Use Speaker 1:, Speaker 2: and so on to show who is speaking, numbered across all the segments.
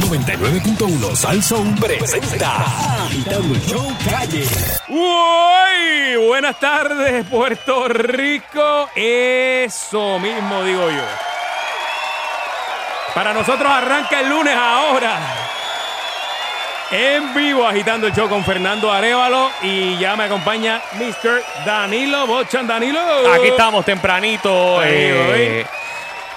Speaker 1: 99.1 Salson presenta Agitando el Show Calle.
Speaker 2: ¡Uy! Buenas tardes, Puerto Rico. Eso mismo digo yo. Para nosotros arranca el lunes ahora. En vivo agitando el show con Fernando Arevalo y ya me acompaña Mr. Danilo Bochan. Danilo.
Speaker 3: Aquí estamos tempranito.
Speaker 2: Ahí,
Speaker 3: eh,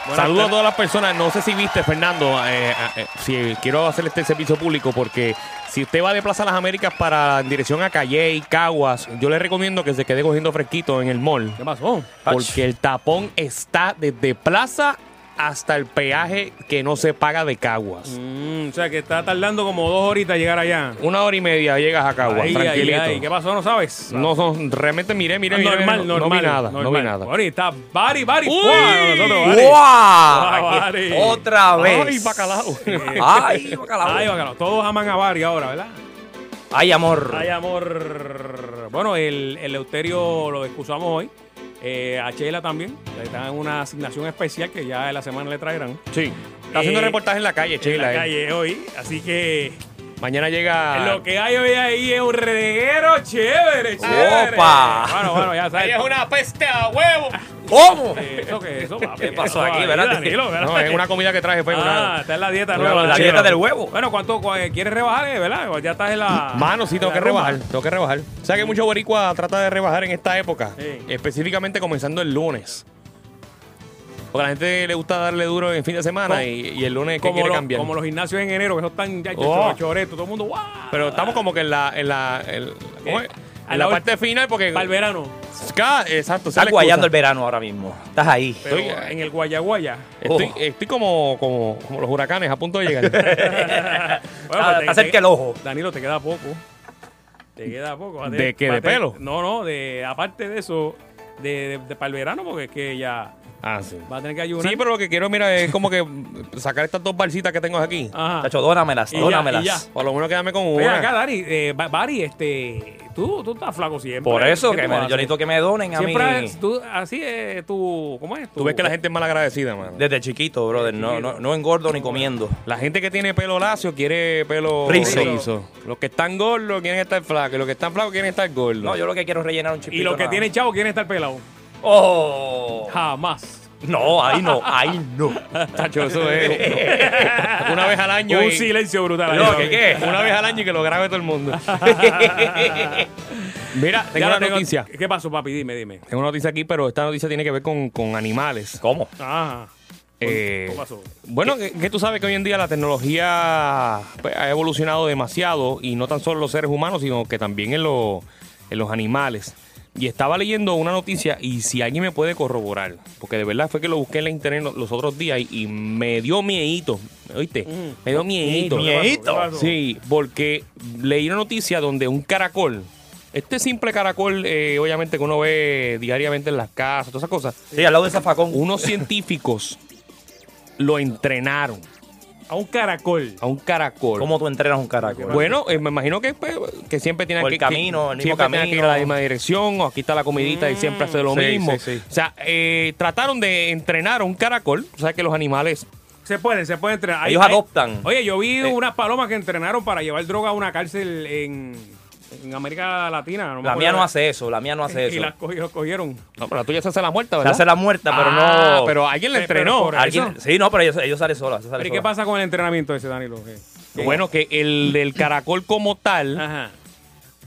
Speaker 2: Buenas
Speaker 3: saludo
Speaker 2: tardes.
Speaker 3: a todas las personas. No sé si viste, Fernando, eh, eh, si quiero hacerle este servicio público porque si usted va de Plaza Las Américas para en dirección a Calle y Caguas, yo le recomiendo que se quede cogiendo fresquito en el mall
Speaker 2: ¿Qué pasó?
Speaker 3: porque el tapón está desde Plaza hasta el peaje que no se paga de Caguas.
Speaker 2: Mm, o sea que está tardando como dos horitas llegar allá.
Speaker 3: Una hora y media llegas a Caguas,
Speaker 2: Ay, ay,
Speaker 3: tranquilito.
Speaker 2: ay, ¿Qué pasó? ¿No sabes?
Speaker 3: no, son realmente miré, miré, miré,
Speaker 2: normal,
Speaker 3: no, no
Speaker 2: normal,
Speaker 3: vi nada, no vi
Speaker 2: normal.
Speaker 3: nada.
Speaker 2: Bueno, y está Bari, Bari.
Speaker 3: ¡Uy!
Speaker 2: fuera de nosotros, Bari.
Speaker 4: ¡Guau!
Speaker 2: Ah, Bari.
Speaker 4: Otra vez.
Speaker 3: Ay, bacalao.
Speaker 4: Ay, bacalao.
Speaker 2: Ay, bacalao. Todos aman a Bari ahora, ¿verdad?
Speaker 4: Ay, amor.
Speaker 2: Ay, amor. Bueno, el, el Euterio lo excusamos hoy. Eh, a Chela también. Le están en una asignación especial que ya en la semana le traerán.
Speaker 3: Sí. Está haciendo
Speaker 2: Eh,
Speaker 3: reportaje en la calle,
Speaker 2: en
Speaker 3: Chela.
Speaker 2: la
Speaker 3: eh.
Speaker 2: calle hoy. Así que
Speaker 3: Mañana llega.
Speaker 2: lo que hay hoy ahí es un reguero chévere, chévere.
Speaker 4: ¡Opa!
Speaker 2: Bueno, bueno, ya sabes.
Speaker 3: una peste a huevo. Eh,
Speaker 4: ¿Cómo?
Speaker 2: Eso que eso, papi.
Speaker 4: ¿Qué pasó
Speaker 2: Eso,
Speaker 4: aquí,
Speaker 2: ahí,
Speaker 4: verdad?
Speaker 2: Danilo, ¿verdad?
Speaker 3: No, es una comida que traje, fue
Speaker 2: Ah,
Speaker 3: una.
Speaker 2: está en la dieta
Speaker 4: Una-
Speaker 2: nueva.
Speaker 4: la
Speaker 2: Danilo.
Speaker 4: dieta del huevo.
Speaker 2: Bueno, ¿cuánto cu- eh, quieres rebajar, eh, verdad? Ya estás en la.
Speaker 3: Mano, sí, tengo
Speaker 2: en
Speaker 3: que
Speaker 2: Ah, la rumba.
Speaker 3: rebajar, tengo que rebajar. O sea que mucho boricua trata de rebajar en esta época,
Speaker 2: Sí.
Speaker 3: específicamente comenzando el lunes. Porque a la gente le gusta darle duro en fin de semana
Speaker 2: Co-
Speaker 3: y, y el lunes que
Speaker 2: Como,
Speaker 3: quiere
Speaker 2: los-
Speaker 3: cambiar.
Speaker 2: como los gimnasios en enero, que esos están ya
Speaker 3: Oh.
Speaker 2: choretos, todo el mundo, ¡guau!
Speaker 3: Pero estamos como que en la, en la, en- ¿cómo es?
Speaker 2: Eh,
Speaker 3: En
Speaker 2: a
Speaker 3: la
Speaker 2: la
Speaker 3: parte final porque...
Speaker 2: para el verano.
Speaker 3: Ca- Exacto,
Speaker 4: Estás guayando el verano ahora mismo. Estás ahí.
Speaker 2: Pero
Speaker 3: Estoy-
Speaker 2: en el Guayaguaya.
Speaker 3: Estoy,
Speaker 4: Oh.
Speaker 3: estoy como, como, como los huracanes a punto de llegar.
Speaker 2: Bueno,
Speaker 4: Ah,
Speaker 2: pues te-
Speaker 4: acerca
Speaker 2: te-
Speaker 4: el ojo.
Speaker 2: Danilo, te queda poco. Te queda poco. Vas a
Speaker 3: ¿De
Speaker 2: tener-
Speaker 3: qué?
Speaker 2: vas
Speaker 3: ¿De
Speaker 2: a tener-
Speaker 3: pelo?
Speaker 2: No, no, de aparte de eso, de, para el verano, porque es que ya
Speaker 3: ah, sí.
Speaker 2: va a tener que ayudar.
Speaker 3: Sí, pero lo que quiero, mira, es como que sacar estas dos balsitas que tengo aquí.
Speaker 2: Ajá.
Speaker 4: Tacho, dónamelas,
Speaker 2: Y ya, y ya.
Speaker 4: dónamelas.
Speaker 3: Por lo menos quedarme con
Speaker 2: Ven acá,
Speaker 3: una.
Speaker 2: Dari, eh, Ba- Bari, este, tú, tú estás flaco siempre.
Speaker 4: Por eso,
Speaker 2: ¿Qué
Speaker 4: que
Speaker 2: tú
Speaker 4: me, yo
Speaker 2: haces?
Speaker 4: necesito que me donen a mí.
Speaker 2: Siempre es- tú, así es tu. ¿Cómo es?
Speaker 3: Tú ves que la gente es mal agradecida, mano.
Speaker 4: Desde chiquito, brother. No, no, no engordo ni comiendo.
Speaker 3: La gente que tiene pelo lacio quiere pelo
Speaker 4: Rizo.
Speaker 3: Los que están gordos quieren estar flacos. y Los que están flacos quieren estar gordos.
Speaker 4: No, yo lo que quiero es rellenar un chipito.
Speaker 2: Y los que
Speaker 4: nada
Speaker 2: tienen
Speaker 4: más.
Speaker 2: chavo quieren estar pelado.
Speaker 4: ¡Oh!
Speaker 2: Jamás.
Speaker 4: No, ahí no, ahí no.
Speaker 3: Tacho, eso es. una vez al año.
Speaker 2: Un
Speaker 3: y-
Speaker 2: silencio brutal.
Speaker 3: No,
Speaker 2: ahí,
Speaker 3: ¿qué,
Speaker 2: papi.
Speaker 3: qué? Una vez al año y que lo grabe todo el mundo. Mira, tengo
Speaker 2: Ya
Speaker 3: una
Speaker 2: la tengo-
Speaker 3: noticia.
Speaker 2: ¿Qué pasó, papi? Dime, dime.
Speaker 3: Tengo una noticia aquí, pero esta noticia tiene que ver con, con animales.
Speaker 4: ¿Cómo?
Speaker 2: Ajá.
Speaker 3: Eh,
Speaker 2: Ah. ¿Qué pasó?
Speaker 3: Bueno, que, que tú sabes que hoy en día la tecnología pues, ha evolucionado demasiado y no tan solo los seres humanos, sino que también en, lo- en los animales. Y estaba leyendo una noticia y si alguien me puede corroborar, porque de verdad fue que lo busqué en la internet lo- los otros días y, y me dio miedito, ¿oíste?
Speaker 2: Mm.
Speaker 3: Me dio miedito.
Speaker 4: miedito.
Speaker 2: ¿Qué pasó?
Speaker 3: Sí, porque leí una noticia donde un caracol, este simple caracol, eh, obviamente que uno ve diariamente en las casas, todas esas cosas,
Speaker 4: Sí, al lado de zafacón.
Speaker 3: unos científicos lo entrenaron
Speaker 2: A un caracol.
Speaker 3: a un caracol.
Speaker 4: ¿Cómo tú entrenas un caracol?
Speaker 3: Bueno, eh, me imagino que, pues, que siempre tiene
Speaker 4: Por
Speaker 3: que,
Speaker 4: el camino,
Speaker 3: que-
Speaker 4: el mismo
Speaker 3: siempre tiene que ir
Speaker 4: camino. Mm,
Speaker 3: a la misma dirección, o aquí está la comidita y siempre hace lo
Speaker 4: sí,
Speaker 3: mismo.
Speaker 4: sí, sí.
Speaker 3: O sea, eh, trataron de entrenar a un caracol. O sea, que los animales.
Speaker 2: Se puede, se puede entrenar. Hay-
Speaker 4: Ellos
Speaker 2: hay-
Speaker 4: adoptan. Eh.
Speaker 2: Oye, yo vi unas palomas que entrenaron para llevar droga a una cárcel en, en América Latina. me
Speaker 4: La
Speaker 2: acuerdo
Speaker 4: mía no
Speaker 2: la-
Speaker 4: hace eso, la mía no hace
Speaker 2: Y
Speaker 4: eso.
Speaker 2: las cogi- los cogieron.
Speaker 3: No, pero la tuya se hace la muerta,
Speaker 4: Se
Speaker 3: ¿verdad?
Speaker 4: hace la muerta, pero
Speaker 3: Ah,
Speaker 4: no.
Speaker 3: Pero alguien la
Speaker 2: Sí, pero
Speaker 3: entrenó.
Speaker 2: por
Speaker 4: Alguien-
Speaker 2: eso.
Speaker 4: sí, no, pero ellos, ellos salen solos. ellos salen
Speaker 2: Pero ¿y qué
Speaker 4: solos.
Speaker 2: pasa con el entrenamiento ese, Danilo? ¿Qué?
Speaker 3: Bueno, que el del caracol como tal.
Speaker 2: Ajá.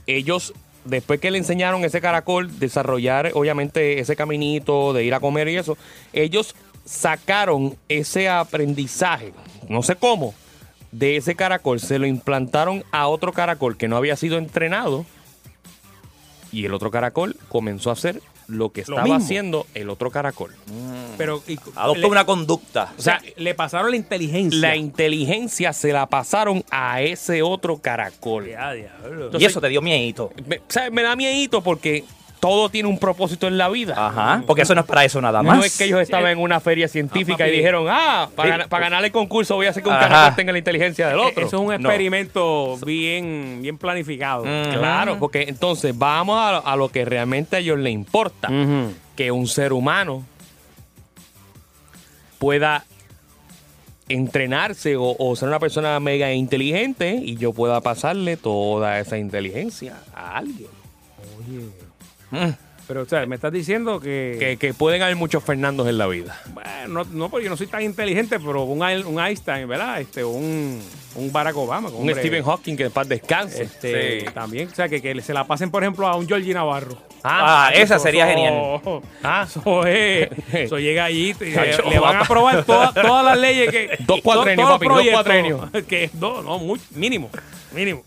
Speaker 3: ellos, después que le enseñaron ese caracol, desarrollar obviamente ese caminito de ir a comer y eso, ellos sacaron ese aprendizaje, no sé cómo, de ese caracol, se lo implantaron a otro caracol que no había sido entrenado y el otro caracol comenzó a hacer lo que estaba
Speaker 2: mismo.
Speaker 3: haciendo el otro caracol.
Speaker 2: Pero, y-
Speaker 4: Adopta
Speaker 2: le-
Speaker 4: Mm. una conducta.
Speaker 2: O sea, le pasaron la inteligencia.
Speaker 3: La inteligencia se la pasaron a ese otro caracol.
Speaker 2: Ya, diablo.
Speaker 4: y eso te dio miedito.
Speaker 3: Me, ¿sabes? Me da miedito porque todo tiene un propósito en la vida.
Speaker 4: Ajá. Porque eso no es para eso nada más.
Speaker 3: No es que ellos estaban en una feria científica
Speaker 2: Ah,
Speaker 3: y
Speaker 2: papi.
Speaker 3: dijeron, ah, para,
Speaker 4: Sí.
Speaker 3: ganar, para ganar el concurso voy a hacer que un
Speaker 4: Ajá.
Speaker 3: caracol tenga la inteligencia del
Speaker 2: Eh,
Speaker 3: otro.
Speaker 2: Eso es un
Speaker 3: No. Mm.
Speaker 2: experimento bien, bien planificado.
Speaker 3: Claro, porque entonces vamos a, lo- a lo que realmente a ellos les importa,
Speaker 2: Ujú.
Speaker 3: que un ser humano pueda entrenarse o, o ser una persona mega inteligente y yo pueda pasarle toda esa inteligencia a alguien.
Speaker 2: Oye.
Speaker 3: Mm.
Speaker 2: Pero, o sea, me estás diciendo que.
Speaker 3: Que, que pueden haber muchos Fernandos en la vida.
Speaker 2: Bueno, no, no, porque yo no soy tan inteligente, pero un, Al- un Einstein, ¿verdad? Este, un, un Barack Obama.
Speaker 3: Un Stephen Hawking que en paz descanse.
Speaker 2: Este,
Speaker 4: Sí.
Speaker 2: También, o sea, que, que se la pasen, por ejemplo, a un Georgie Navarro. Oh,
Speaker 4: Ah, esa sería genial.
Speaker 2: genial.
Speaker 3: Ah,
Speaker 2: Eso es. Eso llega allí. te-
Speaker 3: Cacho,
Speaker 2: Este, le van a
Speaker 3: papá.
Speaker 2: aprobar toda- todas las leyes que.
Speaker 3: Dos cuatrenios,
Speaker 2: todos los
Speaker 3: papi, dos
Speaker 2: proyectos
Speaker 3: cuatrenios.
Speaker 2: Que dos, no, muy- mínimo. Mínimo.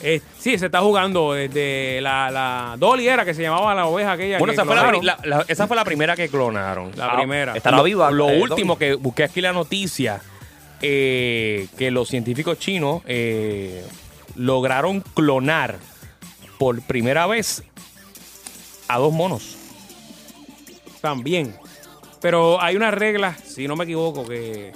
Speaker 2: Eh, sí, se está jugando desde la, la Dolly era que se llamaba la oveja aquella.
Speaker 3: Bueno,
Speaker 2: que
Speaker 3: esa fue, la,
Speaker 2: clonaron.
Speaker 3: pri- la- la- esa fue la primera que clonaron.
Speaker 2: La primera.
Speaker 4: Estará
Speaker 3: lo,
Speaker 4: viva,
Speaker 3: Lo
Speaker 4: eh,
Speaker 3: último que busqué aquí la noticia, eh, que los científicos chinos eh, lograron clonar por primera vez a dos monos.
Speaker 2: también. Pero hay unas reglas, si no me equivoco, que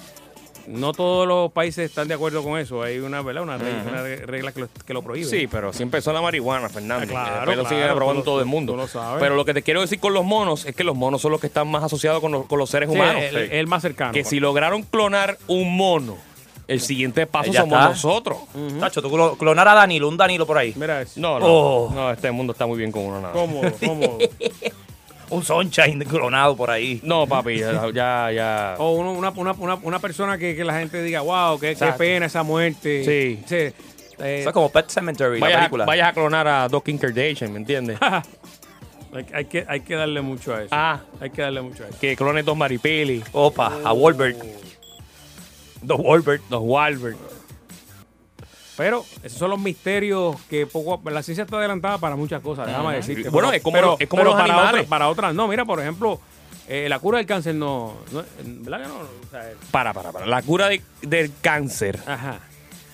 Speaker 2: no todos los países están de acuerdo con eso. Hay una, ¿verdad? Una regla, una regla que, lo, que lo prohíbe.
Speaker 3: Sí, pero si empezó la marihuana, Fernando.
Speaker 2: Ah, claro,
Speaker 3: Que después lo
Speaker 2: claro,
Speaker 3: siguen
Speaker 2: tú
Speaker 3: aprobando
Speaker 2: lo-
Speaker 3: todo el mundo.
Speaker 2: tú lo sabes.
Speaker 3: Pero lo que te quiero decir con los monos es que los monos son los que están más asociados con, los- con los seres
Speaker 2: Sí,
Speaker 3: humanos.
Speaker 2: el, el más cercano. pues.
Speaker 3: que si lograron clonar un mono, el siguiente paso
Speaker 4: Ya
Speaker 3: somos
Speaker 4: está.
Speaker 3: nosotros.
Speaker 4: Tacho, tú clo- clonar a Danilo, un Danilo por ahí.
Speaker 2: Mira eso.
Speaker 3: No, no,
Speaker 4: Oh.
Speaker 3: no, este mundo está muy bien con uno nada.
Speaker 2: Cómodo, cómodo.
Speaker 4: Un Sunshine clonado por ahí.
Speaker 3: No, papi, ya, ya, ya.
Speaker 2: O uno- una, una, una, una persona que, que la gente diga, wow, qué, qué
Speaker 3: Exacto.
Speaker 2: pena esa muerte.
Speaker 3: Sí.
Speaker 2: Eh,
Speaker 4: Eso es como Pet Cemetery, la
Speaker 3: vayas, a,
Speaker 4: película.
Speaker 3: vayas a clonar a Doc Kardashian, ¿me entiendes?
Speaker 2: hay, hay que, hay que darle mucho a eso.
Speaker 3: Ah.
Speaker 2: Hay que darle mucho a eso.
Speaker 3: que clones dos Maripeli,
Speaker 4: Opa, a Wolbert. Dos Wolbert.
Speaker 3: dos Walbert.
Speaker 2: Pero esos son los misterios que poco la ciencia está adelantada para muchas cosas, déjame decirte.
Speaker 3: Bueno,
Speaker 2: Pero-
Speaker 3: es como
Speaker 2: pero-
Speaker 3: los- es como
Speaker 2: pero
Speaker 3: los
Speaker 2: para
Speaker 3: animales.
Speaker 2: Otras, para otras no, mira, por ejemplo, eh, la cura del cáncer no, no- ¿verdad que no? O sea,
Speaker 3: Para, para, para. La cura de- del cáncer.
Speaker 2: ajá.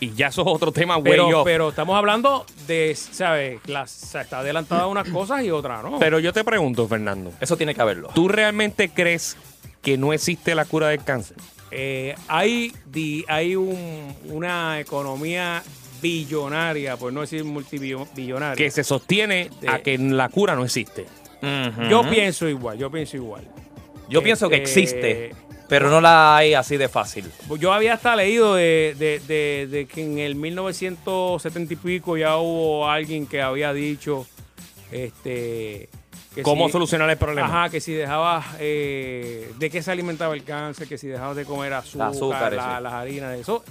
Speaker 3: Y ya eso es otro tema, Ah, güey.
Speaker 2: Pero,
Speaker 3: yo.
Speaker 2: pero estamos hablando de, ¿sabes? Las, o sea, está adelantada unas cosas y otras no.
Speaker 3: Pero yo te pregunto, Fernando,
Speaker 4: Eso tiene que haberlo.
Speaker 3: ¿tú realmente crees que no existe la cura del cáncer?
Speaker 2: Eh, hay di- hay un- una economía billonaria, por no decir multibillonaria.
Speaker 3: Que se sostiene a
Speaker 2: De-
Speaker 3: que la cura no existe.
Speaker 2: Eh. Yo pienso igual, yo pienso igual.
Speaker 4: Yo pienso que
Speaker 2: Eh,
Speaker 4: existe, pero no la hay así de fácil.
Speaker 2: Pues Yo había hasta leído de, de- de- de que en el 1970 y pico ya hubo alguien que había dicho este que
Speaker 3: ¿Cómo
Speaker 2: si-
Speaker 3: solucionar el problema?
Speaker 2: Ajá, que si dejabas eh, de qué se alimentaba el cáncer, que si dejabas de comer azúcar,
Speaker 4: azúcar,
Speaker 2: la-
Speaker 4: sí.
Speaker 2: las harinas, eso.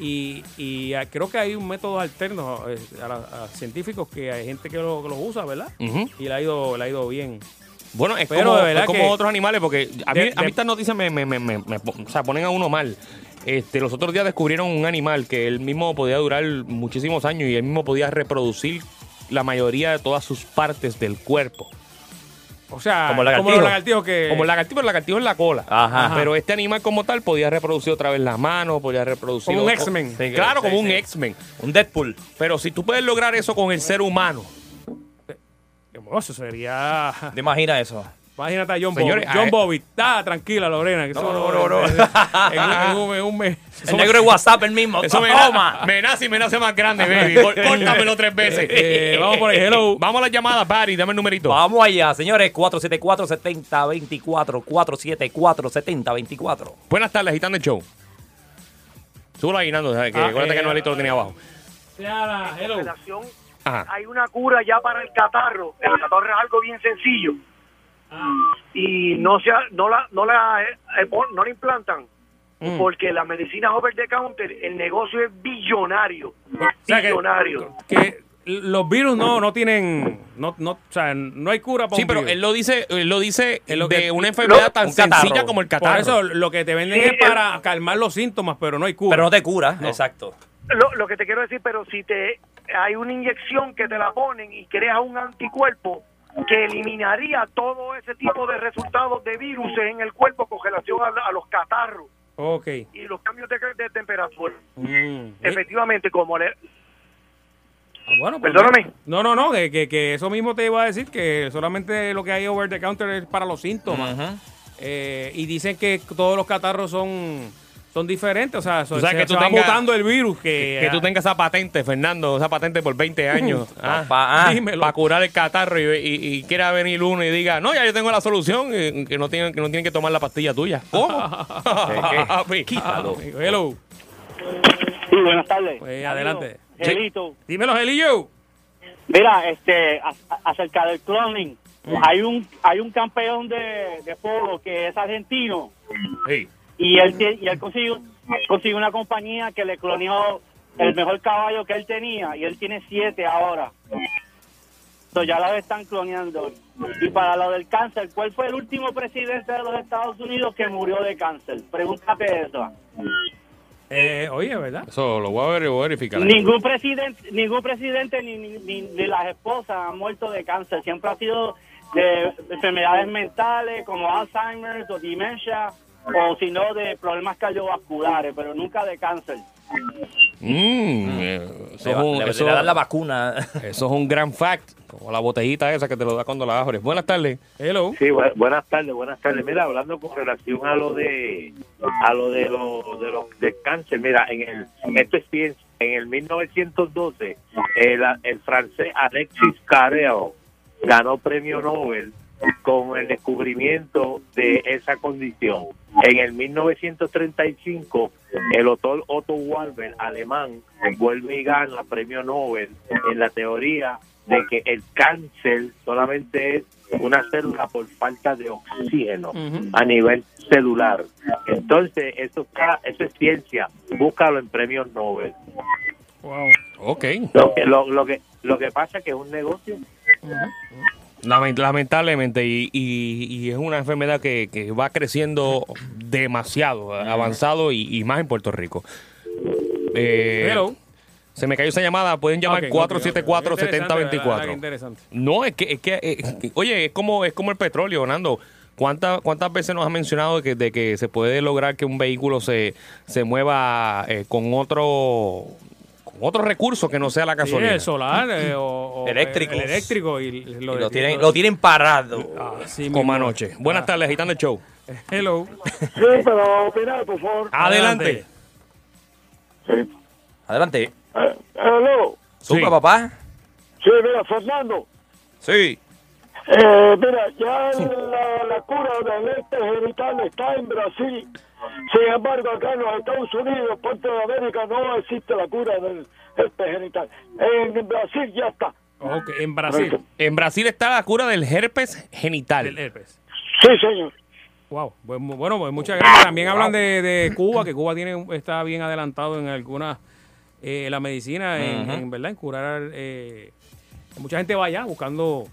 Speaker 2: Y, y ah, creo que hay un método alterno eh, a, la- a científicos que hay gente que, lo- que los usa, ¿verdad?
Speaker 3: Ujú.
Speaker 2: Y le ha ido, le ha ido bien.
Speaker 3: Bueno, es
Speaker 2: Pero
Speaker 3: como,
Speaker 2: de verdad
Speaker 3: es como
Speaker 2: que-
Speaker 3: otros animales, porque a mí,
Speaker 2: De-
Speaker 3: a mí
Speaker 2: de-
Speaker 3: estas noticias me, me- me- me- me pon- o sea, ponen a uno mal. Este, los otros días descubrieron un animal que él mismo podía durar muchísimos años y él mismo podía reproducir la mayoría de todas sus partes del cuerpo.
Speaker 2: O sea,
Speaker 4: Como el
Speaker 2: los
Speaker 4: lagartijo.
Speaker 2: lagartijos que...
Speaker 3: Como el lagartijo, pero el lagartijo en la cola.
Speaker 4: Ajá.
Speaker 2: Ajá.
Speaker 3: Pero este animal como tal podía reproducir otra vez las manos, podía reproducir...
Speaker 2: Como un
Speaker 3: otro-
Speaker 2: X-Men.
Speaker 3: Sí, claro,
Speaker 4: sí,
Speaker 3: como un
Speaker 4: sí.
Speaker 3: X-Men.
Speaker 4: Un Deadpool.
Speaker 3: Pero si tú puedes lograr eso con el ser humano,
Speaker 2: Bueno, eso sería...
Speaker 4: ¿Te imaginas eso?
Speaker 2: Imagínate a John
Speaker 3: Señores,
Speaker 2: Bobby. John
Speaker 3: a-
Speaker 2: Bobby. Está tranquila, Lorena. Que eso-
Speaker 4: no, no, no.
Speaker 2: En, en un, en un mes.
Speaker 4: El negro de WhatsApp, el mismo.
Speaker 3: eso me,
Speaker 4: ¡Toma!
Speaker 3: me nace y me nace más grande, baby. Cor- Córtamelo tres veces.
Speaker 2: Eh, vamos por ahí. Hello.
Speaker 3: Vamos a la llamada, Barry, dame el numerito.
Speaker 4: Vamos allá, señores. 474-7024. 474-7024.
Speaker 3: Buenas tardes, Agitando el Show. Súbelo ahí, Nando, que
Speaker 2: Ah,
Speaker 3: acuérdate
Speaker 2: eh,
Speaker 3: que Noelito lo tenía abajo.
Speaker 2: Clara, hello.
Speaker 5: relación,
Speaker 3: Ajá.
Speaker 5: hay una cura ya para el catarro. El catarro es algo bien sencillo. Y no se ha- no la no la eh, eh, pon- no la implantan
Speaker 2: Mm.
Speaker 5: porque la medicina over the counter el negocio es billonario.
Speaker 2: sea que-
Speaker 5: billonario.
Speaker 2: Que los virus no, no tienen. No, no, o sea, no hay cura para
Speaker 3: Sí,
Speaker 2: un
Speaker 3: pero
Speaker 2: virus.
Speaker 3: él lo dice, él lo dice
Speaker 2: Es lo
Speaker 3: de
Speaker 2: que-
Speaker 3: una enfermedad
Speaker 5: lo-
Speaker 3: tan
Speaker 4: un catarro.
Speaker 3: sencilla como el catarro.
Speaker 2: Por eso lo que te venden
Speaker 5: Sí,
Speaker 2: es para calmar los síntomas, pero no hay cura.
Speaker 4: Pero no te cura. Exacto.
Speaker 5: Lo, lo que te quiero decir, pero si te hay una inyección que te la ponen y creas un anticuerpo que eliminaría todo ese tipo de resultados de virus en el cuerpo con relación a, la- a los catarros
Speaker 2: Ok.
Speaker 5: y los cambios de, de temperatura.
Speaker 2: Mm.
Speaker 5: Efectivamente, como le,
Speaker 2: Ah, Bueno, pues-
Speaker 5: Perdóname.
Speaker 2: No, no, no, que, que- que eso mismo te iba a decir, que solamente lo que hay over the counter es para los síntomas. Eh, y dicen que todos los catarros son son diferentes. O sea,
Speaker 3: Tú
Speaker 2: so-
Speaker 3: sabes
Speaker 2: se,
Speaker 3: que tú
Speaker 2: se va
Speaker 3: tengas-
Speaker 2: mutando el virus. Que,
Speaker 3: Que tú tengas esa patente, Fernando, esa patente por 20 años.
Speaker 4: Papá, ah.
Speaker 2: dímelo.
Speaker 3: Para curar el catarro y, y- y quiera venir uno y diga, no, ya yo tengo la solución, eh, que no tienen que, no tienen que tomar la pastilla tuya. ¿Cómo?
Speaker 4: ¿Qué, qué?
Speaker 2: Ah,
Speaker 4: Aló.
Speaker 2: amigo, Hello.
Speaker 6: Sí, buenas tardes.
Speaker 2: Pues, adelante.
Speaker 6: Angelito,
Speaker 2: Dímelo, Gelillo.
Speaker 6: mira, este, a- a- acerca del cloning, hay un hay un campeón de, de polo que es argentino
Speaker 3: Sí.
Speaker 6: y él tie- y él consiguió consiguió una compañía que le clonó el mejor caballo que él tenía y él tiene siete ahora. Entonces ya lo están cloneando. Y para lo del cáncer, ¿cuál fue el último presidente de los Estados Unidos que murió de cáncer? Pregúntate eso.
Speaker 2: Eh, oye, ¿verdad?
Speaker 3: Eso lo voy a ver- voy a verificar.
Speaker 6: Ningún presidente, ningún presidente ni, ni, ni- ni las esposas han muerto de cáncer. Siempre ha sido de enfermedades mentales como Alzheimer o demencia o si no de problemas cardiovasculares, pero nunca de cáncer.
Speaker 3: Mm, eh, eso,
Speaker 4: Le
Speaker 3: es
Speaker 4: va-
Speaker 3: un,
Speaker 4: le-
Speaker 3: eso-
Speaker 4: le dan la vacuna.
Speaker 3: eso es un gran fact. Como la botellita esa que te lo da cuando la abres. Buenas tardes.
Speaker 2: Hello.
Speaker 5: Sí, bu- buenas tardes, buenas tardes. Mira, hablando con relación a lo de a lo de lo, de los del cáncer, mira, en el esto es ciencia. en el 1912 el, eh, el francés Alexis Carrel ganó premio Nobel con el descubrimiento de esa condición. En el 1935 el autor Otto Warburg alemán vuelve y gana premio Nobel en la teoría de que el cáncer solamente es una célula por falta de oxígeno a nivel celular. Entonces, eso, está, eso es ciencia. Búscalo en premios Nobel.
Speaker 2: Wow.
Speaker 3: Ok.
Speaker 5: Lo que, lo, lo que, lo que pasa es que es un negocio.
Speaker 3: Lament- lamentablemente, y, y- y es una enfermedad que, que va creciendo demasiado, avanzado y, y más en Puerto Rico. Eh,
Speaker 2: Hello.
Speaker 3: Se me cayó esa llamada, pueden llamar
Speaker 2: Ok, ok, ok. Interesante, la verdad que
Speaker 3: 474-7024.
Speaker 2: Interesante.
Speaker 3: No, es que, es que, eh, oye, es como, es como el petróleo, Nando. ¿Cuántas, ¿Cuántas veces nos has mencionado de que, de que se puede lograr que un vehículo se, se mueva eh, con otro con otro recurso que no sea la
Speaker 2: Sí,
Speaker 3: gasolina?
Speaker 2: el solar eh, o, o
Speaker 4: Eléctricos.
Speaker 2: el eléctrico y lo,
Speaker 4: lo, tienen, lo tienen parado.
Speaker 2: Así
Speaker 3: Como
Speaker 2: mismo. Ah.
Speaker 3: anoche. Buenas tardes, Gitano del Show.
Speaker 2: Hello.
Speaker 7: Sí, pero mira, por favor.
Speaker 4: Ah.
Speaker 3: Adelante.
Speaker 4: Adelante.
Speaker 7: Hello.
Speaker 4: Suba,
Speaker 3: Sí.
Speaker 4: papá.
Speaker 7: Sí, mira, Fernando.
Speaker 4: Sí.
Speaker 7: Eh, mira, ya la, la cura del este genital está en Brasil. Sin embargo, acá en los Estados Unidos, Puerto de América, no existe la cura del este genital. En Brasil ya está.
Speaker 2: Ok, en Brasil.
Speaker 3: En Brasil está la cura del herpes genital.
Speaker 2: El herpes.
Speaker 7: Sí, señor.
Speaker 2: Wow. Bueno, mu- bueno, pues muchas gracias. También hablan de, de Cuba, que Cuba tiene un- está bien adelantado en alguna eh, la medicina, en, en, verdad, en curar. eh, mucha gente va allá buscando.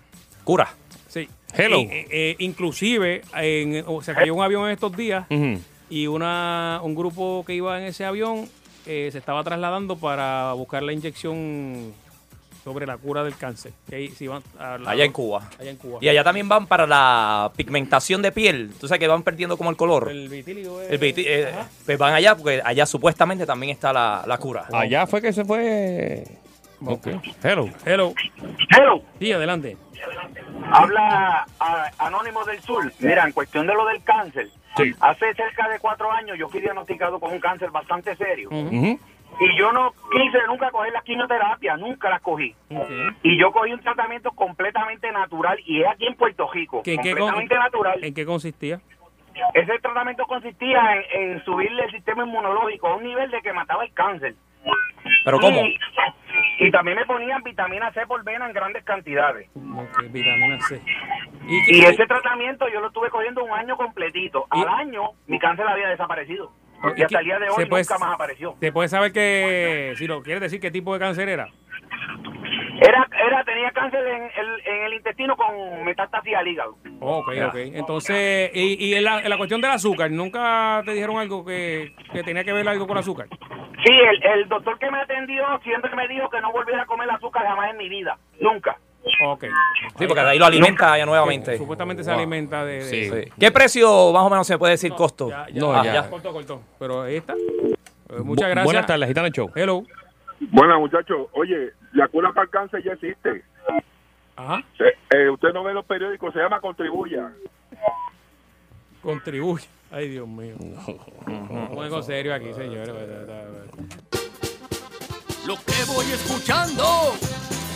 Speaker 4: Cura.
Speaker 2: Sí.
Speaker 3: Hello.
Speaker 2: Y, eh, eh, inclusive, en, o se cayó un avión en estos días
Speaker 3: Ujú.
Speaker 2: y una un grupo que iba en ese avión eh, se estaba trasladando para buscar la inyección sobre la cura del cáncer. Que ahí se iban a-
Speaker 4: Allá en Cuba.
Speaker 2: Allá en Cuba.
Speaker 4: Y allá también van para la pigmentación de piel. Tú sabes que van perdiendo como el color.
Speaker 2: El vitíligo es-
Speaker 4: El viti- eh,
Speaker 2: Ajá.
Speaker 4: pues van allá porque allá supuestamente también está la, la cura.
Speaker 3: Allá fue que se fue. Ok. Hello.
Speaker 2: Hello.
Speaker 7: Hello.
Speaker 2: Sí, adelante.
Speaker 5: Habla a- Anónimo del Sur. Mira, en cuestión de lo del cáncer, hace cerca de cuatro años yo fui diagnosticado con un cáncer bastante serio.
Speaker 3: Ujú.
Speaker 5: Y yo no quise nunca coger la quimioterapia, nunca las cogí.
Speaker 2: Ok.
Speaker 5: Y yo cogí un tratamiento completamente natural y es aquí en Puerto Rico.
Speaker 2: ¿Qué- qué con-
Speaker 5: completamente natural.
Speaker 2: ¿En qué consistía?
Speaker 5: Ese tratamiento consistía en, en subirle el sistema inmunológico a un nivel de que mataba el cáncer.
Speaker 4: Pero ¿cómo?
Speaker 5: Y, y también me ponían vitamina C por vena en grandes cantidades.
Speaker 2: Ok, vitamina C.
Speaker 5: Y ese tratamiento yo lo estuve cogiendo un año completito. Al
Speaker 2: Y-
Speaker 5: año mi cáncer había desaparecido.
Speaker 2: Ok,
Speaker 5: Y hasta el día de
Speaker 2: ¿se
Speaker 5: hoy
Speaker 2: puede-
Speaker 5: nunca más apareció.
Speaker 2: ¿Te puedes saber que, si lo quieres decir, qué tipo de cáncer era?
Speaker 5: Era, era Tenía cáncer en el, en el intestino con metástasis al hígado.
Speaker 2: Ok, ok. Entonces, y, y en, la, en la cuestión del azúcar, ¿nunca te dijeron algo que, que tenía que ver algo con el azúcar?
Speaker 5: Sí, el, el doctor que me atendió siempre me dijo que no volviera a comer azúcar jamás en mi vida. Nunca.
Speaker 2: Ok.
Speaker 4: Sí, porque ahí lo alimenta allá nuevamente.
Speaker 2: Supuestamente se
Speaker 4: Wow.
Speaker 2: alimenta de... de-
Speaker 3: Sí.
Speaker 4: Sí. ¿Qué precio más o menos se puede decir costo?
Speaker 2: Ya, ya,
Speaker 3: No,
Speaker 2: ah,
Speaker 3: ya.
Speaker 2: ya. Cortó, cortó. Pero ahí está.
Speaker 4: Mm.
Speaker 2: Eh,
Speaker 3: Bu-
Speaker 2: muchas gracias.
Speaker 3: Buenas tardes, Gitano del Show.
Speaker 2: Hello.
Speaker 8: Bueno, muchachos, oye, la cura para el cáncer ya existe.
Speaker 2: Ajá.
Speaker 8: Eh, eh, usted no ve los periódicos, se llama Contribuya.
Speaker 2: contribuye. Ay, Dios mío. Un juego serio aquí, señores.
Speaker 1: Lo que voy escuchando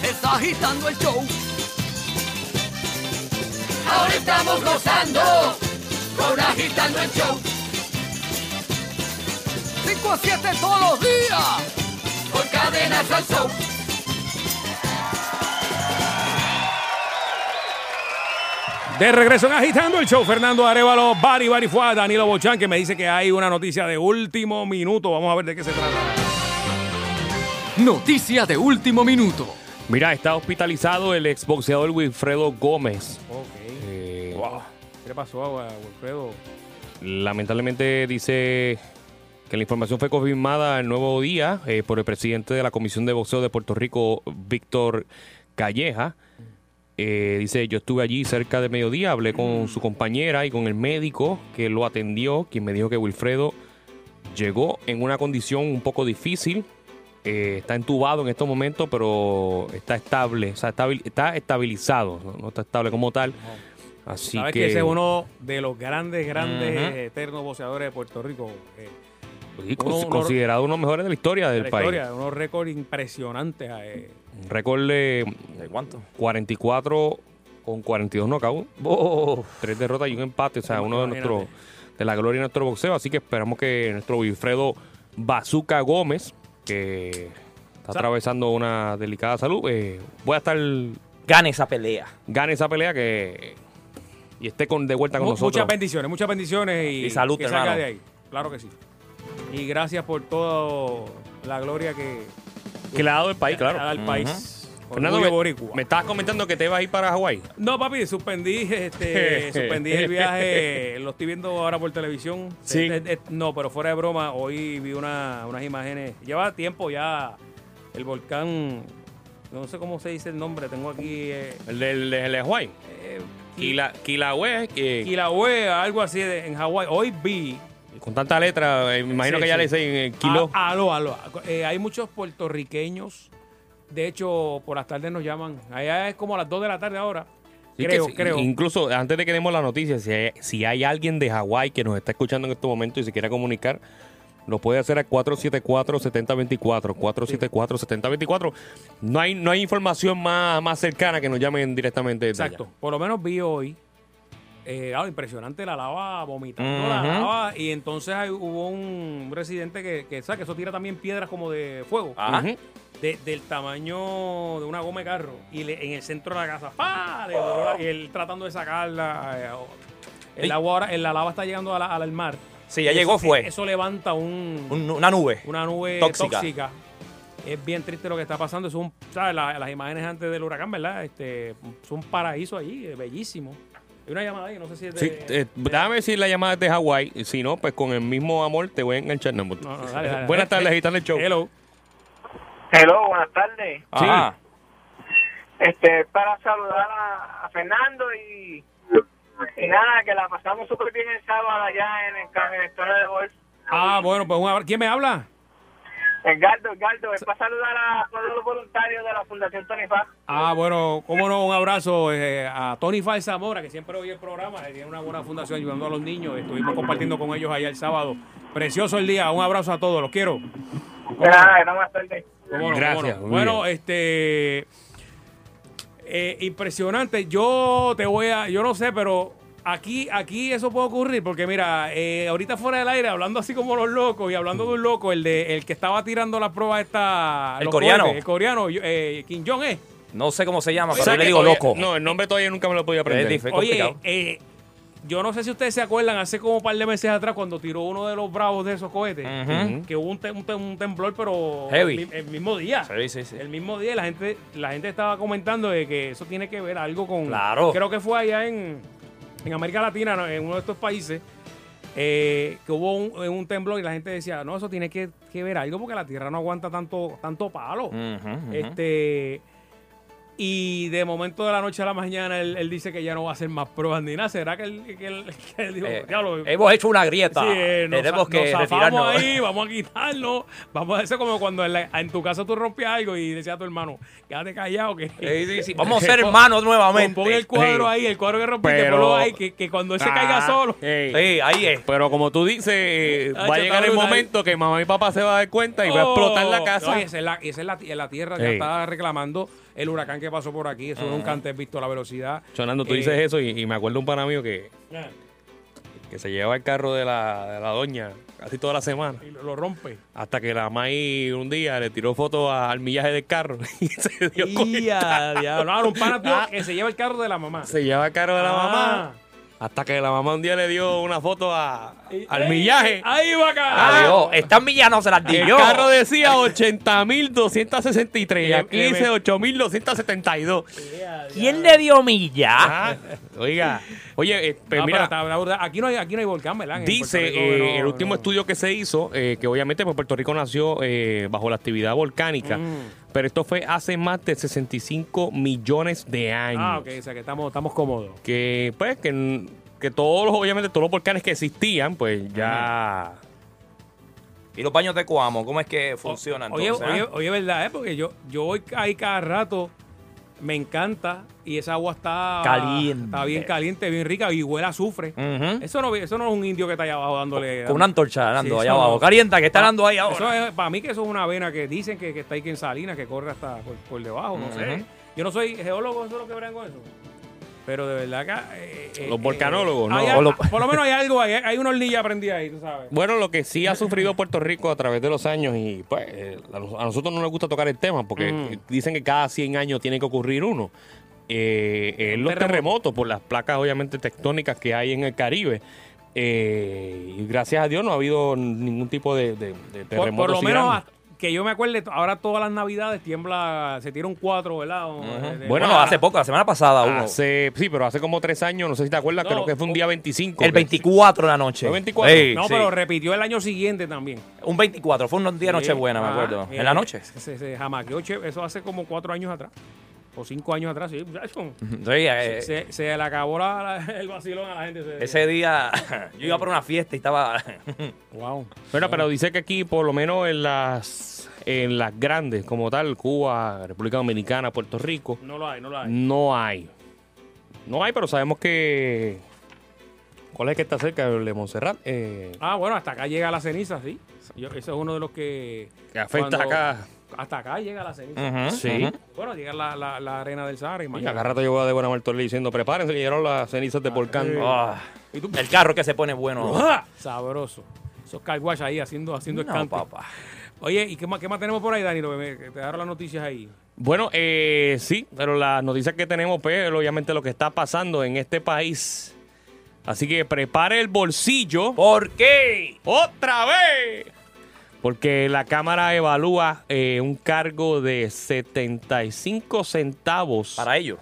Speaker 1: está agitando el show. Ahora estamos gozando con agitando el show. 5 a 7 todos los días por cadenas al show.
Speaker 2: De regreso en Agitando el Show, Fernando Arevalo, Bari Bari Fuá, Danilo Bochán, que me dice que hay una noticia de último minuto. Vamos a ver de qué se trata.
Speaker 1: Noticia de último minuto.
Speaker 3: Mira, está hospitalizado el exboxeador Wilfredo Gómez.
Speaker 2: Ok.
Speaker 3: Eh,
Speaker 2: ¿Qué le pasó a Wilfredo?
Speaker 3: Lamentablemente dice que la información fue confirmada el nuevo día eh, por el presidente de la Comisión de Boxeo de Puerto Rico, Víctor Calleja. Eh, dice, yo estuve allí cerca de mediodía, hablé con su compañera y con el médico que lo atendió, quien me dijo que Wilfredo llegó en una condición un poco difícil. Eh, está entubado en estos momentos, pero está estable, o sea, estabil- está estabilizado, no, No está estable como tal. Así
Speaker 2: Sabes que... ese es uno de los grandes, grandes eh, eternos boxeadores de Puerto Rico. Eh,
Speaker 3: Sí,
Speaker 2: Uno-
Speaker 3: cons-
Speaker 2: uno-
Speaker 3: considerado uno de los mejores de la historia del
Speaker 2: la
Speaker 3: país.
Speaker 2: historia, unos récords impresionantes. eh.
Speaker 3: Un récord de
Speaker 4: ¿De cuánto?
Speaker 3: 44 con 42 knockouts, tres derrotas y un empate, o sea, uno de
Speaker 2: Oh. Imagínate.
Speaker 3: nuestros de la gloria de nuestro boxeo, así que esperamos que nuestro Wilfredo Bazuca Gómez, que está atravesando una delicada salud, eh, voy a estar
Speaker 4: Gane esa pelea.
Speaker 3: gane esa pelea que y esté con de vuelta con
Speaker 2: Mu-
Speaker 3: nosotros.
Speaker 2: Muchas bendiciones, muchas bendiciones y,
Speaker 4: Y salud,
Speaker 2: que salga
Speaker 4: hermano.
Speaker 2: de ahí. Claro que sí. Y gracias por toda la gloria que
Speaker 3: que le ha dado el país,
Speaker 2: ha
Speaker 3: claro.
Speaker 2: dado el país.
Speaker 3: Fernando,
Speaker 2: Orgullo
Speaker 3: me,
Speaker 2: boricua.
Speaker 3: me estabas comentando que te vas a ir para Hawái.
Speaker 2: No, papi, suspendí, este, suspendí el viaje. Lo estoy viendo ahora por televisión.
Speaker 3: Sí.
Speaker 2: Eh, eh, no, pero fuera de broma, hoy vi una- unas imágenes. Lleva tiempo ya el volcán. No sé cómo se dice el nombre, tengo aquí. Eh,
Speaker 3: El de, el de- el de Hawái. Quila- Kilauea, que-
Speaker 2: Kilauea, algo así de- en Hawái. Hoy vi
Speaker 3: Con tanta letra, eh, me imagino
Speaker 2: Sí,
Speaker 3: que ya
Speaker 2: sí.
Speaker 3: le dicen eh, kilo.
Speaker 2: Ah, aló, aló. Eh, hay muchos puertorriqueños. De hecho, por las tardes nos llaman. Allá es como a las 2 de la tarde ahora.
Speaker 3: Sí,
Speaker 2: creo,
Speaker 3: que si-
Speaker 2: creo.
Speaker 3: Incluso antes de que demos la noticia, si hay, si hay alguien de Hawái que nos está escuchando en este momento y se quiera comunicar, lo puede hacer al 474-7024. 474-7024. No hay, no hay información más, más cercana que nos llamen directamente. desde
Speaker 2: Exacto.
Speaker 3: allá.
Speaker 2: Por lo menos vi hoy. Eh, ah, impresionante la lava vomitando la
Speaker 4: Ujú.
Speaker 2: lava. Y entonces ahí hubo un residente que, que sabe que eso tira también piedras como de fuego.
Speaker 4: Ajá.
Speaker 3: Ujú.
Speaker 2: de- del tamaño de una goma de carro. Y le- en el centro de la casa. ¡pa! Le voló la- y él tratando de sacarla. eh, el
Speaker 4: Ey.
Speaker 2: agua ahora, la lava está llegando a la- al mar.
Speaker 4: Sí, ya
Speaker 2: Eso-
Speaker 4: llegó, fue.
Speaker 2: Eso levanta un,
Speaker 4: Un- una nube.
Speaker 2: una nube tóxica.
Speaker 4: Tóxica.
Speaker 2: Es bien triste lo que está pasando. Es un, ¿sabes? La- las imágenes antes del huracán, ¿verdad? Este, es un paraíso allí, eh, bellísimo. Hay una llamada ahí, no sé si es de...
Speaker 3: Sí, eh, dame decir la llamada de Hawái. Si no, pues con el mismo amor te voy a enganchar. No,
Speaker 2: No, no, dale, dale.
Speaker 3: Buenas tardes, Agitando el Show.
Speaker 2: Hello.
Speaker 5: Hello, buenas tardes.
Speaker 4: Ajá.
Speaker 5: Este, para saludar a, a Fernando y, y nada, que la pasamos súper bien el sábado allá en el camionetón de golf.
Speaker 2: Ah, bueno, pues un abra- ¿Quién me habla?
Speaker 5: Edgardo, Edgardo, es para saludar a todos los voluntarios de la Fundación Tony Paz.
Speaker 2: Ah, bueno, cómo no, un abrazo eh, a Tony Fal Zamora, que siempre oye el programa, que tiene una buena fundación ayudando a los niños. Estuvimos compartiendo con ellos allá el sábado. Precioso el día, un abrazo a todos, los quiero.
Speaker 5: De nada, de nada, buenas tardes.
Speaker 2: ¿Cómo no,
Speaker 3: Gracias,
Speaker 2: cómo no.
Speaker 3: muy
Speaker 2: Bueno,
Speaker 3: bien.
Speaker 2: este. eh, impresionante. Yo te voy a. Yo no sé, pero aquí, aquí eso puede ocurrir. Porque mira, eh, ahorita fuera del aire, hablando así como los locos y hablando de un loco, el de el que estaba tirando las pruebas esta.
Speaker 4: El
Speaker 2: los
Speaker 4: coreano.
Speaker 2: cohetes, el coreano, yo- eh, Kim Jong-un.
Speaker 4: No sé cómo se llama,
Speaker 3: O
Speaker 4: pero
Speaker 3: sea
Speaker 4: yo le
Speaker 3: que
Speaker 4: digo
Speaker 3: todavía-
Speaker 4: loco.
Speaker 3: No, el nombre todavía nunca me lo podía aprender.
Speaker 4: difícil. Fue
Speaker 2: Oye,
Speaker 4: complicado.
Speaker 2: eh, yo no sé si ustedes se acuerdan, hace como un par de meses atrás, cuando tiró uno de los bravos de esos cohetes,
Speaker 4: Ujú.
Speaker 2: que hubo un, te- un te- un temblor, pero
Speaker 4: Heavy.
Speaker 2: el mi- El, mismo día.
Speaker 4: Sí, sí, sí.
Speaker 2: El mismo día la gente, la gente estaba comentando de que eso tiene que ver algo con...
Speaker 4: Claro.
Speaker 2: Creo que fue allá en, en América Latina, ¿no? en uno de estos países, eh, que hubo un, eh, un temblor y la gente decía, no, eso tiene que, que ver algo porque la tierra no aguanta tanto, tanto palo.
Speaker 4: Ujú, ujú.
Speaker 2: Este... Y de momento de la noche a la mañana él, él dice que ya no va a hacer más pruebas ni nada. ¿Será que él, que él- que él dijo,
Speaker 4: Eh,
Speaker 2: "Diablo,
Speaker 4: hemos hecho una grieta.
Speaker 2: Sí, eh, nos,
Speaker 4: Tenemos
Speaker 2: sa-
Speaker 4: que
Speaker 2: nos zafamos
Speaker 4: retirarnos.
Speaker 2: ahí, vamos a quitarlo. Vamos a hacer como cuando en, la- en tu casa tú rompes algo y decías a tu hermano, quédate callado. Que,
Speaker 4: Sí, sí, sí. Vamos a ser hermanos nuevamente.
Speaker 2: Pon el cuadro
Speaker 3: Sí.
Speaker 2: ahí, el cuadro que rompiste,
Speaker 3: Pero-
Speaker 2: ponlo ahí, que, que cuando ese caiga
Speaker 3: Ah,
Speaker 2: solo.
Speaker 3: ey.
Speaker 4: Sí, ahí es.
Speaker 3: Pero como tú dices, eh,
Speaker 2: Ah,
Speaker 3: va a
Speaker 2: yo
Speaker 3: llegar el
Speaker 2: estaba Oh,
Speaker 3: momento que mamá y papá se va a dar cuenta y va a explotar la casa.
Speaker 2: No, y esa es la, y esa es la, y la tierra que
Speaker 3: Sí.
Speaker 2: está reclamando el huracán que pasó por aquí. Eso
Speaker 4: Ah.
Speaker 2: nunca antes visto, la velocidad.
Speaker 3: Sonando, tú
Speaker 2: Eh,
Speaker 3: dices eso y, y me acuerdo un pana mío que, que se llevaba el carro de la, de la doña casi toda la semana.
Speaker 2: y lo, lo rompe.
Speaker 3: Hasta que la May un día le tiró foto a- al millaje del carro y se dio
Speaker 2: Y
Speaker 3: cuenta.
Speaker 2: a diablo. Ahora un pana tuyo
Speaker 3: Ah.
Speaker 2: que se lleva el carro de la mamá.
Speaker 3: Se llevaba el carro de la
Speaker 2: Ah.
Speaker 3: mamá. Hasta que la mamá un día le dio una foto a-
Speaker 2: Y-
Speaker 3: al
Speaker 2: ¡Ey!
Speaker 3: millaje.
Speaker 2: Ahí va a caer.
Speaker 4: Adiós. Estas villanos se las di
Speaker 3: El
Speaker 4: yo.
Speaker 3: carro decía 80.263 y aquí
Speaker 2: Y- y-
Speaker 3: dice 8.272.
Speaker 4: ¿Quién le dio milla?
Speaker 3: Ah, oiga, oye, eh, pues
Speaker 2: No, pero
Speaker 3: mira,
Speaker 2: está brutal. aquí no hay, aquí no hay volcán, ¿verdad? En
Speaker 3: dice
Speaker 2: Puerto Rico,
Speaker 3: eh,
Speaker 2: no,
Speaker 3: el último
Speaker 2: no.
Speaker 3: estudio que se hizo, eh, que obviamente pues, Puerto Rico nació eh, bajo la actividad volcánica,
Speaker 2: Mm.
Speaker 3: pero esto fue hace más de 65 millones de años.
Speaker 2: Ah, ok, o sea que estamos, estamos cómodos.
Speaker 3: Que pues, que, que todos los, obviamente todos los volcanes que existían, pues ya...
Speaker 4: Y los baños de Coamo, ¿cómo es que funcionan?
Speaker 2: Oye,
Speaker 4: entonces,
Speaker 2: oye,
Speaker 4: ah?
Speaker 2: oye, verdad, ¿eh? Porque yo, yo voy ahí cada rato, me encanta y esa agua está
Speaker 4: Caliente.
Speaker 2: Está bien caliente, bien rica y huele a azufre.
Speaker 4: Ujú.
Speaker 2: Eso no eso no es un indio que está allá abajo dándole.
Speaker 4: Con una antorcha, Nando,
Speaker 2: Sí,
Speaker 4: allá
Speaker 2: eso-
Speaker 4: abajo. Calienta, que está dando ahí ahora.
Speaker 2: Eso es- para mí que eso es una vena que dicen que, que está ahí que en Salinas, que corre hasta por, por debajo, no sé.
Speaker 4: Ujú.
Speaker 2: Yo no soy geólogo, eso es lo que verán con eso. Pero de verdad que... eh, eh,
Speaker 3: Los
Speaker 2: eh,
Speaker 3: volcanólogos, ¿no?
Speaker 2: hay-
Speaker 3: O los-
Speaker 2: Por lo menos hay algo, hay, hay una hornilla prendida ahí, tú sabes.
Speaker 3: Bueno, lo que sí ha sufrido Puerto Rico a través de los años, y pues eh, a nos- a nosotros no nos gusta tocar el tema, porque eh, dicen que cada 100 años tiene que ocurrir uno. Eh, eh, los
Speaker 2: Terremoto.
Speaker 3: terremotos, por las placas obviamente tectónicas que hay en el Caribe. Eh, y gracias a Dios no ha habido ningún tipo de, de- de
Speaker 2: Por,
Speaker 3: terremoto.
Speaker 2: por lo
Speaker 3: así
Speaker 2: menos
Speaker 3: grande.
Speaker 2: hasta- que yo me acuerde, ahora todas las navidades tiembla, se tira un 4, ¿verdad? O- eh, de- de-
Speaker 4: Bueno,
Speaker 3: Bueno,
Speaker 4: hace poco, la semana pasada hubo.
Speaker 3: Hace- sí, pero hace como tres años, no sé si te acuerdas,
Speaker 2: No,
Speaker 3: creo que fue un día 25.
Speaker 4: El
Speaker 3: que-
Speaker 4: 24 de la noche.
Speaker 3: ¿Fue 24?
Speaker 4: Sí,
Speaker 2: no,
Speaker 4: sí.
Speaker 2: pero repitió el año siguiente también.
Speaker 4: Un 24, fue un día Nochebuena, me
Speaker 2: Ah,
Speaker 4: acuerdo.
Speaker 2: eh,
Speaker 4: en la noche.
Speaker 2: Se, se, se jamaqueó, che- eso hace como cuatro años atrás. O cinco años atrás, sí. muchacho.
Speaker 4: Sí, eh,
Speaker 2: se, se le acabó la- la- el vacilón a la gente. se-
Speaker 4: ese día yo iba para una fiesta y estaba.
Speaker 2: Wow.
Speaker 3: Bueno, pero dice que aquí, por lo menos en las, en las grandes, como tal, Cuba, República Dominicana, Puerto Rico,
Speaker 2: No lo hay, no lo hay.
Speaker 3: no hay. No hay, pero sabemos que. ¿Cuál es que está cerca de Montserrat? Eh,
Speaker 2: Ah, bueno, hasta acá llega la ceniza, sí. Yo- ese es uno de los que.
Speaker 3: Que afecta acá.
Speaker 2: Hasta acá llega la ceniza.
Speaker 4: Ujú,
Speaker 3: sí.
Speaker 4: ujú.
Speaker 2: Bueno, llega la, la, la arena del Sahara.
Speaker 3: Y
Speaker 2: imagínate.
Speaker 3: acá rato yo voy a Débora Martorell diciendo: prepárense, que llegaron las cenizas de volcán.
Speaker 4: Ah, el carro que se pone bueno.
Speaker 2: ¡Ah! Sabroso. Esos carguachas ahí haciendo, haciendo
Speaker 4: No,
Speaker 2: escante.
Speaker 4: papá.
Speaker 2: Oye, ¿y qué más, qué más tenemos por ahí, Danilo? Que me- que te dejaron las noticias ahí.
Speaker 3: Bueno, eh, sí, pero las noticias que tenemos, pues, obviamente lo que está pasando en este país. Así que prepare el bolsillo.
Speaker 4: ¿Por qué?
Speaker 3: ¡Otra vez! Porque la Cámara evalúa eh, un cargo de 75 centavos
Speaker 4: Para ellos.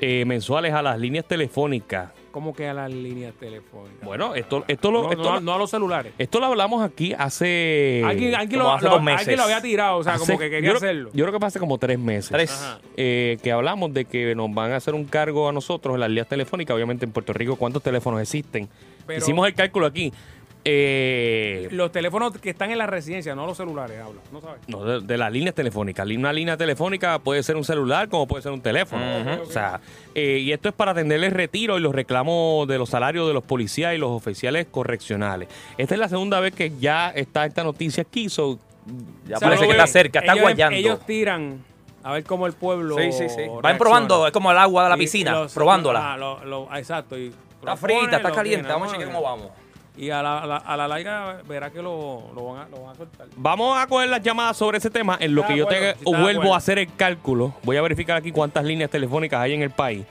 Speaker 3: eh, mensuales a las líneas telefónicas.
Speaker 2: ¿Cómo quedan las líneas telefónicas?
Speaker 3: Bueno, eh, esto, esto, lo,
Speaker 2: no,
Speaker 3: esto,
Speaker 2: no-
Speaker 3: lo-
Speaker 2: no a los celulares.
Speaker 3: esto lo hablamos aquí hace.
Speaker 2: alguien, alguien
Speaker 4: como
Speaker 2: lo,
Speaker 4: hace
Speaker 2: lo-
Speaker 4: dos meses.
Speaker 2: alguien lo había tirado, o sea,
Speaker 3: hace-
Speaker 2: como que quería
Speaker 3: yo creo-
Speaker 2: hacerlo.
Speaker 3: Yo creo que pasa como tres meses.
Speaker 4: Tres.
Speaker 2: Ajá.
Speaker 3: eh, que hablamos de que nos van a hacer un cargo a nosotros en las líneas telefónicas. Obviamente en Puerto Rico, ¿cuántos teléfonos existen?
Speaker 2: Pero-
Speaker 3: Hicimos el cálculo aquí. Eh,
Speaker 2: Los teléfonos que están en la residencia, no los celulares, hablo. No sabes.
Speaker 3: No, de, de las líneas telefónicas. Li- Una línea telefónica puede ser un celular como puede ser un teléfono. O sea, eh, y esto es para atender el retiro y los reclamos de los salarios de los policías y los oficiales correccionales. Esta es la segunda vez que ya está esta noticia aquí. so-
Speaker 4: Ya
Speaker 2: O sea,
Speaker 4: parece
Speaker 2: lo
Speaker 4: que
Speaker 2: ven.
Speaker 4: está cerca, está
Speaker 2: ellos,
Speaker 4: guayando.
Speaker 2: Ellos tiran a ver cómo el pueblo.
Speaker 4: sí, sí, sí.
Speaker 2: reacciona.
Speaker 4: Van probando, es como el agua de la
Speaker 2: Y
Speaker 4: piscina,
Speaker 2: los-
Speaker 4: probándola.
Speaker 2: ah, lo- lo- ah, exacto. Y
Speaker 4: está frita, está caliente. Vamos a
Speaker 2: ver
Speaker 4: chequear cómo vamos.
Speaker 2: Y a la, a la, a la larga verá que lo, lo van, a, lo van a soltar.
Speaker 3: Vamos a coger las llamadas sobre ese tema. En lo
Speaker 2: Está
Speaker 3: que
Speaker 2: de
Speaker 3: yo
Speaker 2: acuerdo,
Speaker 3: te
Speaker 2: sí, está de
Speaker 3: vuelvo
Speaker 2: acuerdo.
Speaker 3: a hacer el cálculo, voy a verificar aquí cuántas líneas telefónicas hay en el país.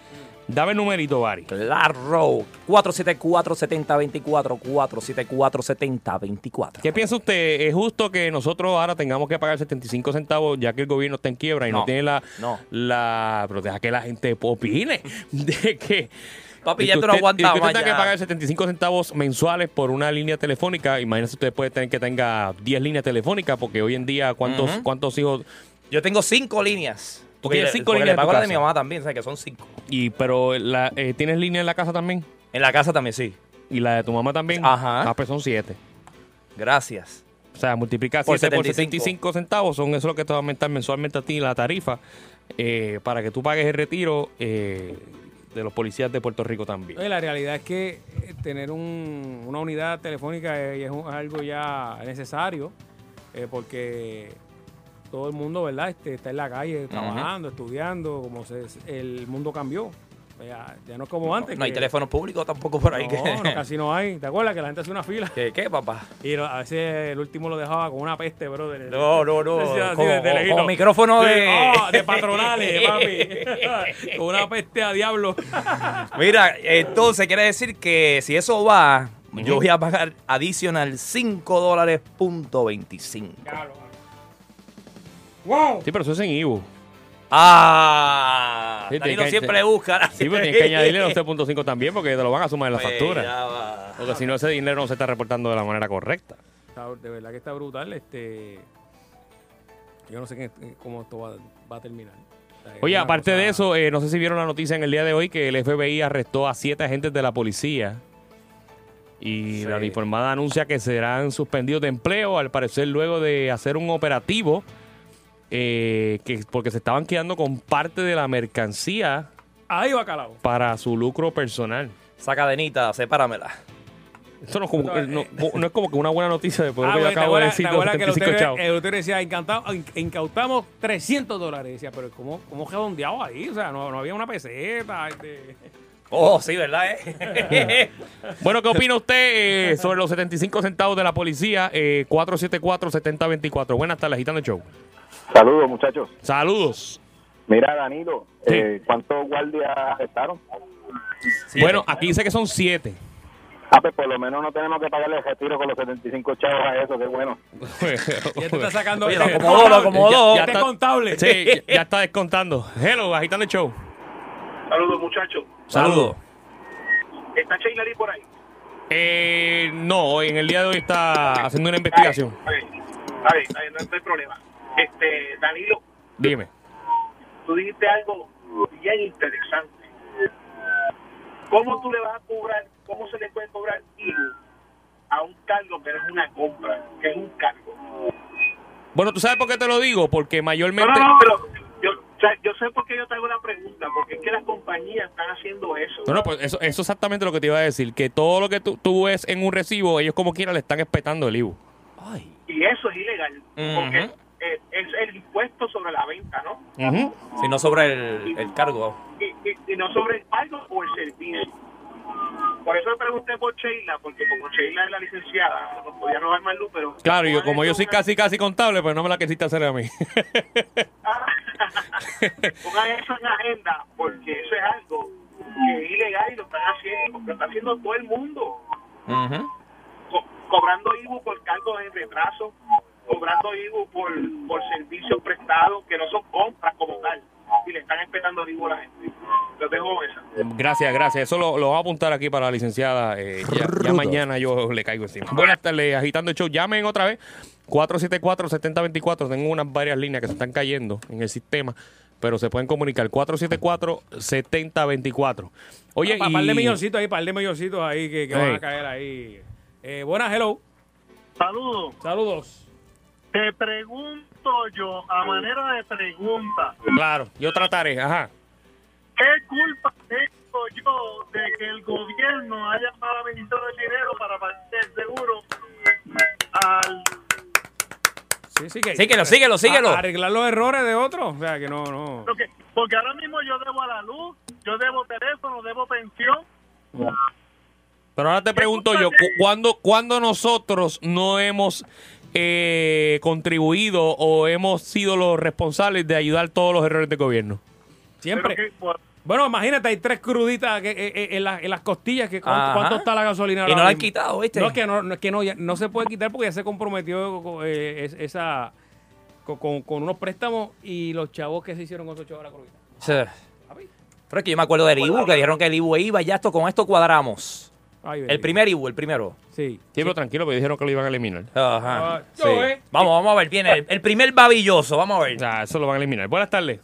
Speaker 3: Dame el numerito, Bari.
Speaker 4: Claro. 474-7024. 474-7024.
Speaker 3: ¿Qué piensa usted? ¿Es justo que nosotros ahora tengamos que pagar 75 centavos ya que el gobierno está en quiebra y no,
Speaker 4: No,
Speaker 3: tiene la,
Speaker 4: no.
Speaker 3: la... Pero deja que la gente opine de que...
Speaker 4: Papi,
Speaker 3: de
Speaker 4: ya
Speaker 3: que
Speaker 4: tú no
Speaker 3: usted-
Speaker 4: aguantas
Speaker 3: de que usted
Speaker 4: más
Speaker 3: tenga que
Speaker 4: ya.
Speaker 3: pagar 75 centavos mensuales por una línea telefónica. Imagínese usted puede tener que tenga 10 líneas telefónicas porque hoy en día cuántos, cuántos hijos...
Speaker 4: Yo tengo cinco líneas. Porque,
Speaker 3: tienes
Speaker 4: le-
Speaker 3: cinco
Speaker 4: porque
Speaker 3: líneas en tu
Speaker 4: le pago la de
Speaker 3: casa.
Speaker 4: mi mamá también, o sea que son cinco.
Speaker 3: Y pero la, eh, tienes línea en la casa también
Speaker 4: En la casa también, sí.
Speaker 3: y la de tu mamá también.
Speaker 4: Ajá.
Speaker 3: Ah, pues son siete.
Speaker 4: Gracias.
Speaker 3: O sea, multiplicar
Speaker 4: Por
Speaker 3: 7 por
Speaker 4: 75.
Speaker 3: 75 centavos, son eso lo que te va a aumentar mensualmente a ti la tarifa eh, para que tú pagues el retiro eh, de los policías de Puerto Rico también.
Speaker 2: Oye, la realidad es que eh, tener un- una unidad telefónica eh, es, un- algo ya necesario eh, porque todo el mundo, ¿verdad? Este, está en la calle trabajando, estudiando, como se, el mundo cambió. Ya, ya no es como antes.
Speaker 4: No hay
Speaker 2: que-
Speaker 4: teléfono público tampoco por ahí
Speaker 2: no,
Speaker 4: que.
Speaker 2: no, casi no hay. ¿Te acuerdas que la gente hacía una fila?
Speaker 4: ¿Qué, qué, papá?
Speaker 2: Y lo- a veces el último lo dejaba con una peste, bro.
Speaker 4: No, no, no.
Speaker 2: Sí, así,
Speaker 4: con,
Speaker 2: desde
Speaker 4: con-
Speaker 2: lejito.
Speaker 4: con micrófono
Speaker 2: Sí,
Speaker 4: de.
Speaker 2: ah, de patronales, papi. Con una peste a diablo.
Speaker 4: Mira, entonces quiere decir que si eso va, yo voy a pagar adicional 5 dólares punto 25.
Speaker 2: ¡Wow!
Speaker 3: Sí, pero eso es en Ibu.
Speaker 4: Ah,
Speaker 3: Sí, tiene
Speaker 4: Danilo
Speaker 3: que-
Speaker 4: siempre busca.
Speaker 3: Sí, pero tienes que añadirle los 3.5 también porque te lo van a sumar en la
Speaker 2: Pues,
Speaker 3: factura. Porque si no, ese dinero no se está reportando de la manera correcta.
Speaker 2: Está- de verdad que está brutal. Este, yo no sé qué- cómo esto va, va a terminar. O sea, es
Speaker 3: Oye,
Speaker 2: una
Speaker 3: aparte
Speaker 2: cosa-
Speaker 3: de eso, eh, no sé si vieron la noticia en el día de hoy que el FBI arrestó a siete agentes de la policía. Y la uniformada anuncia que serán suspendidos de empleo, al parecer luego de hacer un operativo, eh, que, porque se estaban quedando con parte de la mercancía
Speaker 2: Ahí va calado.
Speaker 3: para su lucro personal.
Speaker 4: Esa cadenita, sepáramela.
Speaker 3: Eso no, es como- no- no es como que una buena noticia después de lo
Speaker 2: eh, Ah, bueno,
Speaker 3: que
Speaker 2: te
Speaker 3: yo acabo de
Speaker 2: acuerdas-
Speaker 3: decir.
Speaker 2: te
Speaker 3: los
Speaker 2: acuerdas que el
Speaker 3: 75
Speaker 2: hotel-
Speaker 3: chavos.
Speaker 2: el hotel decía, "Encantado, in- incautamos 300 dólares. Decía, pero ¿cómo, cómo redondeado ahí? O sea, no, no había una peseta. este.
Speaker 4: Oh, sí, ¿verdad? Eh?
Speaker 3: Bueno, ¿qué opina usted eh, sobre los 75 centavos de la policía? Eh, 474-7024. Buenas tardes, Gitano Show.
Speaker 9: Saludos, muchachos.
Speaker 3: Saludos.
Speaker 9: Mira, Danilo,
Speaker 3: Sí.
Speaker 9: eh, ¿cuántos guardias arrestaron?
Speaker 4: Sí.
Speaker 3: Bueno, aquí dice que son 7.
Speaker 9: Ah, pues por lo menos no tenemos que pagarle el retiro con los 75 chavos a eso, qué bueno.
Speaker 2: Ya te está sacando.
Speaker 4: Oye,
Speaker 2: ya
Speaker 4: lo
Speaker 2: te-
Speaker 4: acomodó, lo acomodó.
Speaker 2: Ya, ya está contable.
Speaker 3: Sí, ya- ya está descontando. Hello, Agitando el Show.
Speaker 5: Saludos, muchachos.
Speaker 3: Saludos.
Speaker 5: ¿Está Sheila Lee por ahí?
Speaker 3: Eh, no, en el día de hoy está haciendo una investigación.
Speaker 5: A ver, a ver, a ver, no hay problema. Este, Danilo,
Speaker 3: Dime.
Speaker 5: tú dijiste algo bien interesante. ¿Cómo tú le vas a cobrar, cómo se le puede cobrar IVU a un cargo que no es una compra, que es un cargo?
Speaker 3: Bueno, ¿tú sabes por qué te lo digo? Porque
Speaker 5: No,
Speaker 3: mayormente...
Speaker 5: no, no, pero yo, o sea, yo sé por qué yo te hago la pregunta, porque es que las compañías están haciendo eso.
Speaker 3: No, no, pues eso, eso es exactamente lo que te iba a decir. Que todo lo que tú, tú ves en un recibo, ellos como quiera le están espetando el IVU.
Speaker 4: pues, Ay.
Speaker 5: Y eso es ilegal, porque
Speaker 4: Ujú.
Speaker 5: eh, es el impuesto sobre la venta, ¿no?
Speaker 3: Ujú.
Speaker 4: Si no sobre el, el cargo.
Speaker 5: y, y- y no sobre el pago o el servicio. Por eso le pregunté por Sheila, porque como Sheila es la licenciada, no podía robar más luz, pero...
Speaker 3: Claro, yo, como yo soy casi casi contable, pues no me la quisiste hacer a mí.
Speaker 5: Pongan eso en agenda, porque eso es algo que es ilegal y lo están haciendo, lo está haciendo todo el mundo.
Speaker 4: Ujú.
Speaker 5: Co- cobrando IBU por cargos en retraso, cobrando IBU por, por servicios prestados que no son compras como tal, y le están respetando IBU a la gente. Lo tengo esa.
Speaker 3: gracias, gracias. Eso lo, lo voy a apuntar aquí para la licenciada. eh, ya- ya, mañana yo le caigo encima. Buenas tardes, agitando el show. Llamen otra vez. 474-7024. Tengo unas varias líneas que se están cayendo en el sistema, pero se pueden comunicar. 474-7024. Oye,
Speaker 2: Pa-
Speaker 3: y-
Speaker 2: par de milloncitos ahí, par de milloncitos ahí que, que van
Speaker 3: Ey.
Speaker 2: a caer ahí. Eh, buenas, hello.
Speaker 5: Saludos.
Speaker 2: Saludos.
Speaker 5: Te pregunto yo, a manera de pregunta,
Speaker 3: Claro, yo trataré. Ajá.
Speaker 5: ¿qué culpa tengo yo de que el gobierno haya malamente el dinero para pagar el seguro al...
Speaker 2: Sí, sí, que,
Speaker 4: Síguelo, síguelo, síguelo.
Speaker 2: a- arreglar los errores de otros. O sea, que no, no.
Speaker 5: Porque, porque ahora mismo yo debo a la luz, yo debo teléfono, debo pensión.
Speaker 3: Pero ahora te pregunto yo, ¿cu- ¿cuándo, cuándo nosotros no hemos eh, contribuido o hemos sido los responsables de ayudar todos los errores del gobierno?
Speaker 2: Siempre.
Speaker 5: Pero que, por-
Speaker 2: Bueno, imagínate, hay tres cruditas que- eh, eh, en, las- en las costillas. Que ¿cuánto,
Speaker 4: Ajá.
Speaker 2: cuánto está la gasolina?
Speaker 4: Y
Speaker 2: ahora
Speaker 4: no la han
Speaker 2: mismo?
Speaker 4: quitado, ¿viste?
Speaker 2: No, es que no, no, es que no, ya- no se puede quitar porque ya se comprometió eh, es- esa con- con, con unos préstamos y los chavos que se hicieron con esos chavos de la crudita.
Speaker 4: Sí. Pero es que yo me acuerdo del IBU, que dijeron que el IBU iba, ya esto con esto cuadramos.
Speaker 2: Ay,
Speaker 4: El
Speaker 2: bendito.
Speaker 4: primer IBU, el primero.
Speaker 2: Sí.
Speaker 3: Sí, pero tranquilo, porque dijeron que lo iban a eliminar.
Speaker 4: Ajá.
Speaker 2: Ah, yo, eh.
Speaker 4: Vamos, vamos a ver, viene el, el primer babilloso, vamos a ver.
Speaker 3: O sea, eso lo van a eliminar. Buenas tardes.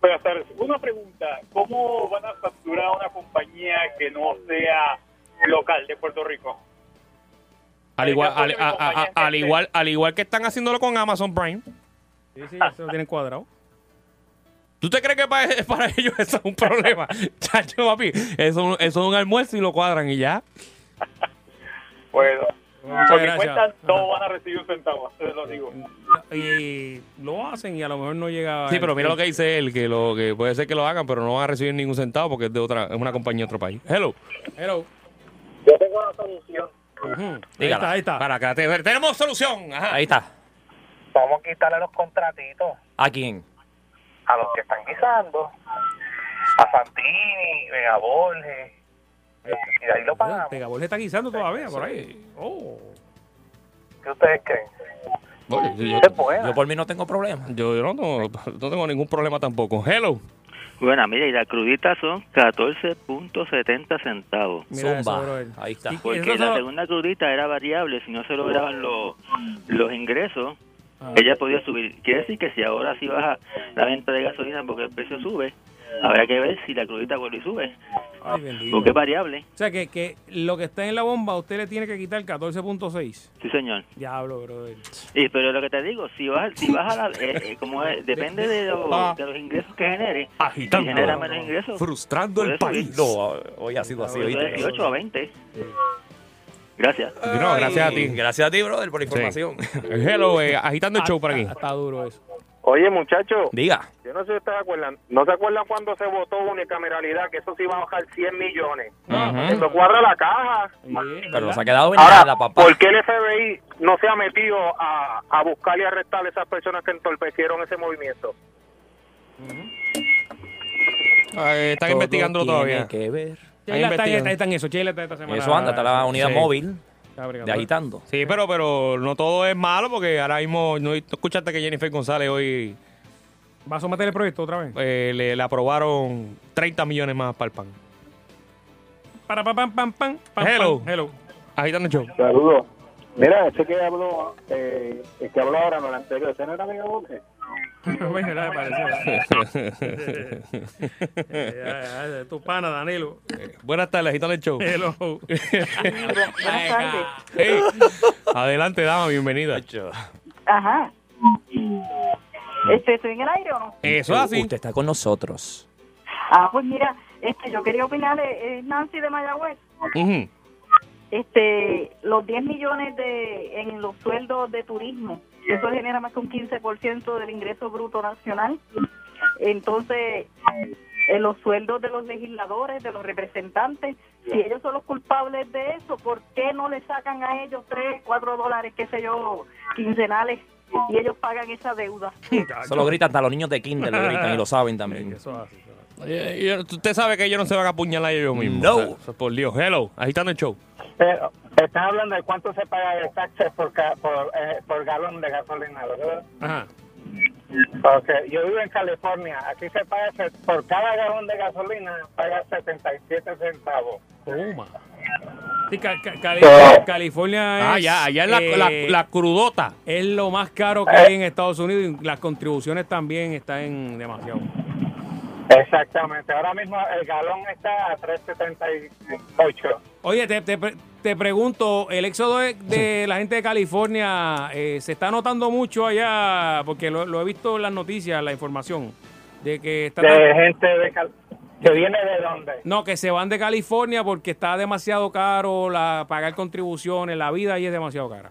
Speaker 10: Buenas tardes. Una pregunta, ¿cómo van a facturar a una compañía que no sea local de Puerto Rico?
Speaker 3: Al igual, al, a- a- a- al igual, al igual que están haciéndolo con Amazon Prime.
Speaker 2: Sí, sí, eso lo tienen cuadrado.
Speaker 3: ¿Tú te crees que para, para ellos eso es un problema? Chacho, papi, eso, es un- eso es un almuerzo y lo cuadran y ya.
Speaker 10: Bueno,
Speaker 2: Muchas
Speaker 10: por mi
Speaker 2: gracias.
Speaker 10: cuenta
Speaker 2: Ajá.
Speaker 10: no van a recibir un centavo, se lo digo.
Speaker 2: Y lo hacen y a lo mejor no llega.
Speaker 3: Sí, pero mira lo que dice él, que lo que puede ser que lo hagan, pero no van a recibir ningún centavo porque es de otra, es una compañía de otro país. Hello.
Speaker 2: Hello.
Speaker 5: Yo tengo una solución.
Speaker 2: Ujú. Ahí
Speaker 3: Dígala.
Speaker 2: está, ahí está.
Speaker 3: Para acá, te- tenemos solución. Ajá.
Speaker 4: Ahí está.
Speaker 5: Vamos a quitarle los contratitos
Speaker 4: ¿A quién?
Speaker 5: a los que están guisando, a Santini, eh, a Borges, y de ahí lo
Speaker 2: Mira,
Speaker 5: pagamos.
Speaker 2: Pegabol se está guisando todavía por ahí. Oh.
Speaker 5: ¿Qué ustedes creen?
Speaker 3: Oye, yo,
Speaker 5: Es buena.
Speaker 4: Yo por mí no tengo problema.
Speaker 3: yo- yo no, no- no tengo ningún problema tampoco. Hello.
Speaker 11: Bueno, mira, y la crudita son 14.70 centavos.
Speaker 2: Mira eso,
Speaker 4: Zumba.
Speaker 2: brother.
Speaker 4: Ahí está.
Speaker 2: Y- y
Speaker 11: Porque
Speaker 2: eso
Speaker 11: la
Speaker 2: solo-
Speaker 11: segunda crudita era variable, si no se lograban los los ingresos,
Speaker 2: Ah.
Speaker 11: ella podía subir. Quiere decir que si ahora sí baja la venta de gasolina porque el precio sube, habrá que ver si la crudita vuelve y sube,
Speaker 2: Ay, bendito.
Speaker 11: porque es variable.
Speaker 2: O sea, que, que lo que está en la bomba, usted le tiene que quitar 14.6.
Speaker 11: Sí, señor.
Speaker 2: Diablo, brother.
Speaker 11: Y, pero lo que te digo, si baja, si baja la, eh, eh, como es, depende de, lo-
Speaker 3: Ah.
Speaker 11: de los ingresos que genere, si
Speaker 3: Agitando.
Speaker 11: genera menos ingresos,
Speaker 3: Frustrando el
Speaker 11: Por eso,
Speaker 3: país.
Speaker 4: No, hoy ha sido así.
Speaker 11: puede
Speaker 4: ¿oíste?
Speaker 11: ser 18 a 20. Gracias.
Speaker 3: No, gracias a ti.
Speaker 4: Ay, Gracias a ti, brother, por la información.
Speaker 3: Hello, eh, agitando el show por aquí.
Speaker 2: Está duro eso.
Speaker 5: Oye, muchachos,
Speaker 4: Diga.
Speaker 5: yo no sé si ustedes acuerdan, ¿no se acuerdan cuando se votó unicameralidad que eso sí iba a bajar 100 millones? Eso cuadra la caja.
Speaker 4: Pero nos ha quedado en
Speaker 5: Ahora,
Speaker 4: nada, papá.
Speaker 5: ¿por qué el FBI no se ha metido a, a buscar y arrestar a esas personas que entorpecieron ese movimiento?
Speaker 3: Eh, están investigándolo
Speaker 4: Todo
Speaker 3: todavía.
Speaker 4: tiene que ver.
Speaker 2: Sheila está,
Speaker 3: investigan.
Speaker 2: está- está en eso. Sheila está esta semana.
Speaker 4: Eso anda, está la unidad
Speaker 3: Sí.
Speaker 4: móvil
Speaker 2: está bregando.
Speaker 4: de agitando.
Speaker 3: Sí, pero, pero no todo es malo porque ahora mismo no, no escuchaste que Jennifer González hoy
Speaker 2: ¿Va a someter el proyecto otra vez?
Speaker 3: eh, le, le aprobaron 30 millones más para el pan.
Speaker 2: Para pam, pam, pam, pam, pam.
Speaker 3: Hello.
Speaker 2: pam. Hello.
Speaker 3: Agitando el show.
Speaker 9: Saludos. Mira, ese que habló, eh, el que habló ahora, no el anterior, ese no era Mega Boque.
Speaker 2: Bueno, nada, parece. Eh, eh, Tu pana, Danilo.
Speaker 3: Buenas tardes, agitando el show.
Speaker 2: Hello.
Speaker 12: Buenas tardes.
Speaker 3: Hey, adelante, dama, bienvenida.
Speaker 12: Ajá. Mm. Este, ¿Estoy en el aire o no?
Speaker 3: Eso es así.
Speaker 4: Usted está con nosotros.
Speaker 12: Ah, pues mira, este, yo quería opinar, eh, eh, Nancy de Mayagüez.
Speaker 3: Ujú.
Speaker 12: Este, los 10 millones de, en los sueldos de turismo, eso genera más que un 15% del ingreso bruto nacional. Entonces, en los sueldos de los legisladores, de los representantes, si ellos son los culpables de eso, ¿por qué no le sacan a ellos 3, 4 dólares, qué sé yo, quincenales? Y ellos pagan esa deuda.
Speaker 4: Eso lo gritan hasta los niños de kinder, lo gritan y lo saben también.
Speaker 2: Eso es así, eso es así.
Speaker 3: Eh, yo- Usted sabe que ellos no se van a apuñalar ellos mismos.
Speaker 4: No.
Speaker 3: O sea, eso es por Dios. Hello, agitando el show.
Speaker 5: Pero, están hablando de cuánto se paga de taxes por, ca- por, eh, por galón de gasolina, ¿verdad?
Speaker 2: Ajá.
Speaker 5: Porque yo vivo en California, aquí se paga se- por cada galón de gasolina paga 77 centavos.
Speaker 2: Toma. Sí, ca- ca- Cali-
Speaker 5: Ah.
Speaker 2: California
Speaker 3: Ah,
Speaker 2: es,
Speaker 3: ya, allá es la,
Speaker 2: eh,
Speaker 3: la- la crudota.
Speaker 2: es lo más caro
Speaker 5: Eh.
Speaker 2: que hay en Estados Unidos y las contribuciones también están en demasiado.
Speaker 5: Exactamente, ahora mismo el galón está a 378.
Speaker 2: Oye, te, te pre- te pregunto, el éxodo de, de la gente de California eh, se está notando mucho allá, porque lo, lo he visto en las noticias, la información, de que está...
Speaker 5: De gente de Cal- que viene de dónde?
Speaker 2: No, que se van de California porque está demasiado caro la, pagar contribuciones, la vida ahí es demasiado cara.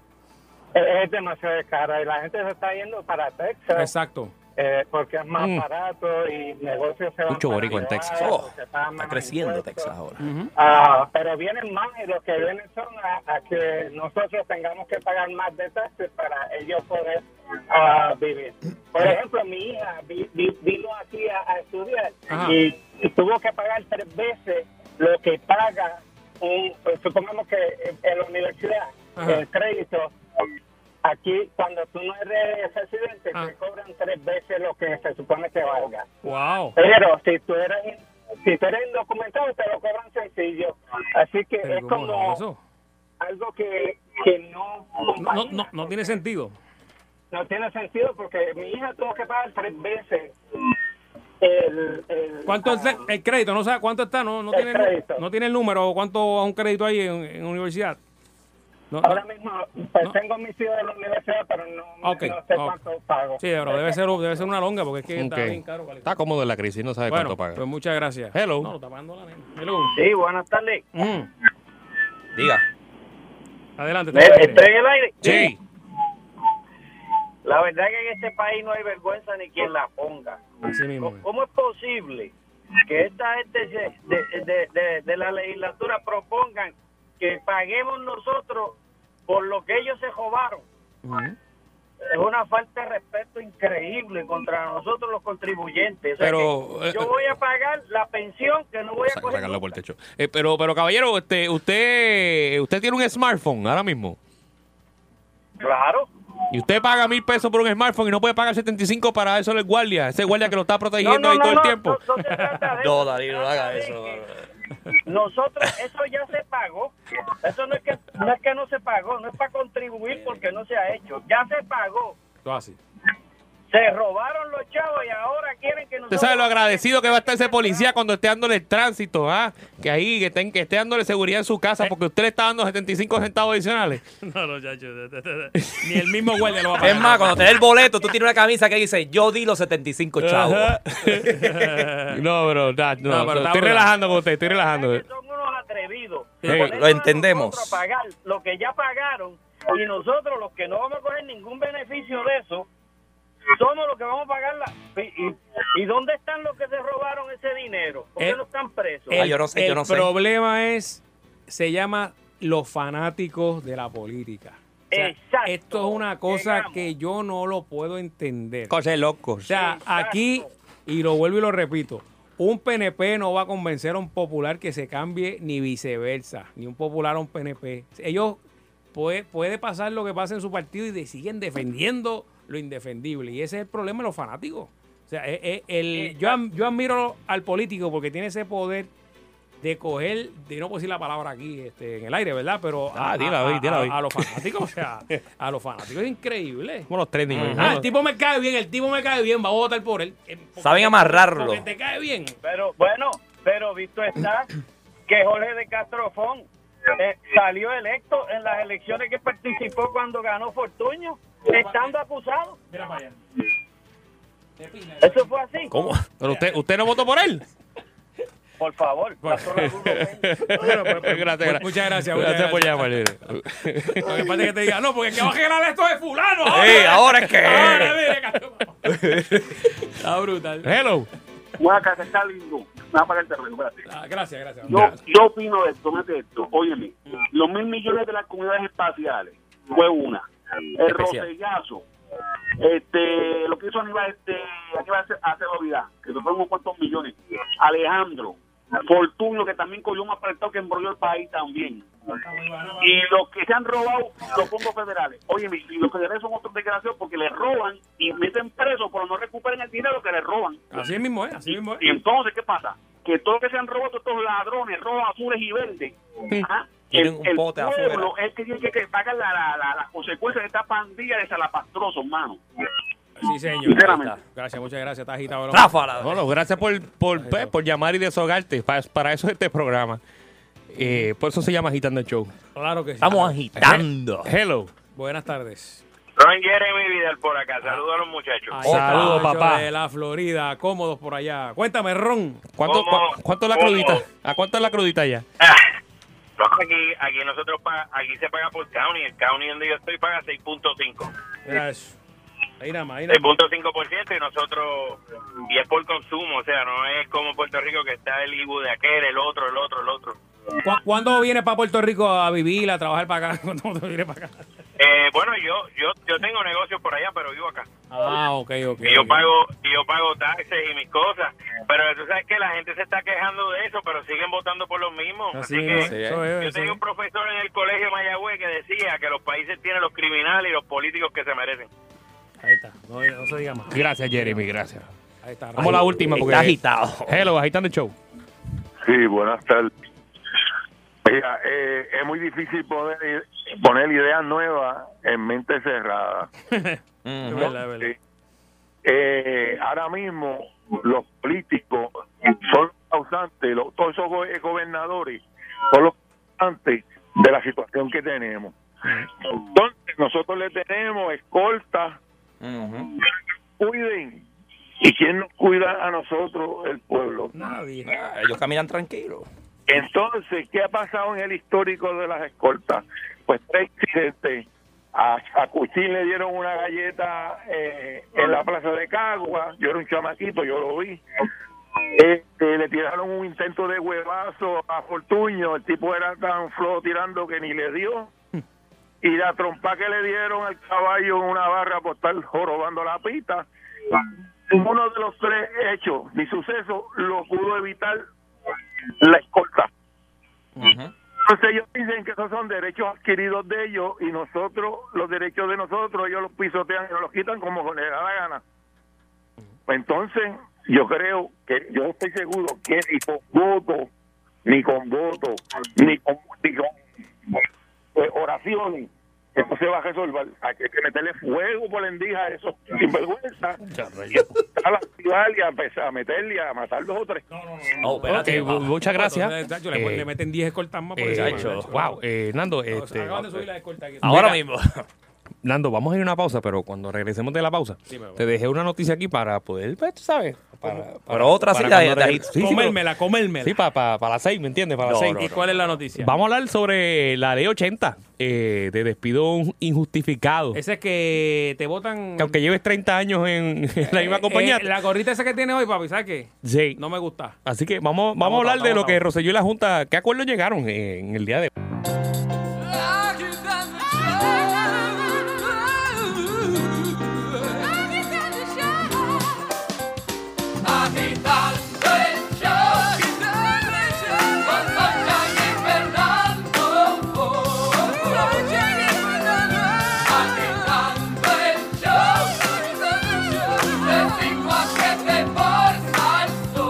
Speaker 5: Eh, Es demasiado cara y la gente se está yendo para Texas.
Speaker 2: Exacto.
Speaker 5: eh, porque es más
Speaker 3: Mm.
Speaker 5: barato y negocios se van
Speaker 3: Mucho
Speaker 5: para
Speaker 3: boricua en
Speaker 5: Nevada,
Speaker 3: Texas.
Speaker 4: Oh,
Speaker 5: se pagan
Speaker 4: está
Speaker 5: menos
Speaker 4: creciendo
Speaker 5: impuestos.
Speaker 4: Texas ahora.
Speaker 5: Ah, pero vienen más y los que vienen son a, a que nosotros tengamos que pagar más de taxes para ellos poder ah, vivir. Por ejemplo, mi hija vi- vi- vino aquí a, a estudiar
Speaker 2: Ajá.
Speaker 5: y tuvo que pagar tres veces lo que paga, un, pues, supongamos que en- en la universidad,
Speaker 2: Ajá.
Speaker 6: eh,
Speaker 5: el crédito. Aquí, cuando tú no eres residente,
Speaker 2: Ah.
Speaker 5: te cobran tres veces lo que se supone que valga.
Speaker 2: Wow.
Speaker 5: Pero si tú eres, si tú eres indocumentado, te lo cobran sencillo. Así que es
Speaker 2: Pero ¿cómo
Speaker 5: como
Speaker 2: es eso?
Speaker 5: algo que, que no,
Speaker 2: No, no, no, no tiene sentido.
Speaker 5: no tiene sentido porque mi hija tuvo que pagar tres veces
Speaker 13: el, el-
Speaker 2: ¿Cuánto es el- el crédito? No sabe cuánto está, no, no,
Speaker 13: El
Speaker 2: tiene, el,
Speaker 13: crédito.
Speaker 2: no tiene el número o cuánto es un crédito ahí en, en universidad. No,
Speaker 13: Ahora
Speaker 2: no.
Speaker 13: mismo, pues tengo mis hijos en la universidad, pero no,
Speaker 2: Ok,
Speaker 13: no sé
Speaker 2: ok.
Speaker 13: cuánto pago.
Speaker 2: Sí, pero debe ser, debe ser una longa porque es que está
Speaker 3: Ok.
Speaker 2: bien caro.
Speaker 3: Está cómodo en la crisis, no sabe
Speaker 2: Bueno,
Speaker 3: cuánto paga.
Speaker 2: pues muchas gracias.
Speaker 3: Hello.
Speaker 2: No, lo está pagando la nena. Hello.
Speaker 6: Sí, buenas tardes.
Speaker 4: Diga.
Speaker 2: Adelante.
Speaker 6: ¿Me- ¿Estoy en el aire?
Speaker 3: Sí.
Speaker 6: La verdad es que en este país no hay vergüenza ni quien la ponga.
Speaker 2: Así mismo.
Speaker 6: ¿Cómo es posible que esta gente se- de, de- de- de la legislatura propongan que paguemos nosotros por lo que ellos se robaron? Es una falta de respeto increíble contra nosotros los contribuyentes. O sea
Speaker 3: Pero,
Speaker 6: que
Speaker 3: eh,
Speaker 6: yo voy a pagar la pensión que no voy a
Speaker 3: Sa-
Speaker 6: coger.
Speaker 3: sacarlo por el techo. Eh, pero, pero caballero, este, usted, usted tiene un smartphone ahora mismo.
Speaker 6: Claro.
Speaker 3: Y usted paga mil pesos por un smartphone y no puede pagar 75 para eso del guardia, ese guardia que lo está protegiendo ahí todo el tiempo.
Speaker 6: No, no se trata de
Speaker 4: No,
Speaker 6: eso,
Speaker 4: Darío, no
Speaker 6: se trata
Speaker 4: haga
Speaker 6: de
Speaker 4: eso.
Speaker 6: que Nosotros, eso ya se pagó. Eso no es, que, no es que no se pagó, no es para contribuir porque no se ha hecho. Ya se pagó.
Speaker 2: Todo así.
Speaker 6: Se robaron los chavos y ahora quieren que
Speaker 3: Usted
Speaker 6: nosotros...
Speaker 3: sabe lo agradecido que va a estar ese policía cuando esté dándole el tránsito, ¿ah? Que ahí, que, estén- que esté dándole seguridad en su casa porque usted le está dando 75 centavos adicionales.
Speaker 2: No, no, chacho. Ni el mismo guardia lo va a pagar.
Speaker 4: Es más, cuando te dé el boleto, tú tienes una camisa que dice, yo di los 75 chavos.
Speaker 3: Ajá. no, bro, nah, no,
Speaker 4: No, pero está
Speaker 3: estoy
Speaker 4: brutal.
Speaker 3: relajando con usted, estoy relajando.
Speaker 6: Son unos atrevidos.
Speaker 3: Sí,
Speaker 6: Ponernos
Speaker 3: lo
Speaker 6: a nosotros
Speaker 3: entendemos.
Speaker 6: a pagar lo que ya pagaron y nosotros los que no vamos a coger ningún beneficio de eso, somos los que vamos a pagar la... Y, y- ¿y dónde están los que se robaron ese dinero? ¿Por qué
Speaker 2: Eh,
Speaker 6: no están presos?
Speaker 2: El, el problema es, se llama los fanáticos de la política. O sea, Esto es una cosa que yo no lo puedo entender.
Speaker 3: Cosa de
Speaker 2: O
Speaker 3: locos.
Speaker 2: sea, aquí, y lo vuelvo y lo repito, un PNP no va a convencer a un popular que se cambie, ni viceversa, ni un popular a un PNP. Ellos puede, puede pasar lo que pasa en su partido y de- siguen defendiendo lo indefendible. Y ese es el problema de los fanáticos. O sea, eh, eh, el, yo, am- yo admiro al político porque tiene ese poder de coger, de no puedo decir la palabra aquí este, en el aire, ¿verdad? Pero a,
Speaker 3: Ah, dila
Speaker 2: a-
Speaker 3: hoy, dila
Speaker 2: a-
Speaker 3: hoy.
Speaker 2: a los fanáticos, o sea, a los fanáticos es increíble.
Speaker 3: Como los trending.
Speaker 2: Ah,
Speaker 3: ¿no?
Speaker 2: el tipo me cae bien, el tipo me cae bien, va a votar por él. Eh, porque-
Speaker 3: Saben amarrarlo.
Speaker 2: Porque te cae bien.
Speaker 6: Pero bueno, pero visto está que Jorge de Castrofón eh, salió electo en las elecciones que participó cuando ganó Fortuño, estando acusado. Eso fue así.
Speaker 3: ¿Cómo? Pero usted, usted no votó por él.
Speaker 6: Por favor, pasó la luz.
Speaker 3: gracias,
Speaker 2: muchas
Speaker 3: Gracias
Speaker 2: gracias, muchas
Speaker 3: por llamar.
Speaker 2: Lo que pasa es que te diga, no, porque el que va a generar esto es fulano.
Speaker 3: Ey, ahora es que-
Speaker 2: Ahora, mire, cabrón. Está brutal.
Speaker 3: Hello.
Speaker 5: Guaca, que está lindo. Nada para el terreno, espérate.
Speaker 2: Ah, gracias, gracias.
Speaker 5: Yo, yo opino esto, mete esto. Óyeme, los mil millones de las comunidades espaciales fue una. El
Speaker 8: Especial.
Speaker 5: rocellazo, este, lo que hizo Aníbal, este, Aníbal hace, hace la vida, que se fueron unos cuantos millones. Alejandro, Fortunio, que también cogió más prestado que embrolló el país también. Y los que se han robado, los fondos federales. Óyeme, y los federales son otros desgraciados porque les roban y meten presos, pero no recuperan el dinero que les roban.
Speaker 2: Así mismo es, así mismo es.
Speaker 5: Y entonces, ¿qué pasa? Que todo lo que se han robado, estos ladrones, rojos, azules y verdes, ajá, el,
Speaker 4: Tienen un
Speaker 5: el
Speaker 4: pote
Speaker 5: pueblo
Speaker 4: afuera.
Speaker 5: es el que tiene que- que pagar la, la- la- las consecuencias de esta pandilla de salapastrosos, mano.
Speaker 2: Sí, señor.
Speaker 5: Sinceramente.
Speaker 2: Ahí está. Gracias, muchas gracias. Está agitado. ¿no?
Speaker 3: Bueno, gracias por, por, pues, por llamar y desahogarte. Pa- Para, eso es este programa. Eh, por eso se llama Agitando el Show.
Speaker 2: Claro que sí.
Speaker 3: He- Hello.
Speaker 2: Buenas tardes.
Speaker 1: Ron Jeremy Vidal por acá. Saludos a los muchachos.
Speaker 2: Ahí está, Pancho De la Florida, cómodos por allá. Cuéntame, Ron.
Speaker 3: ¿Cuánto,
Speaker 1: ¿Cómo?
Speaker 3: cu- cuánto es la
Speaker 1: ¿Cómo?
Speaker 3: crudita? ¿A cuánto es la crudita ya?
Speaker 1: No, Aquí, aquí nosotros pa- aquí se paga por county. El county donde yo estoy paga 6.5.
Speaker 2: Mira eso. Ahí nada más, ahí nada más.
Speaker 1: 6.5% y nosotros, y es por consumo, o sea, no es como Puerto Rico que está el IBU de aquel, el otro, el otro, el otro.
Speaker 2: ¿Cu- ¿Cuándo vienes para Puerto Rico a vivir, a trabajar para acá? ¿Cuándo vienes para acá?
Speaker 1: Eh, bueno, yo, yo, yo tengo negocios por allá, pero vivo acá.
Speaker 2: Ah, ok, ok.
Speaker 1: Y yo
Speaker 2: ok.
Speaker 1: pago, y yo pago taxes y mis cosas. Pero tú sabes que la gente se está quejando de eso, pero siguen votando por lo mismo.
Speaker 2: Así
Speaker 1: Así que
Speaker 2: es, eso es,
Speaker 1: yo
Speaker 2: eso
Speaker 1: tenía
Speaker 2: es.
Speaker 1: un profesor en el colegio de Mayagüez que decía que los países tienen los criminales y los políticos que se merecen.
Speaker 2: Ahí está, no, no se diga más.
Speaker 3: Gracias, Jeremy, gracias.
Speaker 2: Ahí está.
Speaker 3: Vamos a la última. Porque
Speaker 2: Está agitado.
Speaker 3: Hello, Agitando el Show.
Speaker 14: Sí, buenas tardes. Mira, eh, es muy difícil poder poner ideas nuevas en mente cerrada.
Speaker 2: Mm-hmm. Es verdad, es verdad.
Speaker 14: Sí. eh, ahora mismo los políticos son los causantes, los- todos esos go- eh, gobernadores son los causantes de la situación que tenemos. Entonces, nosotros le tenemos escolta, cuiden. ¿Y quién nos cuida a nosotros, el pueblo?
Speaker 2: Nadie.
Speaker 4: ellos caminan tranquilos.
Speaker 14: Entonces, ¿qué ha pasado en el histórico de las escoltas? Pues tres incidentes. A, a Cuchín le dieron una galleta eh, en la plaza de Cagua. Yo era un chamaquito, yo lo vi. Este, le tiraron un intento de huevazo a Fortuño. El tipo era tan flojo tirando que ni le dio. Y la trompa que le dieron al caballo en una barra por estar jorobando la pita. Ninguno de los tres hechos ni sucesos lo pudo evitar la escolta. Entonces ellos dicen que esos son derechos adquiridos de ellos y nosotros, los derechos de nosotros, ellos los pisotean y nos los quitan como les da la gana. Entonces, yo creo que, yo estoy seguro que ni con voto, ni con voto, ni con, ni con, eh, oraciones, eso se va a resolver. Hay que meterle fuego por la endija a esos sinvergüenza. A la ciudad y a empezar a meterle y a matar dos o tres.
Speaker 4: No,
Speaker 3: Ok, bu- muchas gracias.
Speaker 2: Tacho, le,
Speaker 3: Eh,
Speaker 2: le meten 10 escoltas más por
Speaker 3: eh,
Speaker 2: encima,
Speaker 3: tacho,
Speaker 2: tacho.
Speaker 3: wow, eh, Nando, este,
Speaker 2: Acaban de subir las escoltas. aquí.
Speaker 3: Ahora
Speaker 2: Mira,
Speaker 3: mismo. Nando, vamos a ir a una pausa, pero cuando regresemos de la pausa,
Speaker 2: Sí, me voy.
Speaker 3: te dejé una noticia aquí para poder, pues, tú ¿sabes? Para,
Speaker 4: Pero otra sí la-
Speaker 3: cuando
Speaker 4: la-
Speaker 3: regrese- pero-
Speaker 2: Comérmela, comérmela.
Speaker 3: Sí, para las seis, ¿me entiendes? Para las
Speaker 2: No,
Speaker 3: seis.
Speaker 2: no, ¿Y no, cuál no. es la noticia?
Speaker 3: Vamos a hablar sobre la ley 80 eh, de despido injustificado.
Speaker 2: Ese es que te botan.
Speaker 3: Que aunque lleves 30 años en, en la misma
Speaker 2: Eh,
Speaker 3: compañía.
Speaker 2: eh, la gorrita esa que tiene hoy, papi, ¿sabes qué?
Speaker 3: Sí.
Speaker 2: No me gusta.
Speaker 3: Así que vamos, vamos,
Speaker 2: Vamos,
Speaker 3: a hablar
Speaker 2: vamos,
Speaker 3: de lo
Speaker 2: vamos.
Speaker 3: que Roselló y la Junta, ¿qué acuerdos llegaron eh, en el día de hoy?
Speaker 1: Agitando el show. Con Concha y Fernando. Agitando el show. De cinco a siete por Salsón.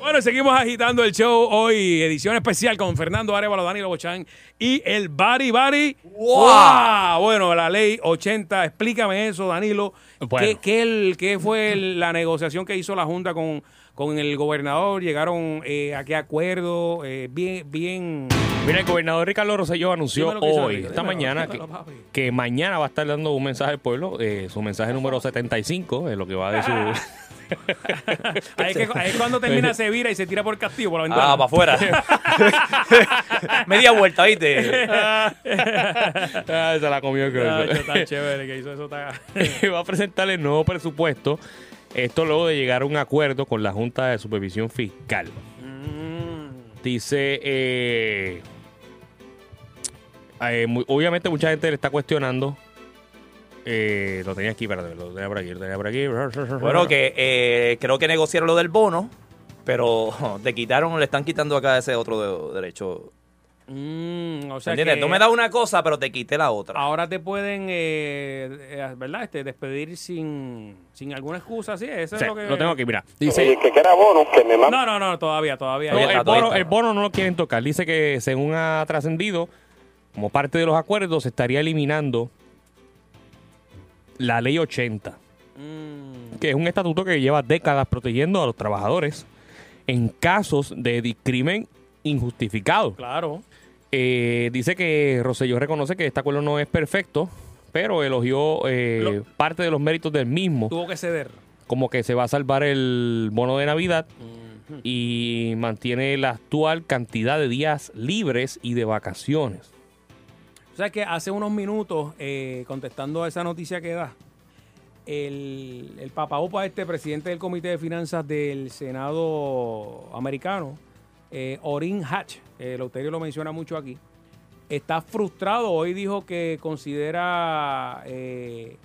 Speaker 2: Bueno, y seguimos agitando el show hoy, edición especial con Fernando Arevalo, Dani Lobochán y el Bari Bari.
Speaker 4: ¡Wow!
Speaker 2: Bueno, la ley 80, explícame eso, Danilo.
Speaker 3: Bueno.
Speaker 2: ¿Qué, qué el- qué fue el- la negociación que hizo la Junta con, con el gobernador? ¿Llegaron eh, a qué acuerdo? Eh, bien, bien.
Speaker 3: Mira, el gobernador Ricardo Rosselló anunció
Speaker 2: Dímelo que hizo
Speaker 3: hoy,
Speaker 2: Ricardo.
Speaker 3: esta
Speaker 2: Dímelo,
Speaker 3: mañana, que,
Speaker 2: dímelo, papi.
Speaker 3: que mañana va a estar dando un mensaje al pueblo, eh, su mensaje número 75, es eh, lo que va de su...
Speaker 2: Ah. Ahí es, que- ahí es cuando termina, se vira y se tira por castigo, por la ventana.
Speaker 4: Este. Ah, para afuera. Media vuelta, ¿viste?
Speaker 2: Ah,
Speaker 3: Ah, se la comió el grueso.
Speaker 2: Tacho, tan chévere que hizo eso. tan-
Speaker 3: va a presentar el nuevo presupuesto. Esto luego de llegar a un acuerdo con la Junta de Supervisión Fiscal. Dice, eh, eh, mu- obviamente mucha gente le está cuestionando. Eh, lo tenía aquí, espérate, lo tenía por aquí, lo tenía por aquí.
Speaker 4: Bueno, que eh, creo que negociaron lo del bono, pero te quitaron, le están quitando acá ese otro de- derecho.
Speaker 2: Mm, o sea
Speaker 4: ¿Entiendes?
Speaker 2: que-
Speaker 4: Tú me das una cosa, pero te quité la otra.
Speaker 2: Ahora te pueden, eh, eh, ¿verdad? Este, despedir sin, sin alguna excusa, ¿sí? Eso
Speaker 3: Sí,
Speaker 2: es lo que...
Speaker 3: lo tengo aquí, mira.
Speaker 2: Dice...
Speaker 3: que
Speaker 2: No, no, no, todavía, todavía.
Speaker 3: No, el, bono, el bono no lo quieren tocar. Dice que según ha trascendido, como parte de los acuerdos, se estaría eliminando la ley 80,
Speaker 2: Mm.
Speaker 3: que es un estatuto que lleva décadas protegiendo a los trabajadores en casos de discrimen injustificado.
Speaker 2: Claro.
Speaker 3: Eh, dice que Rosselló reconoce que este acuerdo no es perfecto, pero elogió eh, parte de los méritos del mismo
Speaker 2: Tuvo que ceder.
Speaker 3: como que se va a salvar el bono de Navidad
Speaker 2: Mm.
Speaker 3: y mantiene la actual cantidad de días libres y de vacaciones.
Speaker 2: O sea que hace unos minutos, eh, contestando a esa noticia que da, el, el papaopa este, presidente del Comité de Finanzas del Senado americano, eh, Orin Hatch, eh, Eleuterio lo menciona mucho aquí, está frustrado. Hoy dijo que considera eh,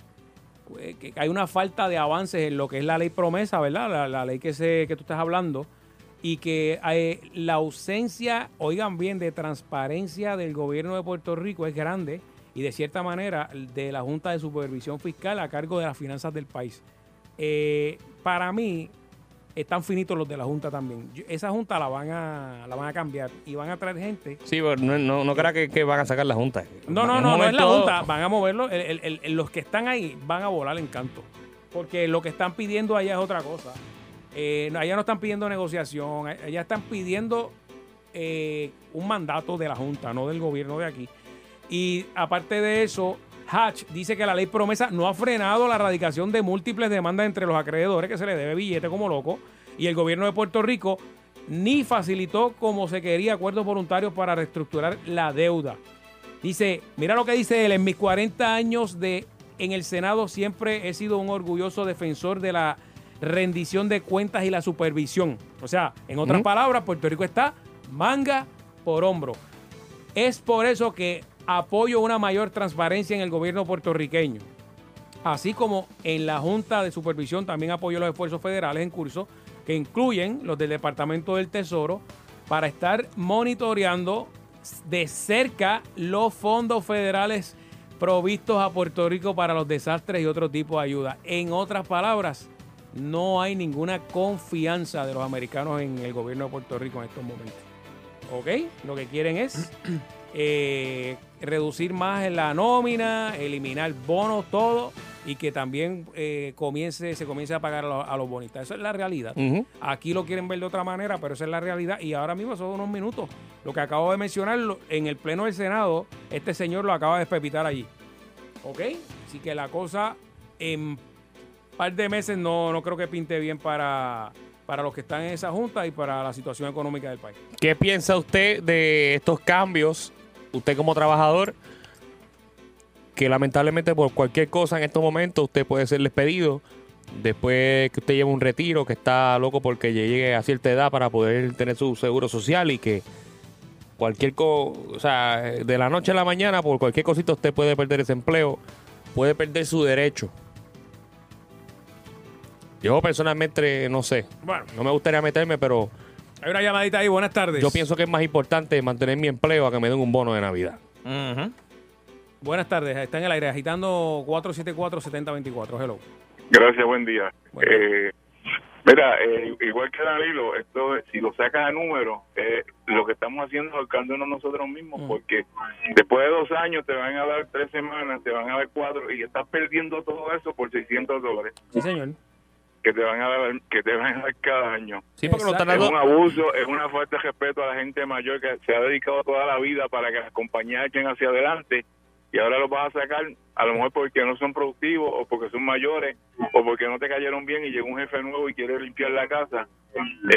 Speaker 2: que hay una falta de avances en lo que es la ley promesa, ¿verdad? La, la ley que, se, que tú estás hablando. Y que eh, la ausencia, oigan bien, de transparencia del gobierno de Puerto Rico es grande y de cierta manera de la Junta de Supervisión Fiscal a cargo de las finanzas del país. Eh, para mí, están finitos los de la Junta también. Yo- esa Junta la van a, la van a cambiar y van a traer gente.
Speaker 3: Sí, pero no, no, no crea que, que van a sacar la junta.
Speaker 2: No,
Speaker 3: En
Speaker 2: no,
Speaker 3: un
Speaker 2: no, no es la
Speaker 3: momento-
Speaker 2: Junta, van a moverlo. El- el- el- los que están ahí van a volar en canto. Porque lo que están pidiendo allá es otra cosa. Eh, no, allá no están pidiendo negociación, a- allá están pidiendo eh, un mandato de la Junta, no del gobierno de aquí. Y aparte de eso, Hatch dice que la ley promesa no ha frenado la erradicación de múltiples demandas entre los acreedores que se le debe billete como loco y el gobierno de Puerto Rico ni facilitó como se quería acuerdos voluntarios para reestructurar la deuda. Dice, mira lo que dice él, en mis 40 años de en el Senado siempre he sido un orgulloso defensor de la rendición de cuentas y la supervisión. O sea, en otras
Speaker 3: Ujú.
Speaker 2: palabras, Puerto Rico está manga por hombro. Es por eso que apoyo una mayor transparencia en el gobierno puertorriqueño. Así como en la Junta de Supervisión también apoyo los esfuerzos federales en curso, que incluyen los del Departamento del Tesoro, para estar monitoreando de cerca los fondos federales provistos a Puerto Rico para los desastres y otro tipo de ayuda. En otras palabras, no hay ninguna confianza de los americanos en el gobierno de Puerto Rico en estos momentos. ¿Ok? Lo que quieren es eh, reducir más la nómina, eliminar bonos, todo, y que también eh, comience, se comience a pagar a los, a los bonistas. Esa es la realidad.
Speaker 3: Ujú.
Speaker 2: Aquí lo quieren ver de otra manera, pero esa es la realidad. Y ahora mismo son unos minutos. Lo que acabo de mencionar lo- en el Pleno del Senado, este señor lo acaba de despepitar allí. ¿Ok? Así que la cosa en par de meses no, no creo que pinte bien para, para los que están en esa junta y para la situación económica del país.
Speaker 3: ¿Qué piensa usted de estos cambios? Usted como trabajador, que lamentablemente por cualquier cosa en estos momentos usted puede ser despedido. Después que usted lleva un retiro, que está loco porque llegue a cierta edad para poder tener su seguro social y que cualquier cosa, o sea, de la noche a la mañana, por cualquier cosita usted puede perder ese empleo, puede perder su derecho. Yo personalmente no sé.
Speaker 2: Bueno.
Speaker 3: No me gustaría meterme, pero
Speaker 2: Hay una llamadita ahí, buenas tardes.
Speaker 3: yo pienso que es más importante mantener mi empleo a que me den un bono de Navidad.
Speaker 2: Buenas tardes, está en el aire agitando 474-7024. Hello.
Speaker 8: Gracias, buen día. Eh, mira, eh, igual que Danilo, esto, es- si lo sacas a número, eh, lo que estamos haciendo es ahorcándonos nosotros mismos, porque después de dos años te van a dar tres semanas, te van a dar cuatro, y estás perdiendo todo eso por 600 dólares
Speaker 2: Sí, señor.
Speaker 8: que te van a dar, que te van a dar cada año.
Speaker 3: Sí, porque lo están
Speaker 8: Es
Speaker 3: dando-
Speaker 8: un abuso, es una falta de respeto a la gente mayor que se ha dedicado toda la vida para que las compañías echen hacia adelante y ahora los vas a sacar a lo mejor porque no son productivos o porque son mayores o porque no te cayeron bien y llega un jefe nuevo y quiere limpiar la casa.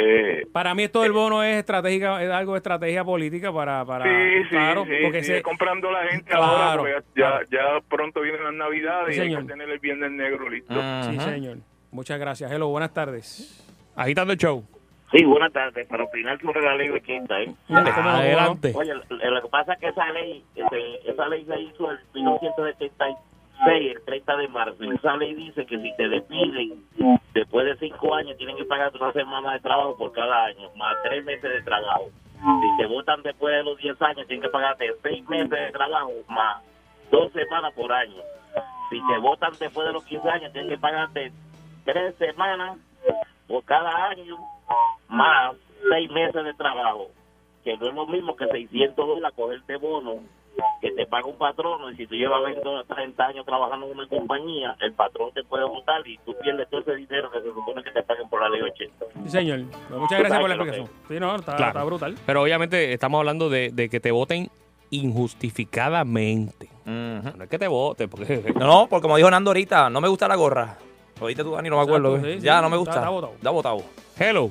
Speaker 8: Eh,
Speaker 2: Para mí esto del bono es estratégica, es algo de estrategia política para, para
Speaker 8: sí, sí,
Speaker 2: claro,
Speaker 8: sí,
Speaker 2: porque
Speaker 8: sí,
Speaker 2: se,
Speaker 8: comprando la gente ahora
Speaker 2: Claro,
Speaker 8: porque ya, ya, ya pronto vienen las navidades
Speaker 2: Sí,
Speaker 8: y hay que
Speaker 2: señor.
Speaker 8: tener el viernes negro listo.
Speaker 2: Sí, señor. Muchas gracias. Hello, buenas tardes.
Speaker 3: Agitando el show.
Speaker 15: Sí, buenas tardes. Para opinar sobre la ley 80, ¿eh?
Speaker 3: Dale, cómo no, Adelante. cómo
Speaker 15: Oye, lo lo que pasa es que esa ley, este, esa ley se hizo en 1976, el 30 de marzo. Y Esa ley dice que si te despiden después de cinco años, tienen que pagar una semana de trabajo por cada año, más tres meses de trabajo. Si te votan después de los 10 años, tienen que pagarte seis meses de trabajo, más dos semanas por año. Si te votan después de los 15 años, tienen que pagarte tres semanas por cada año más seis meses de trabajo, que no es lo mismo que 600 dólares cogerte bono que te paga un patrono y si tú llevas 20 o 30 años trabajando en una compañía, el patrón te puede votar y tú pierdes todo ese dinero que se supone que te paguen por la ley 80.
Speaker 2: Sí, señor. Pues Muchas gracias por la explicación. Sí, no, está,
Speaker 3: Claro.
Speaker 2: está brutal.
Speaker 3: Pero obviamente estamos hablando de, de que te voten injustificadamente. No es que te voten, porque...
Speaker 4: No, no, porque como dijo Nando ahorita, no me gusta la gorra. Ahorita tú, Dani, no me acuerdo.
Speaker 3: Exacto,
Speaker 4: ¿eh?
Speaker 3: sí, sí,
Speaker 4: ya, no me
Speaker 3: está-
Speaker 4: gusta.
Speaker 3: está
Speaker 4: votado.
Speaker 3: botado.
Speaker 4: Hello.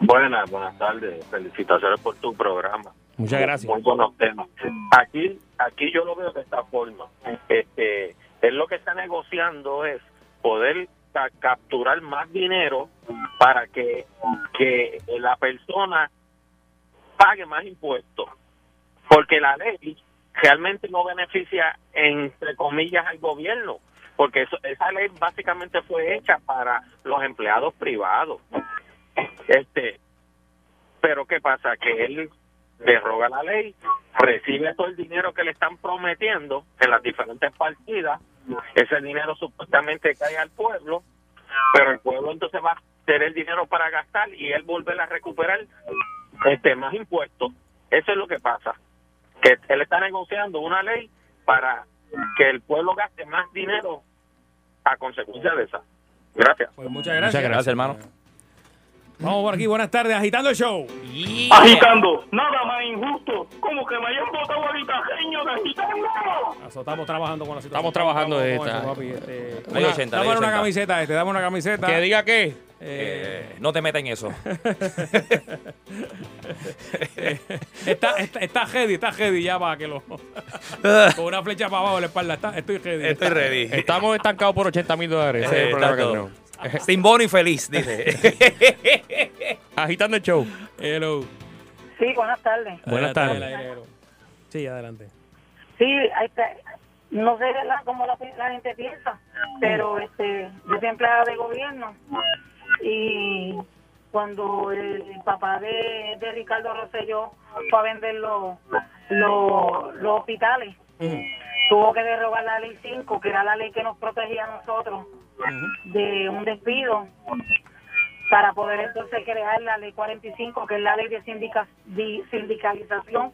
Speaker 15: Buenas, buenas tardes. Felicitaciones por tu programa.
Speaker 3: Muchas gracias.
Speaker 15: Muy buenos temas. Aquí, aquí yo lo veo de esta forma. Este, él lo que está negociando es poder ca- capturar más dinero para que, que la persona pague más impuestos. Porque la ley realmente no beneficia, entre comillas, al gobierno. Porque eso- esa ley básicamente fue hecha para los empleados privados. Este, pero ¿qué pasa? Que él derroga la ley, recibe todo el dinero que le están prometiendo en las diferentes partidas, ese dinero supuestamente cae al pueblo, pero el pueblo entonces va tener dinero para gastar y él volver a recuperar este más impuestos. Eso es lo que pasa. Que él está negociando una ley para que el pueblo gaste más dinero a consecuencia de esa. Gracias.
Speaker 2: Pues muchas gracias.
Speaker 4: Muchas gracias, hermano.
Speaker 2: Vamos por aquí, buenas tardes, agitando el show.
Speaker 16: Agitando. Nada más injusto. Como que me hayan votado habitajeño de agitando.
Speaker 2: Eso, Estamos trabajando con la situación.
Speaker 3: Estamos trabajando de
Speaker 2: Vamos con
Speaker 3: esta.
Speaker 2: eso, papi, este,
Speaker 3: Ley
Speaker 2: una-
Speaker 3: 80,
Speaker 2: dame
Speaker 3: ley
Speaker 2: una
Speaker 3: 80.
Speaker 2: camiseta este, dame una camiseta.
Speaker 3: Que diga qué.
Speaker 4: Eh, no te metas en eso.
Speaker 2: Eh, está, está, está heavy, está heavy ya para que lo. con una flecha para abajo de la espalda. Está, estoy heavy.
Speaker 3: Estamos estancados por 80 mil dólares. Ese es el
Speaker 4: Eh,
Speaker 3: problema que
Speaker 4: tanto.
Speaker 3: tenemos.
Speaker 4: Sin bono y feliz, dice.
Speaker 3: Agitando el show.
Speaker 2: Hello.
Speaker 12: Sí, buenas tardes.
Speaker 3: Buenas tardes.
Speaker 2: Sí, adelante.
Speaker 12: Sí, ahí está. no sé ¿verdad? cómo la, la gente piensa, pero este, yo soy empleada de gobierno y cuando el, papá de, de Ricardo Rosselló fue a vender los, los, los hospitales, tuvo que derogar la ley 5, que era la ley que nos protegía a nosotros de un despido para poder entonces crear la ley 45, que es la ley de sindica- di- sindicalización,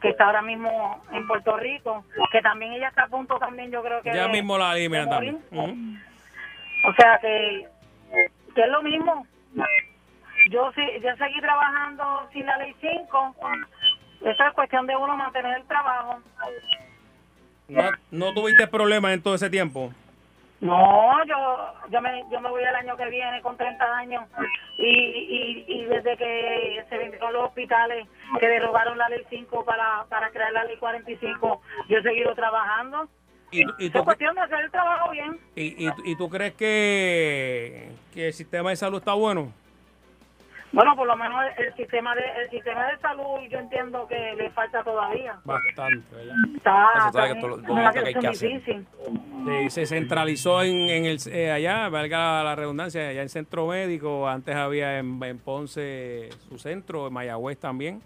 Speaker 12: que está ahora mismo en Puerto Rico, que también ella está a punto también, yo creo que...
Speaker 2: Ya
Speaker 12: de-
Speaker 2: mismo la eliminan
Speaker 12: de
Speaker 2: también.
Speaker 12: morir.
Speaker 1: Mm-hmm.
Speaker 12: O sea que, que es lo mismo. Yo, sí- yo seguí trabajando sin la ley 5. Esa es cuestión de uno mantener el trabajo.
Speaker 2: ¿No, no tuviste problemas en todo ese tiempo?
Speaker 12: No, yo, yo me, yo me voy el año que viene con 30 años y, y, y desde que se vendieron los hospitales, que derogaron la ley 5 para, para crear la ley 45, yo he seguido trabajando.
Speaker 2: ¿Y, y,
Speaker 12: Es
Speaker 2: tú,
Speaker 12: cuestión de hacer el trabajo bien.
Speaker 2: y, y- y tú crees que, que el sistema de salud está bueno?
Speaker 12: Bueno, por lo menos el, el sistema de el sistema de salud yo entiendo que le falta todavía.
Speaker 2: Bastante, ¿verdad?
Speaker 12: Está,
Speaker 2: Eso
Speaker 12: está
Speaker 2: sabe que
Speaker 12: en
Speaker 2: todo lo- todo
Speaker 12: una
Speaker 2: lo que hay que
Speaker 12: situación
Speaker 2: hacer.
Speaker 12: difícil.
Speaker 2: Eh, se centralizó en, en el eh, allá, valga la redundancia, allá en Centro Médico, antes había en, en Ponce su centro, en Mayagüez también.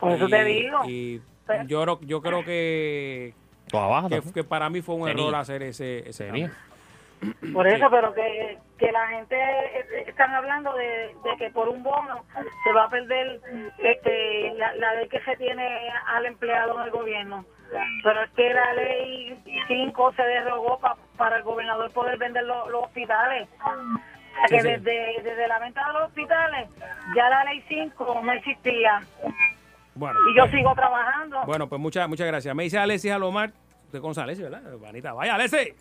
Speaker 12: Por eso te digo.
Speaker 2: Y yo, creo- yo creo que, que, que para mí fue un
Speaker 3: Tenía.
Speaker 2: error hacer ese, ese cambio.
Speaker 12: Por eso, pero que, que la gente eh, eh, están hablando de, de que por un bono se va a perder este, la, la ley que se tiene al empleado del gobierno. Pero es que la ley 5 se derogó pa- para el gobernador poder vender lo- los hospitales. O sea
Speaker 17: Sí,
Speaker 12: que
Speaker 17: sí.
Speaker 12: desde, desde la venta de los hospitales ya la ley 5 no existía.
Speaker 2: Bueno,
Speaker 12: Y yo
Speaker 2: eh,
Speaker 12: sigo trabajando.
Speaker 2: Bueno, pues muchas muchas gracias. Me dice Alexis Alomar, usted conoce a Alexis, ¿verdad? Vanita, vaya Alexis.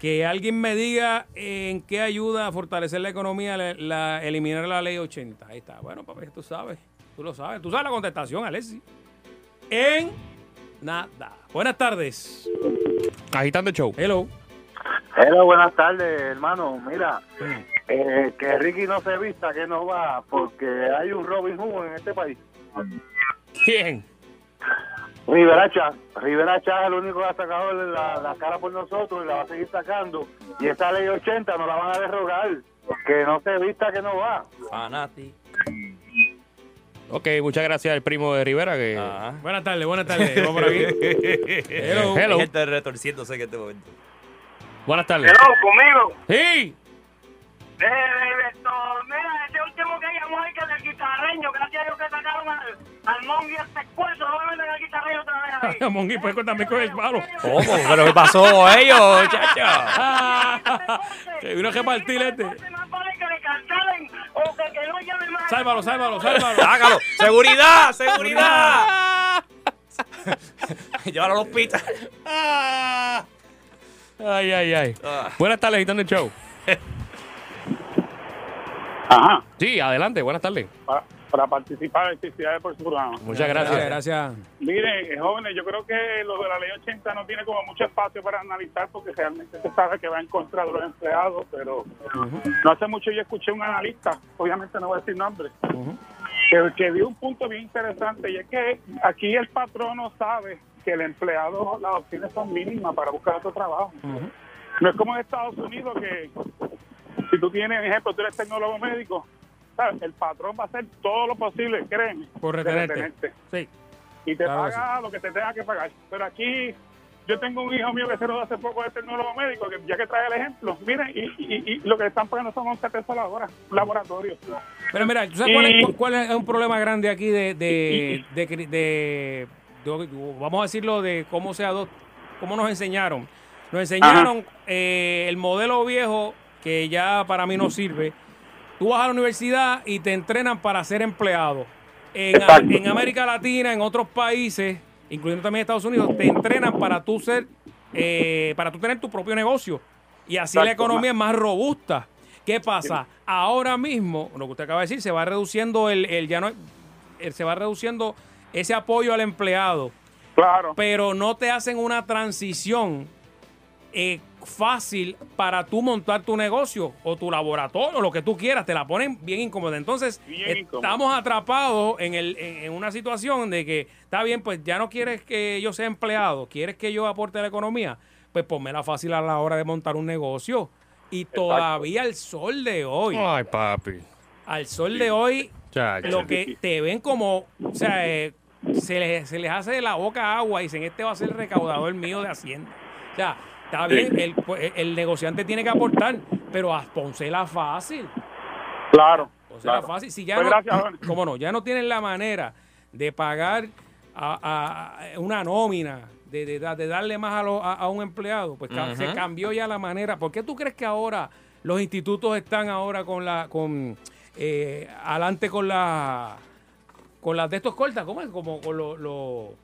Speaker 2: Que alguien me diga en qué ayuda a fortalecer la economía la, la- eliminar la ley 80. Ahí está. Bueno, papi, tú sabes. Tú lo sabes. Tú sabes la contestación, Alexis. En nada. Buenas tardes.
Speaker 3: Agitando el show.
Speaker 2: Hello.
Speaker 18: Hello, buenas tardes, hermano. Mira, eh, que Ricky no se vista, que no va, porque hay un Robin Hood en este país.
Speaker 3: ¿Quién?
Speaker 18: Rivera Chá. Rivera Chá es el único que ha sacado la, la cara por nosotros y la va a seguir sacando. Y esa ley 80 nos la van a derrogar. Que no se vista, que no va.
Speaker 4: Fanati.
Speaker 3: Ok, muchas gracias al primo de Rivera. Que...
Speaker 2: Buenas tardes, buenas tardes. Vamos por aquí.
Speaker 3: Hello.
Speaker 4: Hay gente retorciéndose en este momento.
Speaker 3: Buenas tardes.
Speaker 17: Hello, conmigo.
Speaker 3: Sí.
Speaker 17: Eh, eh, esto, mira, ese último que llamó ahí que es del guitarreño, gracias a Dios que sacaron al, al Mongi este esfuerzo, no me al guitarreño otra vez ahí.
Speaker 2: Mongi, pues también con el palo.
Speaker 4: ¿Cómo? ¿Pero qué pasó con ellos, chacho?
Speaker 2: Que vino a repartir este.
Speaker 17: O que, que no llame más.
Speaker 2: Sálvalo, sálvalo, sálvalo.
Speaker 4: Hágalo. Seguridad, seguridad. Llévalo a los pitas.
Speaker 2: Ah.
Speaker 3: Ay, ay, ay. Buenas tardes, agitando el show.
Speaker 19: Ajá.
Speaker 3: Sí, adelante, buenas tardes.
Speaker 19: Para, para participar, felicidades por su programa.
Speaker 3: Muchas gracias.
Speaker 2: Gracias.
Speaker 19: Miren, eh, jóvenes, yo creo que lo de la ley 80 no tiene como mucho espacio para analizar porque realmente se sabe que va en contra de los empleados, pero no hace mucho yo escuché un analista, obviamente no voy a decir nombre, que, que dio un punto bien interesante y es que aquí el patrono sabe que el empleado las opciones son mínimas para buscar otro trabajo.
Speaker 1: Mm-hmm.
Speaker 19: No es como en Estados Unidos que si tú tienes, por ejemplo, tú eres tecnólogo médico, ¿sabes? el patrón va a hacer todo lo posible, créeme,
Speaker 2: Por
Speaker 19: de
Speaker 2: retenerte. Sí.
Speaker 19: Y te
Speaker 2: Claro que
Speaker 19: paga lo que te tenga que pagar. Pero aquí Yo tengo un hijo mío que se lo hace poco de tecnólogo médico, que ya que trae el ejemplo, mira, y, y, y lo que le están pagando son 11 pesos la hora, laboratorio.
Speaker 2: Pero mira, ¿tú sabes cuál
Speaker 20: Eh,
Speaker 2: es, cu- cuál es un problema grande aquí de, de, de, cri- de- de- vamos a decirlo, de cómo se adop- cómo nos enseñaron? Nos enseñaron eh, el modelo viejo que ya para mí no sirve. Tú vas a la universidad y te entrenan para ser empleado. En, a-
Speaker 20: Exacto.
Speaker 2: en América Latina, en otros países, incluyendo también Estados Unidos, te entrenan para tú ser, eh, para tú tener tu propio negocio. Y así la
Speaker 20: Exacto.
Speaker 2: economía es más robusta. ¿Qué pasa? Ahora mismo, lo que usted acaba de decir, se va reduciendo el, el ya no el- se va reduciendo ese apoyo al empleado.
Speaker 19: Claro.
Speaker 2: Pero no te hacen una transición eh, fácil para tú montar tu negocio o tu laboratorio, lo que tú quieras, te la ponen bien incómoda. Entonces, eh, estamos atrapados en, el, en, en una situación de que, está bien, pues ya no quieres que yo sea empleado, quieres que yo aporte a la economía, pues ponmela fácil a la hora de montar un negocio. Y todavía al sol de hoy,
Speaker 3: Ay, papi.
Speaker 2: al sol de hoy,
Speaker 3: Chacho.
Speaker 2: lo que te ven como, o sea, eh, se, les, se les hace de la boca agua y dicen, este va a ser el recaudador mío de Hacienda. O sea, está
Speaker 20: Sí.
Speaker 2: bien, el, pues, el negociante tiene que aportar, pero a- pónsela fácil.
Speaker 19: Claro.
Speaker 2: Pónsela fácil. Si ya
Speaker 19: Pues
Speaker 2: no,
Speaker 19: gracias, Juan.
Speaker 2: cómo no, ya no tienen la manera de pagar a, a- a una nómina, de, de da- de darle más a, lo- a- a un empleado, pues ca-
Speaker 3: Ujú.
Speaker 2: se cambió ya la manera. ¿Por qué tú crees que ahora los institutos están ahora con la, con, eh, adelante con la, con las de estos cortas, ¿cómo es? Como con lo- lo-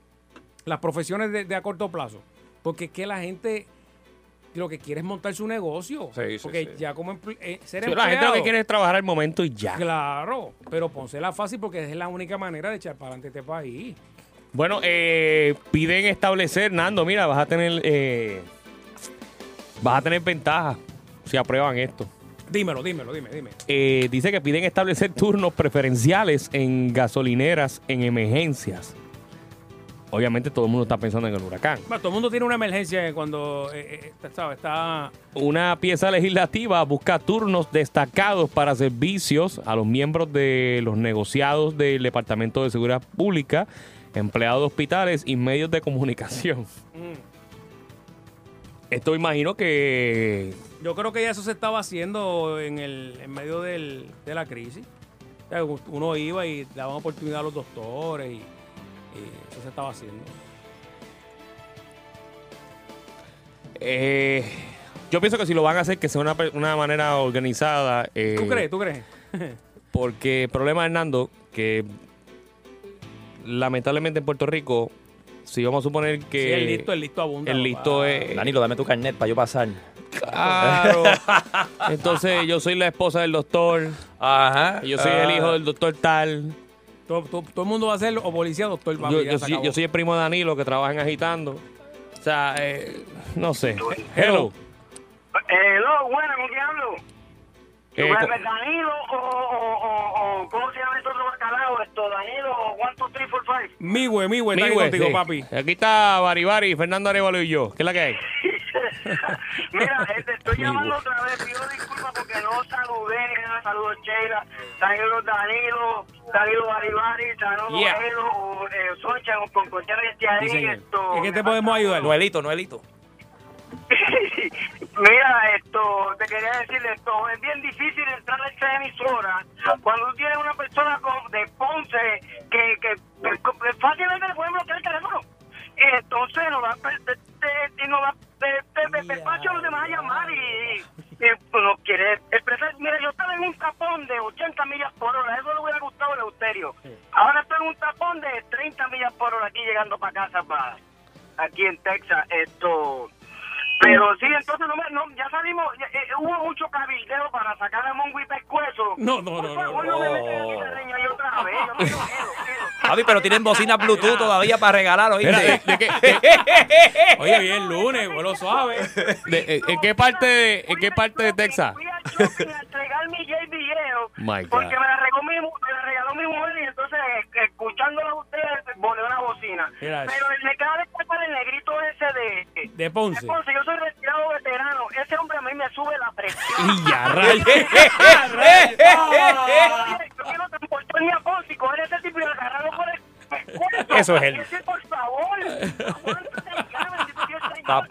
Speaker 2: las profesiones de, de a corto plazo. Porque es que la gente lo que quiere es montar su negocio.
Speaker 3: Sí, sí,
Speaker 2: porque
Speaker 3: sí.
Speaker 2: ya como emple- eh, ser
Speaker 3: Sí, la gente lo
Speaker 2: empleado-
Speaker 3: que quiere es trabajar al momento y ya.
Speaker 2: Claro, pero pónsela fácil porque es la única manera de echar para adelante este país.
Speaker 3: Bueno, eh, piden establecer, Nando, mira, vas a tener eh, vas a tener ventaja si aprueban esto.
Speaker 2: Dímelo, dímelo, dime, dime.
Speaker 3: Eh, dice que piden establecer turnos preferenciales en gasolineras en emergencias. Obviamente todo el mundo está pensando en el huracán.
Speaker 2: Bueno, todo el mundo tiene una emergencia cuando, eh, eh, está- ¿sabes? Está...
Speaker 3: Una pieza legislativa busca turnos destacados para servicios a los miembros de los negociados del Departamento de Seguridad Pública, empleados de hospitales y medios de comunicación. Esto imagino que
Speaker 2: Yo creo que ya eso se estaba haciendo en el en medio del- de la crisis. O sea, Uno iba y daban oportunidad a los doctores y, y eso se estaba haciendo.
Speaker 3: eh, yo pienso que si lo van a hacer que sea una, pe- una manera organizada. eh,
Speaker 2: ¿Tú crees? ¿Tú crees?
Speaker 3: Porque el problema, Hernando, que lamentablemente en Puerto Rico, si vamos a suponer que.
Speaker 2: Sí, el listo, el listo abunda,
Speaker 3: El
Speaker 2: papá.
Speaker 3: listo es.
Speaker 4: Danilo, dame tu carnet para yo pasar.
Speaker 3: Claro. Entonces yo soy la esposa del doctor.
Speaker 4: Ajá.
Speaker 3: Yo soy el hijo del doctor tal.
Speaker 2: todo, todo- todo el mundo va a ser o policía o doctor. papi,
Speaker 3: Yo,
Speaker 2: ya
Speaker 3: yo
Speaker 2: se
Speaker 3: soy,
Speaker 2: acabó.
Speaker 3: yo soy el primo de Danilo que trabaja en agitando. O sea, eh, no sé. Hello.
Speaker 5: Hello, bueno, ¿con quién hablo?
Speaker 3: Eh,
Speaker 5: Pues,
Speaker 3: co-
Speaker 5: Danilo o, o, o, o- ¿cómo se llama esto otro bacalao? Esto, Danilo, one, two, three, four, five.
Speaker 2: Mi güey, mi güey, está aquí
Speaker 3: Mi güey,
Speaker 2: contigo,
Speaker 3: sí.
Speaker 2: papi.
Speaker 3: Aquí está Baribari, Fernando Arevalo y yo. ¿Qué es la que hay?
Speaker 5: Mira, este, estoy
Speaker 3: Mi
Speaker 5: llamando
Speaker 2: pues.
Speaker 3: voz.
Speaker 5: otra vez, pido disculpas porque no saludé, nada, saludos Sheila, saludos Danilo, Danilo Baribari, saludos
Speaker 2: Yeah.
Speaker 5: Danilo, o, eh, Socha, o con cualquiera que esté
Speaker 2: Sí,
Speaker 5: ahí,
Speaker 2: señor. este
Speaker 5: esto,
Speaker 2: ¿En qué te podemos ayudar?
Speaker 4: Noelito, Noelito.
Speaker 5: Mira, esto, te quería decir esto, es bien difícil entrar a esta emisora cuando tú tienes una persona con- de Ponce que, que, que fácilmente le pueden bloquear el teléfono. Entonces nos va a per- te- te- nos va a per- te- te- despacho a los demás a llamar y, y, y nos quiere expresar. Mira, yo estaba en un tapón de 80 millas por hora, eso le hubiera gustado a Eleuterio. Ahora estoy en un tapón de 30 millas por hora aquí llegando para casa, para aquí en Texas. Esto. Pero sí, entonces no, me- no, ya salimos, ya, eh, hubo mucho cabildeo para sacar a Mongui Pescuezo.
Speaker 2: No, no, no, no.
Speaker 5: Hoy no me meten aquí la leña yo otra vez, yo no quiero eso.
Speaker 4: Javi, pero tienen bocina Bluetooth todavía para regalar, ¿oíste?
Speaker 2: Oye, hoy es lunes, vuelo suave.
Speaker 3: De- eh, ¿En qué parte de, en qué parte de Texas?
Speaker 5: Fui a entregar mi JBL
Speaker 3: My God.
Speaker 5: porque me la, regó mi, mu- me la regaló mi mujer y entonces eh, escuchándola a ustedes volé una bocina.
Speaker 2: Mira eso.
Speaker 5: Pero el me queda para el negrito ese de...
Speaker 2: De Ponce.
Speaker 5: yo soy retirado veterano. Ese hombre a mí me sube la presión.
Speaker 3: Y ya, rayos.
Speaker 5: Oye, yo quiero transportar mi Ponce y coger
Speaker 6: este
Speaker 5: ese tipo y agarrarlo por el...
Speaker 3: Eso es él.
Speaker 5: Ese, por favor, aguántate, cabrón, si tú quieres
Speaker 4: Pap-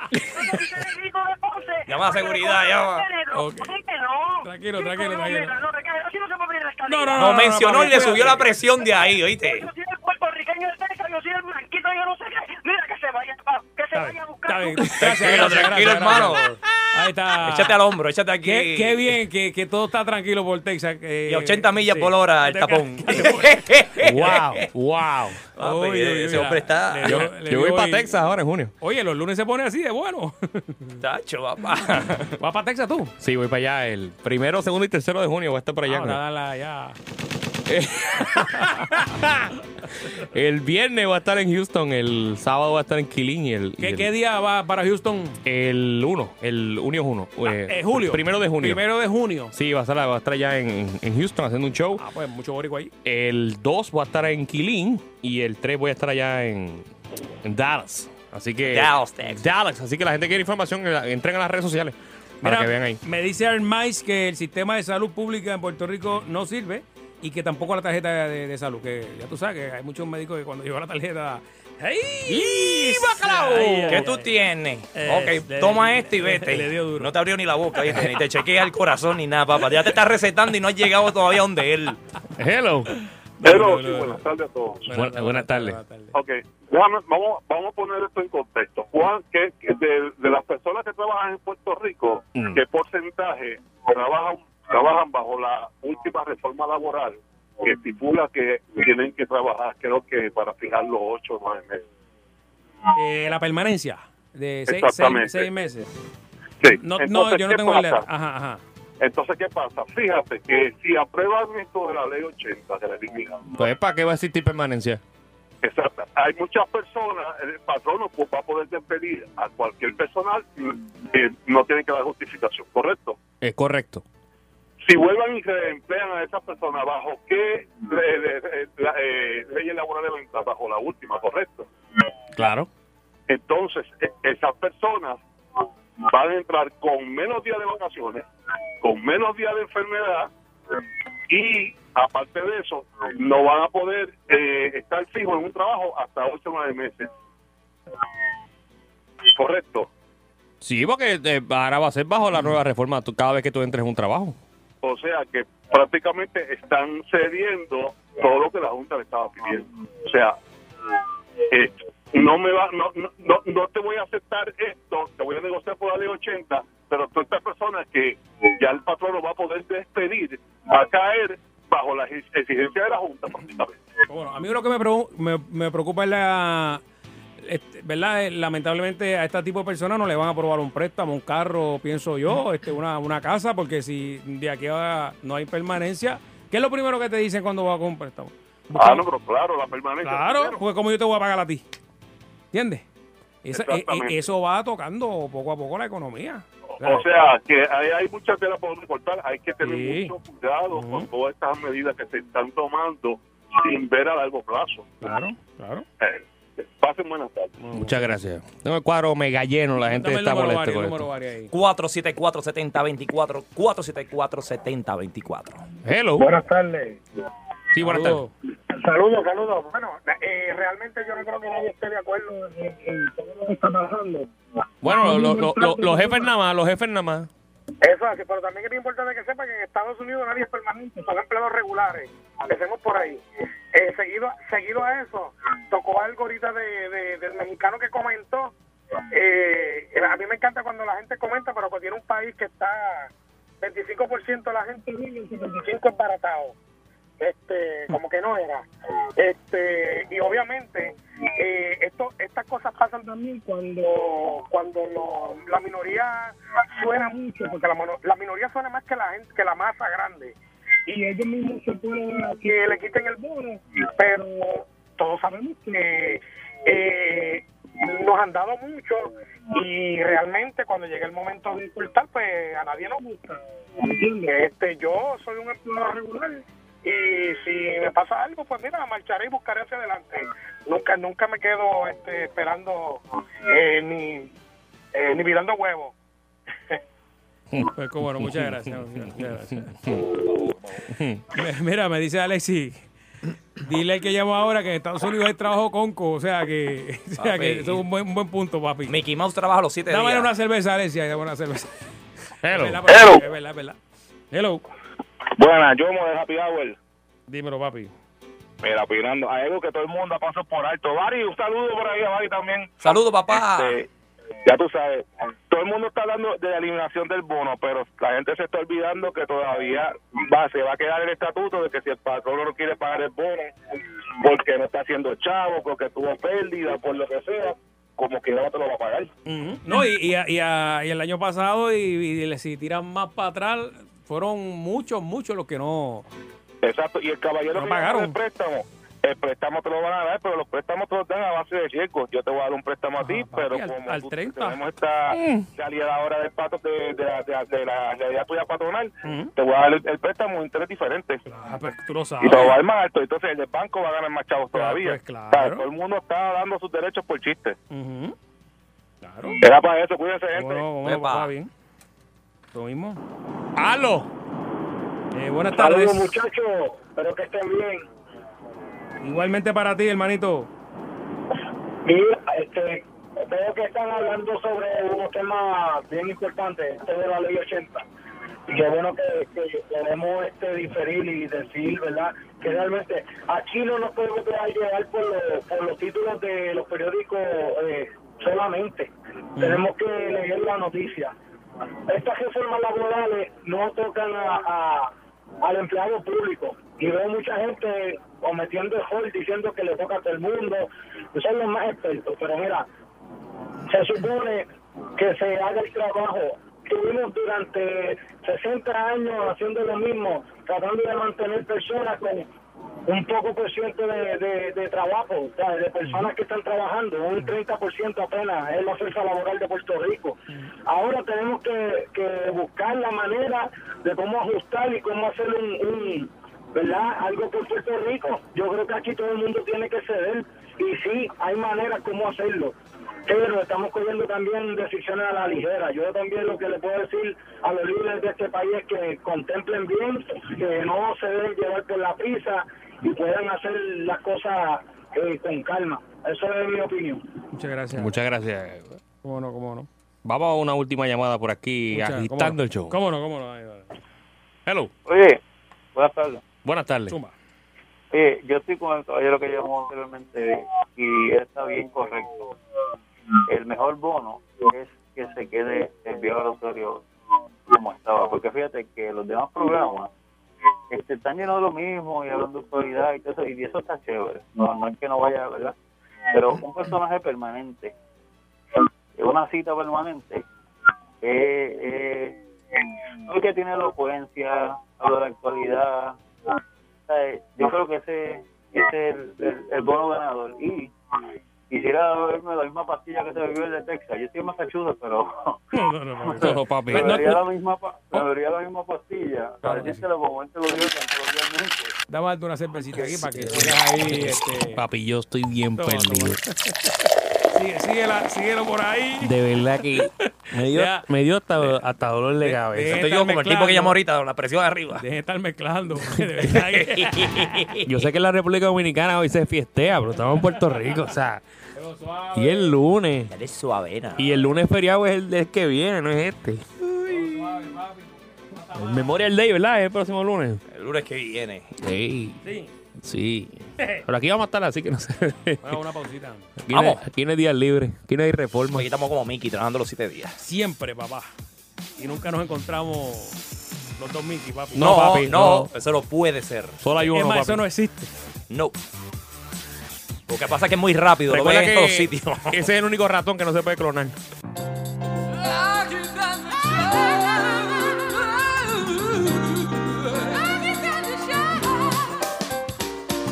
Speaker 4: Llama a seguridad, llama. Ok.
Speaker 2: Tranquilo, tranquilo, tranquilo.
Speaker 4: No, mencionó y le subió la presión de ahí, ¿oíste?
Speaker 2: Está bien. Gracias, gracias,
Speaker 4: tranquilo,
Speaker 2: gracias,
Speaker 4: hermano.
Speaker 2: gracias. Ahí está.
Speaker 4: Échate al hombro, échate aquí.
Speaker 2: Qué, qué bien que, que todo está tranquilo por Texas. eh,
Speaker 4: Y a 80 millas
Speaker 2: sí.
Speaker 4: por hora el tapón.
Speaker 3: wow, wow.
Speaker 4: Papi, ese hombre está-
Speaker 2: le dio- le
Speaker 3: Yo voy
Speaker 2: dio
Speaker 3: para
Speaker 2: y-
Speaker 3: Texas ahora en junio.
Speaker 2: Oye, los lunes se pone así de bueno.
Speaker 4: Tacho, papá.
Speaker 2: ¿Vas para Texas tú?
Speaker 3: Sí, voy para allá el primero, segundo y tercero de junio. Voy a estar por allá.
Speaker 2: Ahora
Speaker 3: ¿no?
Speaker 2: dala Ah, ya.
Speaker 3: El viernes voy a estar en Houston, el sábado voy a estar en Killeen. Y el, y
Speaker 2: ¿Qué,
Speaker 3: el-
Speaker 2: qué día va para Houston?
Speaker 3: El 1, el junio 1.
Speaker 2: Eh, julio.
Speaker 3: Primero de junio.
Speaker 2: Primero de junio.
Speaker 3: Sí, va a estar, va a estar allá en, en Houston haciendo un show.
Speaker 2: Ah, pues mucho borico ahí.
Speaker 3: El 2 voy a estar en Killeen y el 3 voy a estar allá en, en Dallas. Así que.
Speaker 2: Dallas,
Speaker 3: Dallas. Así que la gente quiere información, en la- entren a las redes sociales para
Speaker 2: Mira,
Speaker 3: que vean ahí.
Speaker 2: Me dice Armais que el sistema de salud pública en Puerto Rico no sirve y que tampoco la tarjeta de, de salud. Que ya tú sabes que hay muchos médicos que cuando llegó la tarjeta. ¡Ey!
Speaker 4: bacalao!
Speaker 2: Ay, ay,
Speaker 4: ¿Qué
Speaker 2: ay.
Speaker 4: tú tienes?
Speaker 2: Eh,
Speaker 4: ok,
Speaker 2: le-
Speaker 4: toma este y
Speaker 2: le-
Speaker 4: vete.
Speaker 2: le dio duro.
Speaker 4: No te abrió ni la boca, ¿viste? ni te chequea el corazón ni nada, papá. Ya te estás recetando y no has llegado todavía donde él.
Speaker 3: Hello.
Speaker 8: Pero, sí, buenas tardes a todos.
Speaker 3: Buenas, buenas tardes.
Speaker 8: Ok, déjame- vamos, vamos a poner esto en contexto. Juan, que, que de, de las personas que trabajan en Puerto Rico,
Speaker 3: Mm.
Speaker 8: ¿qué porcentaje trabajan, trabajan bajo la última reforma laboral que estipula que tienen que trabajar, creo que para fijar los ocho o nueve meses?
Speaker 2: Eh, la permanencia de seis,
Speaker 8: Exactamente.
Speaker 2: seis- seis meses.
Speaker 8: Sí.
Speaker 2: No, no,
Speaker 8: Entonces,
Speaker 2: yo no
Speaker 8: ¿qué
Speaker 2: tengo el
Speaker 8: pasa?
Speaker 2: Ajá, ajá.
Speaker 8: Entonces, ¿qué pasa? Fíjate que si aprueban esto de la ley 80, de la eliminan.
Speaker 3: Pues, ¿para qué va a existir permanencia?
Speaker 8: Exacto. Hay muchas personas, el patrón no va a poder despedir a cualquier personal que no tiene que dar justificación, ¿correcto?
Speaker 3: Es correcto.
Speaker 8: Si vuelvan y se emplean a esas personas, ¿bajo qué le- le- le- la- eh, leyes laborales van a entrar? Bajo la última, ¿correcto?
Speaker 3: Claro.
Speaker 8: Entonces, e- esas personas van a entrar con menos días de vacaciones, con menos días de enfermedad y, aparte de eso, no van a poder eh, estar fijos en un trabajo hasta 8 o 9 meses. Correcto.
Speaker 3: Sí, porque eh, ahora va a ser bajo la nueva reforma tú- cada vez que tú entres en un trabajo.
Speaker 8: O sea que prácticamente están cediendo todo lo que la Junta le estaba pidiendo. O sea, eh, no me va, no, no- no, no te voy a aceptar esto, te voy a negociar por la ley 80, pero toda esta persona que ya el patrón no va a poder despedir va a caer bajo la ex- exigencia de la Junta prácticamente.
Speaker 2: Bueno, a mí lo que me, preo- me- me preocupa es la. este, ¿Verdad? Eh, Lamentablemente a este tipo de personas no le van a aprobar un préstamo, un carro, pienso yo, este, una, una casa, porque si de aquí a no hay permanencia, ¿qué es lo primero que te dicen cuando vas con un préstamo?
Speaker 8: Ah, no, pero claro, la permanencia.
Speaker 2: Claro, porque como yo te voy a pagar a ti. ¿Entiendes? Esa- e- e-
Speaker 8: Exactamente.
Speaker 2: eso va tocando poco a poco la economía.
Speaker 8: O sea, que hay, hay mucha tela por donde cortar. Hay que tener
Speaker 2: Sí.
Speaker 8: mucho cuidado con todas estas medidas que se están tomando sin ver a largo plazo.
Speaker 2: Claro, claro.
Speaker 8: Eh, pasen buenas tardes.
Speaker 3: Muchas gracias. Tengo el cuadro mega lleno, la gente está molesta con esto.
Speaker 4: 474-7024, 474-7024.
Speaker 3: Hello.
Speaker 4: Buenas
Speaker 21: tardes.
Speaker 3: Sí, buenas tardes.
Speaker 21: Saludos, saludos. Bueno, eh, realmente yo no creo que nadie esté de acuerdo en, en todo lo que está pasando.
Speaker 3: Bueno, lo- lo- lo- los jefes nada más, los jefes nada más.
Speaker 21: Eso es así, pero también es bien importante que sepa que en Estados Unidos nadie es permanente, son empleados regulares. Empecemos por ahí. Eh, seguido, seguido a eso, tocó algo ahorita de, de- del mexicano que comentó. Eh, a mí me encanta cuando la gente comenta, pero cuando tiene un país que está 25% de la gente vive y 75% es baratado. Este, como que no era. Este, y obviamente, eh, esto, estas cosas pasan también cuando, cuando lo- la minoría suena mucho, porque la, mono- la minoría suena más que la gente, que la masa grande. Y ellos mismos se ponen a que le quiten el bono, pero todos sabemos que eh, nos han dado mucho y realmente cuando llega el momento de cortar, pues a nadie nos gusta. ¿Entiendes? Este, yo soy un empleado regular y si me pasa algo, pues mira, marcharé y buscaré hacia adelante. Nunca, nunca me quedo este, esperando eh, ni, eh, ni mirando huevos.
Speaker 8: Ah.
Speaker 2: Pues cómo no, muchas gracias. muchas gracias. Mira, me dice Alexi Dile al que llamó ahora que en Estados Unidos hay trabajo conco, o sea que, o sea que
Speaker 4: Papi.
Speaker 2: eso es un buen, un buen punto, papi.
Speaker 4: Mickey Mouse trabaja los siete
Speaker 2: Dame
Speaker 4: días.
Speaker 2: una cerveza, Alessia, dame una cerveza.
Speaker 3: Hello.
Speaker 2: Es verdad, papi,
Speaker 3: Hello.
Speaker 2: Es verdad, es verdad. Hello.
Speaker 22: Buenas, yo de Happy Hour.
Speaker 2: Dímelo, papi.
Speaker 22: Mira, opinando, hay algo que todo el mundo ha pasado por alto. Bari, un saludo por ahí a Bari también.
Speaker 4: Saludos, papá.
Speaker 22: Este, ya tú sabes, todo el mundo está hablando de la eliminación del bono, pero la gente se está olvidando que todavía va, se va a quedar el estatuto de que si el patrón no quiere pagar el bono porque no está haciendo chavo, porque tuvo pérdida, pues, por lo que sea, como que no te lo va a pagar.
Speaker 2: No, y, y a- y a- y el año pasado, y, y le- si tiran más para atrás, fueron muchos, muchos los que no.
Speaker 22: Exacto, y el caballero
Speaker 2: No
Speaker 22: que llama
Speaker 2: pagaron.
Speaker 22: el préstamo, el préstamo te lo van a dar, pero los préstamos te los dan a base de riesgo. Yo te voy a dar un préstamo a ti, pero
Speaker 2: Ah, al-
Speaker 22: como
Speaker 2: al
Speaker 22: tú-
Speaker 2: 30.
Speaker 22: tenemos esta
Speaker 2: Mm.
Speaker 22: salida ahora del pato de, de la- de la- de la realidad tuya patronal, te voy a dar el, el préstamo a un interés diferente.
Speaker 2: Ah, pues, tú lo sabes.
Speaker 22: Y te lo va a dar más alto, entonces el del banco va a ganar más chavos todavía.
Speaker 2: pues,
Speaker 22: O sea,
Speaker 2: claro.
Speaker 22: todo el mundo está dando sus derechos por chiste.
Speaker 2: Ujú.
Speaker 22: Era para eso, cuídense, gente.
Speaker 2: Bueno, bueno,
Speaker 22: Epa.
Speaker 2: papá, bien. Lo mismo. ¡Halo! Eh, buenas tardes.
Speaker 5: Saludos muchachos, espero que estén bien.
Speaker 2: Igualmente para ti, hermanito.
Speaker 5: Mira, este, veo que están hablando sobre unos temas bien importantes, esto de la ley 80. Y qué bueno que, que podemos este, diferir y decir, ¿verdad? Que realmente aquí no nos podemos dejar llevar por, los- por los títulos de los periódicos eh, solamente. Tenemos que leer la noticia. Estas reformas laborales no tocan a- a- al empleado público. Y veo mucha gente cometiendo error diciendo que le toca a todo el mundo. Son los más expertos. Pero mira, se supone que se haga el trabajo. Tuvimos durante 60 años haciendo lo mismo, tratando de mantener personas con un poco por ciento de, de- de trabajo, o sea, de personas que están trabajando, un 30% apenas es la fuerza laboral de Puerto Rico. Ahora tenemos que, que buscar la manera de cómo ajustar y cómo hacer un, un- ¿verdad? Algo por Puerto Rico. Yo creo que aquí todo el mundo tiene que ceder y sí, hay maneras cómo hacerlo. Pero estamos cogiendo también decisiones a la ligera. Yo también lo que le puedo decir a los líderes de este país es que contemplen bien, que no se deben llevar por la prisa y puedan hacer las cosas eh, con calma. Eso es mi opinión.
Speaker 2: Muchas gracias.
Speaker 3: Muchas gracias.
Speaker 2: ¿Cómo no, cómo no?
Speaker 3: Vamos a una última llamada por aquí,
Speaker 2: Muchas- cómo
Speaker 3: agitando
Speaker 2: no.
Speaker 3: el show.
Speaker 2: ¿Cómo no, cómo no? Ahí va.
Speaker 3: Hello.
Speaker 23: Oye, buenas tardes.
Speaker 3: Buenas tardes.
Speaker 2: Zumba.
Speaker 23: Oye, yo estoy con el caballero que llamó anteriormente y él está bien correcto. El mejor bono es que se quede el viejo auditorio como estaba. Porque fíjate que los demás programas este, están llenos de lo mismo y hablando de autoridad y todo eso. Y eso está chévere. No, no es que no vaya, ¿verdad? Pero un personaje permanente, una cita permanente, eh, eh, no es que tiene elocuencia, habla de la actualidad. ¿sabes? Yo creo que ese, ese es el, el- el bono ganador. Y quisiera beberme la misma pastilla que se bebió el de Texas. Yo estoy en Massachusetts, pero
Speaker 3: No, no, no, no, no, papi.
Speaker 23: me
Speaker 3: No,
Speaker 23: bebería
Speaker 3: no.
Speaker 23: la misma, pa- me bebería la misma pastilla. A ver si se lo como él se lo dio, que él se lo dio al mundo.
Speaker 2: Dame una cervecita aquí para que sigas ahí. Este,
Speaker 3: Papi, yo estoy bien
Speaker 2: Toma, toma.
Speaker 3: perdido.
Speaker 2: sigue, síguela- síguelo por ahí.
Speaker 3: De verdad que me dio,
Speaker 2: Ya.
Speaker 3: me dio hasta, hasta dolor de cabeza.
Speaker 2: de
Speaker 4: Estoy
Speaker 2: estar
Speaker 4: yo como el tipo
Speaker 2: mezclando.
Speaker 4: que llamó ahorita, la presión arriba.
Speaker 2: Dejen de estar mezclando. porque de verdad que-
Speaker 3: Yo sé que en la República Dominicana hoy se fiestea, pero estamos en Puerto Rico, o sea. Y el lunes.
Speaker 4: Dale suavena.
Speaker 3: Y el lunes feriado es el, el que viene, no es este. El Memorial Day, ¿verdad? Es el próximo lunes.
Speaker 4: El lunes que viene.
Speaker 3: Sí.
Speaker 2: Sí.
Speaker 3: Sí. Pero aquí vamos a estar, así que no sé.
Speaker 2: Bueno, una pausita.
Speaker 3: Aquí no, hay- aquí no hay días libres, aquí no hay reforma.
Speaker 4: Aquí estamos como Mickey trabajando los siete días.
Speaker 2: Siempre, papá. Y nunca nos encontramos los dos Mickey, papi.
Speaker 4: No, papi, no, eso no puede ser.
Speaker 3: Solo hay
Speaker 2: Es más, eso no existe.
Speaker 4: No. Lo que pasa es que es muy rápido, lo
Speaker 3: Recuerda
Speaker 4: ven en
Speaker 3: que
Speaker 4: todos sitios.
Speaker 3: Ese es el único ratón que no se puede clonar.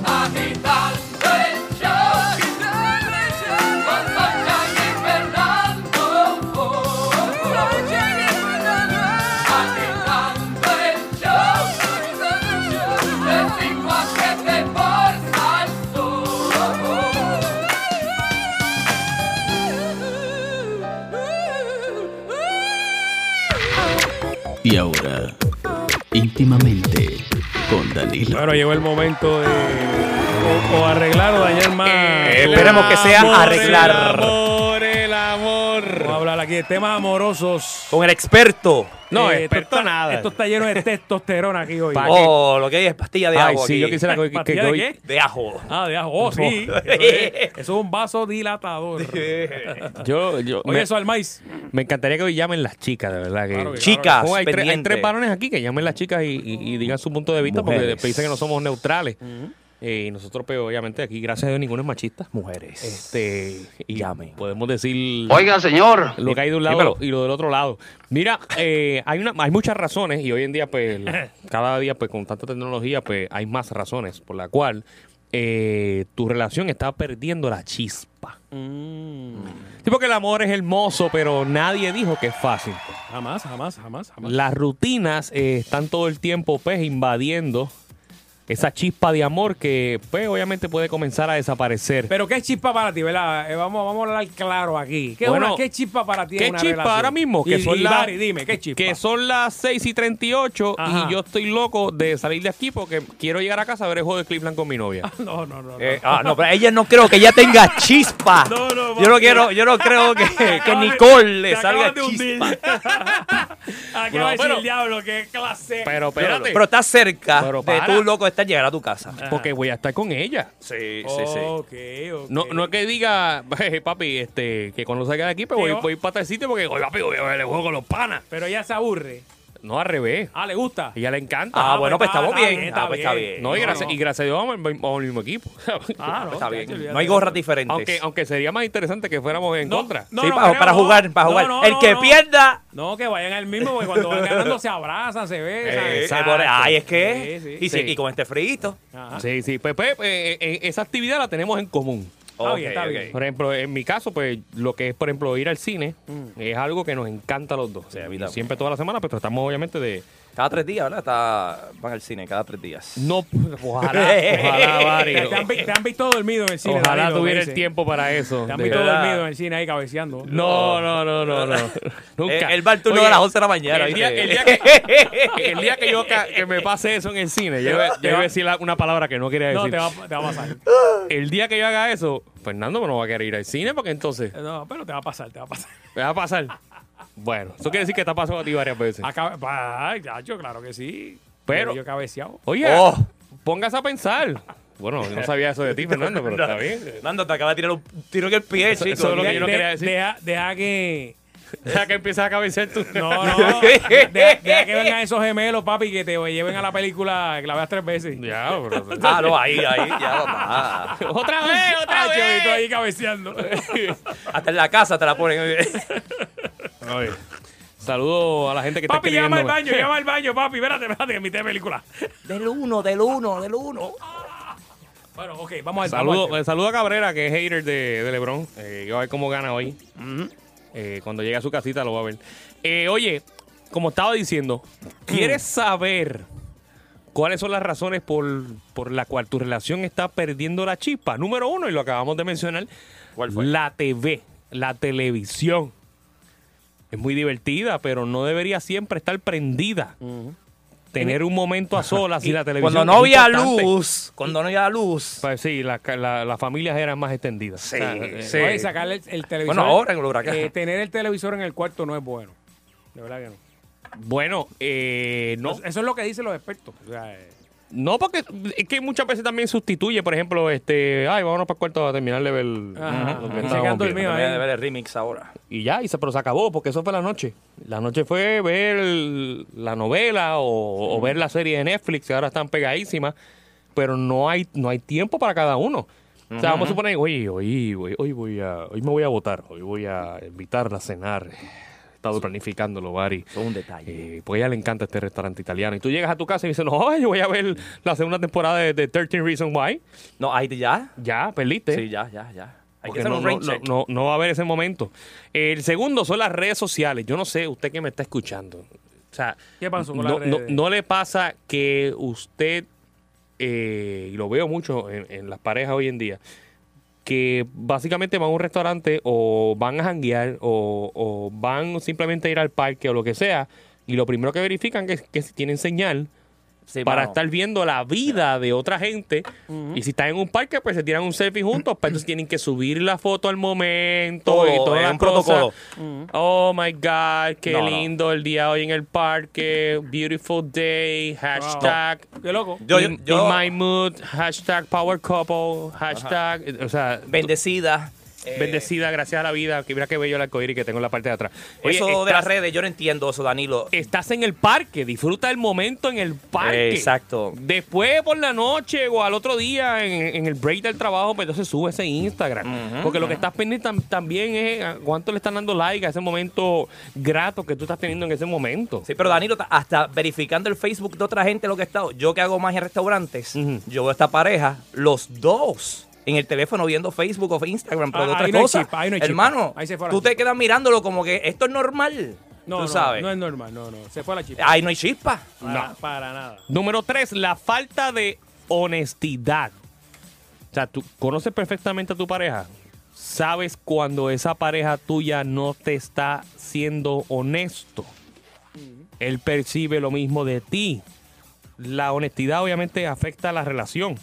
Speaker 1: Agitando el show. Con Socha y Fernando. Agitando el show. De cinco a siete por Sal Sol.
Speaker 24: Y ahora, íntimamente, con Danilo.
Speaker 2: Bueno, llegó el momento de o, o arreglar o dañar más.
Speaker 4: Eh, esperemos que sea arreglar.
Speaker 2: El amor, el amor. Vamos a hablar aquí de temas amorosos.
Speaker 4: Con el experto.
Speaker 2: Eh,
Speaker 4: No,
Speaker 2: esto
Speaker 4: experto
Speaker 2: está-
Speaker 4: nada.
Speaker 2: Esto está lleno de testosterona aquí hoy.
Speaker 4: Oh, lo que hay es pastilla de
Speaker 3: Ay,
Speaker 4: ajo.
Speaker 3: sí,
Speaker 4: aquí.
Speaker 3: yo quisiera que- que-
Speaker 2: ¿Pastilla
Speaker 3: que
Speaker 2: de
Speaker 3: hoy-
Speaker 2: qué?
Speaker 4: De ajo.
Speaker 2: Ah, de ajo. Oh, sí. Eso es, eso es un vaso dilatador.
Speaker 3: Yo, yo,
Speaker 2: Oye, eso al maíz.
Speaker 3: Me encantaría que hoy llamen las chicas, de verdad. Que,
Speaker 2: Claro que-
Speaker 4: Chicas, claro que-
Speaker 3: Oh, hay, tres, hay
Speaker 4: pendiente.
Speaker 3: tres varones aquí que llamen las chicas y, y- y digan su punto de vista porque
Speaker 4: Mujeres.
Speaker 3: después dicen que no somos neutrales. Eh, y nosotros, pues, obviamente, aquí, gracias a Dios, ninguno es machista. Mujeres. Este, y Podemos decir.
Speaker 6: Oiga, señor.
Speaker 3: Lo que hay de un lado
Speaker 6: Dímelo.
Speaker 3: y lo del otro lado. Mira, eh, hay, una, hay muchas razones y hoy en día, pues, la- cada día, pues, con tanta tecnología, pues, hay más razones por la cual eh, tu relación está perdiendo la chispa.
Speaker 2: Mm.
Speaker 3: Sí, porque el amor es hermoso, pero nadie dijo que es fácil.
Speaker 2: Jamás, jamás, jamás, jamás.
Speaker 3: Las rutinas eh, están todo el tiempo pues invadiendo esa chispa de amor que pues obviamente puede comenzar a desaparecer.
Speaker 2: Pero qué chispa para ti, ¿verdad? Eh, vamos, vamos a hablar claro aquí. ¿Qué,
Speaker 3: Bueno,
Speaker 2: una- qué chispa para ti? es
Speaker 3: ¿Qué
Speaker 2: una
Speaker 3: chispa
Speaker 2: relación?
Speaker 3: ahora mismo? Que
Speaker 2: y,
Speaker 3: son
Speaker 2: y
Speaker 3: las-
Speaker 2: Dari, dime, ¿qué chispa?
Speaker 3: Que son las 6 y 38
Speaker 2: Ajá.
Speaker 3: y yo estoy loco de salir de aquí porque quiero llegar a casa a ver el juego de Cleveland con mi novia.
Speaker 2: No, no, no.
Speaker 4: Eh, ah, no, pero ella no creo que ella tenga chispa.
Speaker 2: No, no,
Speaker 4: yo no
Speaker 2: papi.
Speaker 4: quiero, yo no creo que, que
Speaker 2: Acabas de-
Speaker 4: Nicole le
Speaker 2: te
Speaker 4: salga
Speaker 2: acabas de hundir.
Speaker 4: chispa.
Speaker 2: Acaba
Speaker 3: Bueno,
Speaker 2: de decir
Speaker 3: pero-
Speaker 2: el diablo, qué clase.
Speaker 3: Pero
Speaker 4: Pero,
Speaker 3: espérate.
Speaker 4: pero está cerca
Speaker 3: Pero
Speaker 4: de
Speaker 3: para.
Speaker 4: tú, loco, estar llegar a tu casa.
Speaker 2: Ah.
Speaker 3: Porque voy a estar con ella.
Speaker 4: Sí,
Speaker 2: Ok, ok.
Speaker 3: No, no es que diga, "Eh, papi, este, que cuando salga de aquí, pues
Speaker 2: Sí,
Speaker 3: voy,
Speaker 2: o-
Speaker 3: voy para tal sitio porque, oye, papi, voy a ver el juego con los panas.
Speaker 2: Pero ella se aburre.
Speaker 3: No, al revés.
Speaker 2: Ah, le gusta.
Speaker 3: Ella le encanta.
Speaker 4: Ah, bueno, pues estamos bien. Ah, pues está bien.
Speaker 3: No, y
Speaker 4: No,
Speaker 3: gracias,
Speaker 4: no.
Speaker 3: y gracias a Dios vamos al mismo- vamos al mismo equipo.
Speaker 2: Ah, no,
Speaker 4: Está
Speaker 2: chacho,
Speaker 4: bien.
Speaker 2: olvídate
Speaker 4: No hay
Speaker 2: de
Speaker 4: gorras
Speaker 2: eso.
Speaker 4: diferentes.
Speaker 3: Aunque, aunque sería más interesante que fuéramos en contra.
Speaker 2: no,
Speaker 4: sí,
Speaker 2: no,
Speaker 4: para,
Speaker 2: creo,
Speaker 4: para
Speaker 2: no.
Speaker 4: jugar, para
Speaker 2: No,
Speaker 4: jugar.
Speaker 2: no,
Speaker 4: el
Speaker 2: no,
Speaker 4: que
Speaker 2: no.
Speaker 4: pierda.
Speaker 2: No, que vayan al mismo, porque cuando van ganando se abrazan, se besan.
Speaker 4: Eh,
Speaker 3: Exacto.
Speaker 4: por- ay, es que.
Speaker 2: Sí, sí.
Speaker 4: Y, si-
Speaker 3: Sí.
Speaker 4: y con este frito.
Speaker 2: Ajá.
Speaker 3: Sí, sí. Pues, pues, eh, eh, esa actividad la tenemos en común.
Speaker 2: Está bien, está bien.
Speaker 3: Por ejemplo, en mi caso, pues lo que es, por ejemplo, ir al cine
Speaker 2: Mm.
Speaker 3: es algo que nos encanta a los dos. Siempre toda la semana, pero tratamos obviamente de...
Speaker 4: Cada tres días, ¿verdad? Está- van al cine cada tres días.
Speaker 3: No, Pues ojalá, ojalá, Bari.
Speaker 2: Te, te han, vi- te han visto dormido en el cine.
Speaker 3: Ojalá
Speaker 2: Danilo, me
Speaker 3: tuviera
Speaker 2: dicen.
Speaker 3: el tiempo para eso.
Speaker 2: Te han
Speaker 3: de
Speaker 2: visto
Speaker 3: verdad.
Speaker 2: dormido en el cine ahí cabeceando.
Speaker 3: No, no, no, no, no. Nunca.
Speaker 4: Eh, él va al turno de las 11 de la mañana,
Speaker 3: El día,
Speaker 4: ¿viste?
Speaker 3: el día que, el día que yo ca- que me pase eso en el cine, yo, yo
Speaker 2: Te
Speaker 3: voy
Speaker 2: va-
Speaker 3: a decir la- una palabra que no quería
Speaker 2: No,
Speaker 3: decir.
Speaker 2: te va, te va a pasar.
Speaker 3: El día que yo haga eso, Fernando no va a querer ir al cine porque entonces
Speaker 2: No, pero te va a pasar, te va a pasar.
Speaker 3: me va a pasar. Bueno, eso quiere decir que te ha pasado a ti varias veces.
Speaker 4: Este.
Speaker 2: Acá, ay, chacho, claro que sí.
Speaker 3: Pero-
Speaker 2: Yo cabeceado.
Speaker 3: Oye,
Speaker 4: Oh.
Speaker 3: póngase a pensar. Bueno, yo no sabía eso de ti, Fernando, pero está bien.
Speaker 4: Fernando, te acaba de tirar un tiro en el pie,
Speaker 3: Eso-
Speaker 4: chico.
Speaker 3: eso es lo que yo no
Speaker 2: De-
Speaker 3: quería decir.
Speaker 2: Deja, deja que.
Speaker 3: Ya que empiezas a cabecear tú.
Speaker 2: No, no. deja, deja que vengan esos gemelos, papi, que te lleven a la película, que la veas tres veces.
Speaker 3: Ya, pero-
Speaker 4: Ah, no, ahí, ahí, ya, papá.
Speaker 3: ¡Otra vez, otra
Speaker 2: Ah,
Speaker 3: vez!
Speaker 2: chavito, ahí cabeceando.
Speaker 4: Hasta en la casa te la ponen.
Speaker 3: Oye, Saludo a la gente que
Speaker 2: papi,
Speaker 3: está
Speaker 2: llama al
Speaker 3: escribiendo.
Speaker 2: baño, llama al baño, papi. Espérate, espérate, que emite película.
Speaker 4: Del uno, del uno, del uno.
Speaker 2: Bueno, ok, vamos al vamos
Speaker 3: Saludo,
Speaker 2: al-
Speaker 3: eh, saludo a Cabrera, que es hater de, de LeBron. Eh, yo a ver cómo gana hoy. Eh, cuando llegue a su casita lo va a ver. Eh, oye, como estaba diciendo, ¿quieres saber cuáles son las razones por, por la cual tu relación está perdiendo la chispa? Número uno, y lo acabamos de mencionar, la TV, la televisión. Es muy divertida, pero no debería siempre estar prendida. Tener un momento a solas y, la televisión.
Speaker 4: Cuando
Speaker 3: es
Speaker 4: no había
Speaker 3: importante.
Speaker 4: luz, cuando no había luz.
Speaker 3: Pues sí, la- la- las familias eran más extendidas.
Speaker 4: Sí,
Speaker 3: O sea, eh,
Speaker 4: sí.
Speaker 2: Oye, sacarle el, el televisor.
Speaker 4: Bueno, ahora en el huracán.
Speaker 2: eh, tener el televisor en el cuarto no es bueno. De verdad que no.
Speaker 3: Bueno, eh, no,
Speaker 4: Pues
Speaker 2: Eso- Eso es lo que Oh, dicen los expertos. O sea, eh,
Speaker 3: no porque es que muchas veces también sustituye, por ejemplo, este, ay, vámonos para el cuarto a terminar de ver
Speaker 2: Ajá.
Speaker 3: lo que
Speaker 2: Se
Speaker 3: estábamos
Speaker 2: quedan
Speaker 3: viendo".
Speaker 2: dormidos
Speaker 4: Voy a
Speaker 2: ahí.
Speaker 4: ver el remix ahora.
Speaker 3: Y ya, y se, pero se acabó, porque eso fue la noche. La noche fue ver la novela o, o ver la serie de Netflix, que ahora están pegadísimas, pero no hay, no hay tiempo para cada uno. O sea, vamos a suponer, oye, hoy, voy- hoy, voy a, hoy me voy a votar, hoy voy a invitarla a cenar. He estado planificándolo, Bari.
Speaker 4: Todo un detalle.
Speaker 3: Eh, porque a ella le encanta este restaurante italiano. Y tú llegas a tu casa y dices, no, yo voy a ver la segunda temporada de, de 13 Reasons Why.
Speaker 4: No, ahí ya.
Speaker 3: Ya, perdiste.
Speaker 4: Sí, ya, ya, ya. Hay
Speaker 3: Porque
Speaker 4: que hacer
Speaker 3: no,
Speaker 4: un
Speaker 3: no-
Speaker 4: rain check.
Speaker 3: no- no- no va a haber ese momento. El segundo son las redes sociales. Yo no sé, usted que me está escuchando. O sea,
Speaker 2: ¿Qué pasó
Speaker 3: no,
Speaker 2: con las
Speaker 3: no-
Speaker 2: redes?
Speaker 3: no le pasa que usted, eh, y lo veo mucho en, en las parejas hoy en día, que básicamente van a un restaurante o van a janguear o, o van simplemente a ir al parque o lo que sea, y lo primero que verifican es que si tienen señal
Speaker 4: Sí,
Speaker 3: para
Speaker 4: mano.
Speaker 3: estar viendo la vida de otra gente. Y si están en un parque, pues se tiran un selfie juntos, pero entonces tienen que subir la foto al momento
Speaker 4: Todo,
Speaker 3: y todas
Speaker 4: es
Speaker 3: las
Speaker 4: un
Speaker 3: cosas.
Speaker 4: protocolo.
Speaker 2: Mm.
Speaker 3: Oh my God, qué
Speaker 4: No, no.
Speaker 3: lindo el día hoy en el parque. Beautiful day. Hashtag.
Speaker 2: Qué loco.
Speaker 3: Yo, in, in my mood. Hashtag power couple. Hashtag. eh, O sea. eh,
Speaker 4: Bendecida. Eh.
Speaker 3: Bendecida, gracias a la vida. Que mira qué bello el arcoíris que tengo en la parte de atrás. Oye,
Speaker 4: eso de las
Speaker 3: estás-
Speaker 4: redes, yo no entiendo eso, Danilo.
Speaker 3: Estás en el parque, disfruta el momento en el parque.
Speaker 4: Exacto.
Speaker 3: Después por la noche o al otro día en, en el break del trabajo, pues entonces sube ese Instagram. Porque lo que estás pendiente tam- también es eh, a cuánto le están dando like a ese momento grato que tú estás teniendo en ese momento.
Speaker 4: Sí, pero Danilo, ta- hasta verificando el Facebook de otra gente, lo que he estado, yo que hago más en restaurantes, yo veo esta pareja, los dos en el teléfono viendo Facebook o Instagram, pero de
Speaker 2: Ah,
Speaker 4: otra
Speaker 2: ahí no hay
Speaker 4: cosa.
Speaker 2: chispa, ahí no hay chispa.
Speaker 4: Hermano,
Speaker 2: Ahí se fue la
Speaker 4: tú
Speaker 2: chispa.
Speaker 4: te quedas mirándolo como que esto es normal.
Speaker 2: No,
Speaker 4: tú
Speaker 2: no,
Speaker 4: sabes.
Speaker 2: no es normal, no, no. Se fue la chispa.
Speaker 4: Ahí no hay chispa.
Speaker 2: Para- Para nada.
Speaker 3: Número tres, la falta de honestidad. O sea, tú conoces perfectamente a tu pareja. Sabes cuando esa pareja tuya no te está siendo honesto. Él percibe lo mismo de ti. La honestidad obviamente afecta a la relación.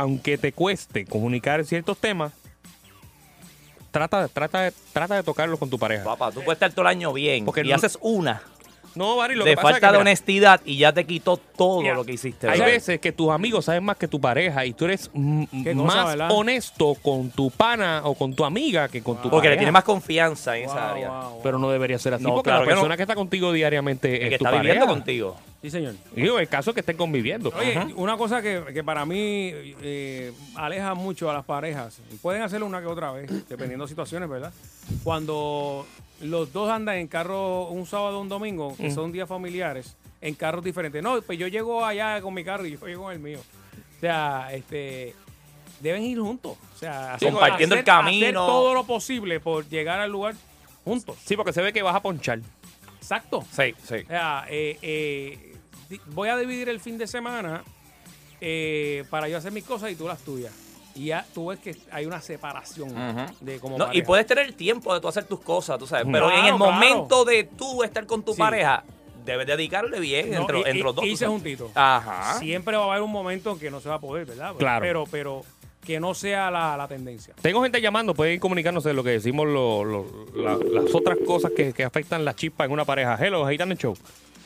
Speaker 3: Aunque te cueste comunicar ciertos temas, trata, trata, de- trata de tocarlo con tu pareja.
Speaker 4: Papá, tú puedes estar todo el año bien
Speaker 3: Porque
Speaker 4: y
Speaker 3: no-
Speaker 4: haces una
Speaker 3: No, Barry, lo
Speaker 4: de
Speaker 3: que pasa es
Speaker 4: falta
Speaker 3: que,
Speaker 4: de
Speaker 3: mira,
Speaker 4: honestidad y ya te quitó todo lo que hiciste.
Speaker 3: Hay
Speaker 4: ¿verdad?
Speaker 3: veces que tus amigos saben más que tu pareja y tú eres mm,
Speaker 4: Qué cosa,
Speaker 3: más
Speaker 4: ¿verdad?
Speaker 3: honesto con tu pana o con tu amiga que con tu
Speaker 4: Porque le
Speaker 3: pareja.
Speaker 4: tienes más confianza en esa área.
Speaker 3: Pero no debería ser así
Speaker 4: No,
Speaker 3: porque
Speaker 4: claro
Speaker 3: la
Speaker 4: que no.
Speaker 3: persona que está contigo diariamente es
Speaker 4: que
Speaker 3: tu
Speaker 4: está
Speaker 3: pareja.
Speaker 4: viviendo contigo.
Speaker 2: Sí, señor.
Speaker 3: Digo, el caso es que estén conviviendo.
Speaker 2: Oye,
Speaker 3: Ajá.
Speaker 2: Eh, una cosa que, que para mí eh, aleja mucho a las parejas, y pueden hacerlo una que otra vez, dependiendo de situaciones, ¿verdad? Cuando los dos andan en carro un sábado o un domingo, que
Speaker 3: Mm.
Speaker 2: son días familiares, en carros diferentes. No, pues yo llego allá con mi carro y yo llego con el mío. O sea, este deben ir juntos. O sea, hacer-
Speaker 4: Compartiendo el
Speaker 2: hacer-
Speaker 4: camino.
Speaker 2: hacer todo lo posible por llegar al lugar juntos.
Speaker 3: Sí, porque se ve que vas a ponchar.
Speaker 2: Exacto.
Speaker 4: Sí, sí.
Speaker 2: O sea, eh, eh, di- voy a dividir el fin de semana eh, para yo hacer mis cosas y tú las tuyas. Y ya tú ves que hay una separación
Speaker 4: Ujú.
Speaker 2: de como
Speaker 4: No, y
Speaker 2: pareja.
Speaker 4: puedes tener el tiempo de tú hacer tus cosas, tú sabes.
Speaker 2: Mm.
Speaker 4: Pero en el
Speaker 2: Claro, claro.
Speaker 4: momento de tú estar con tu
Speaker 2: Sí.
Speaker 4: pareja, debes dedicarle bien
Speaker 2: No,
Speaker 4: entre,
Speaker 2: y-
Speaker 4: entre los
Speaker 2: y-
Speaker 4: dos. tú
Speaker 2: irse
Speaker 4: sabes.
Speaker 2: juntitos.
Speaker 4: Ajá.
Speaker 2: Siempre va a haber un momento en que no se va a poder, ¿verdad?
Speaker 3: Ah.
Speaker 2: Pues,
Speaker 3: Claro.
Speaker 2: Pero, pero que no sea la, la tendencia.
Speaker 3: Tengo gente llamando, pueden ir comunicándose de lo que decimos, lo- lo- la- las otras cosas que, que afectan la chispa en una pareja. Hello, Aitán el show.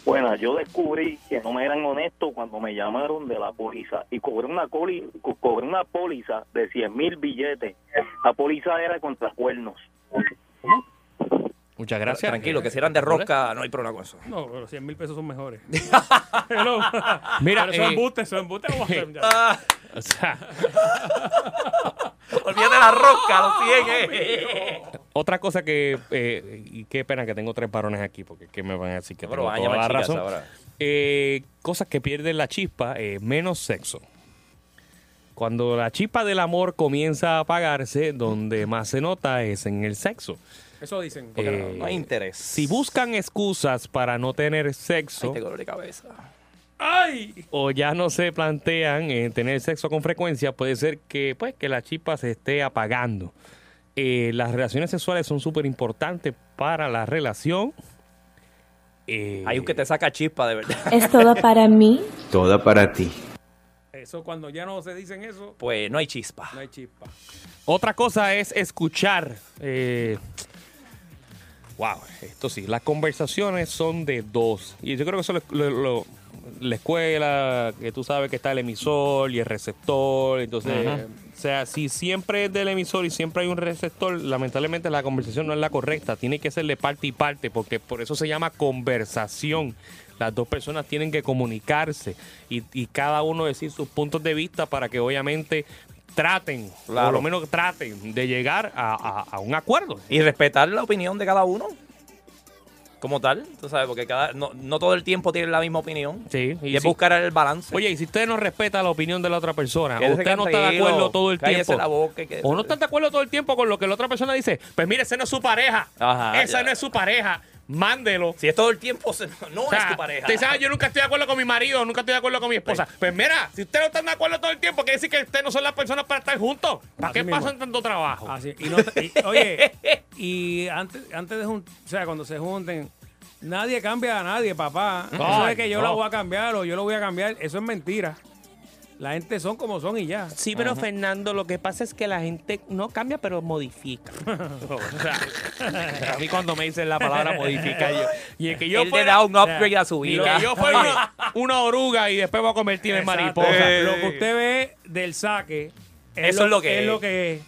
Speaker 6: Bueno, yo descubrí que no me eran honestos cuando me llamaron de la póliza y cobré una, coli- co- cobré una póliza de 100 mil billetes. La póliza era contra cuernos.
Speaker 3: Muchas gracias.
Speaker 4: Tranquilo, que si eran de rosca, no hay problema con eso.
Speaker 2: No, pero 100 mil pesos son mejores. Hello.
Speaker 3: Mira,
Speaker 2: pero son
Speaker 3: eh,
Speaker 2: embustes, son embustes. vamos a hacer-
Speaker 3: O sea,
Speaker 4: Olvídate la rosca, los 100. eh.
Speaker 3: Otra cosa que. eh, y qué pena que tengo tres varones aquí, porque ¿qué me van a decir que
Speaker 4: Pero
Speaker 3: tengo
Speaker 4: van a
Speaker 3: toda la
Speaker 4: llamar chicas
Speaker 3: razón?
Speaker 4: ahora.
Speaker 3: Eh, cosas que pierden la chispa, eh, menos sexo. Cuando la chispa del amor comienza a apagarse, donde más se nota es en el sexo.
Speaker 2: Eso dicen.
Speaker 3: Eh,
Speaker 4: no hay interés.
Speaker 3: Si buscan excusas para no tener sexo.
Speaker 4: Ay, tengo dolor de cabeza.
Speaker 3: O ya no se plantean eh, tener sexo con frecuencia, puede ser que, pues, que la chispa se esté apagando. Eh, las relaciones sexuales son súper importantes para la relación. Eh,
Speaker 4: Hay un que te saca chispa, de verdad.
Speaker 11: Es todo para mí.
Speaker 25: Toda para ti.
Speaker 2: Eso cuando ya no se dicen eso,
Speaker 4: Pues no hay chispa.
Speaker 2: no hay chispa.
Speaker 3: Otra cosa es escuchar. eh, wow, esto sí. Las conversaciones son de dos. Y yo creo que eso lo- lo- lo- la escuela, que tú sabes que está el emisor y el receptor. Entonces,
Speaker 4: Ajá.
Speaker 3: o sea, si siempre es del emisor y siempre hay un receptor, lamentablemente la conversación no es la correcta. Tiene que ser de parte y parte, porque por eso se llama conversación. Las dos personas tienen que comunicarse y, y cada uno decir sus puntos de vista para que obviamente traten,
Speaker 4: Claro.
Speaker 3: por lo menos traten de llegar a, a- a un acuerdo.
Speaker 4: Y respetar la opinión de cada uno. Como tal, tú sabes, porque cada, no, no todo el tiempo tienen la misma opinión.
Speaker 3: Sí,
Speaker 4: Y,
Speaker 3: y
Speaker 4: es
Speaker 3: si-
Speaker 4: buscar el balance.
Speaker 3: Oye, y si usted no respeta la opinión de la otra persona, o
Speaker 4: Quédese
Speaker 3: usted no está de
Speaker 4: tranquilo,
Speaker 3: acuerdo todo el
Speaker 4: cállese
Speaker 3: tiempo,
Speaker 4: la boca y quédese-
Speaker 3: o no está de acuerdo todo el tiempo con lo que la otra persona dice, pues mire, ese no es su pareja,
Speaker 4: Ajá,
Speaker 3: esa
Speaker 4: Ah, ya.
Speaker 3: no es su pareja, mándelo.
Speaker 4: Si es todo el tiempo, se- no
Speaker 3: O sea,
Speaker 4: es tu pareja.
Speaker 3: Te dice, "Ah, yo nunca estoy de acuerdo con mi marido, nunca estoy de acuerdo con mi esposa. Pues mira, si usted no está de acuerdo todo el tiempo, quiere decir que usted no son las personas para estar juntos. ¿Para
Speaker 2: Así
Speaker 3: qué
Speaker 2: mismo.
Speaker 3: pasan tanto trabajo?
Speaker 2: Así, y no- y- oye, y antes, antes de jun- o sea, cuando se junten, Nadie cambia a nadie, papá.
Speaker 3: Ay,
Speaker 2: eso de que yo
Speaker 3: no.
Speaker 2: la voy a cambiar o yo lo voy a cambiar, eso es mentira. La gente son como son y ya.
Speaker 3: Sí, pero Fernando, lo que pasa es que la gente no cambia, pero modifica. a mí cuando me dicen la palabra modifica, yo... Y el que yo
Speaker 4: Él le
Speaker 3: fuera-
Speaker 4: da un upgrade a su
Speaker 3: Ni
Speaker 4: vida.
Speaker 3: que yo fuera una, una oruga y después voy a convertir en
Speaker 2: Exacto.
Speaker 3: mariposa.
Speaker 2: Lo que usted ve del saque,
Speaker 4: Eso es lo que
Speaker 2: es.
Speaker 4: es.
Speaker 2: lo que es.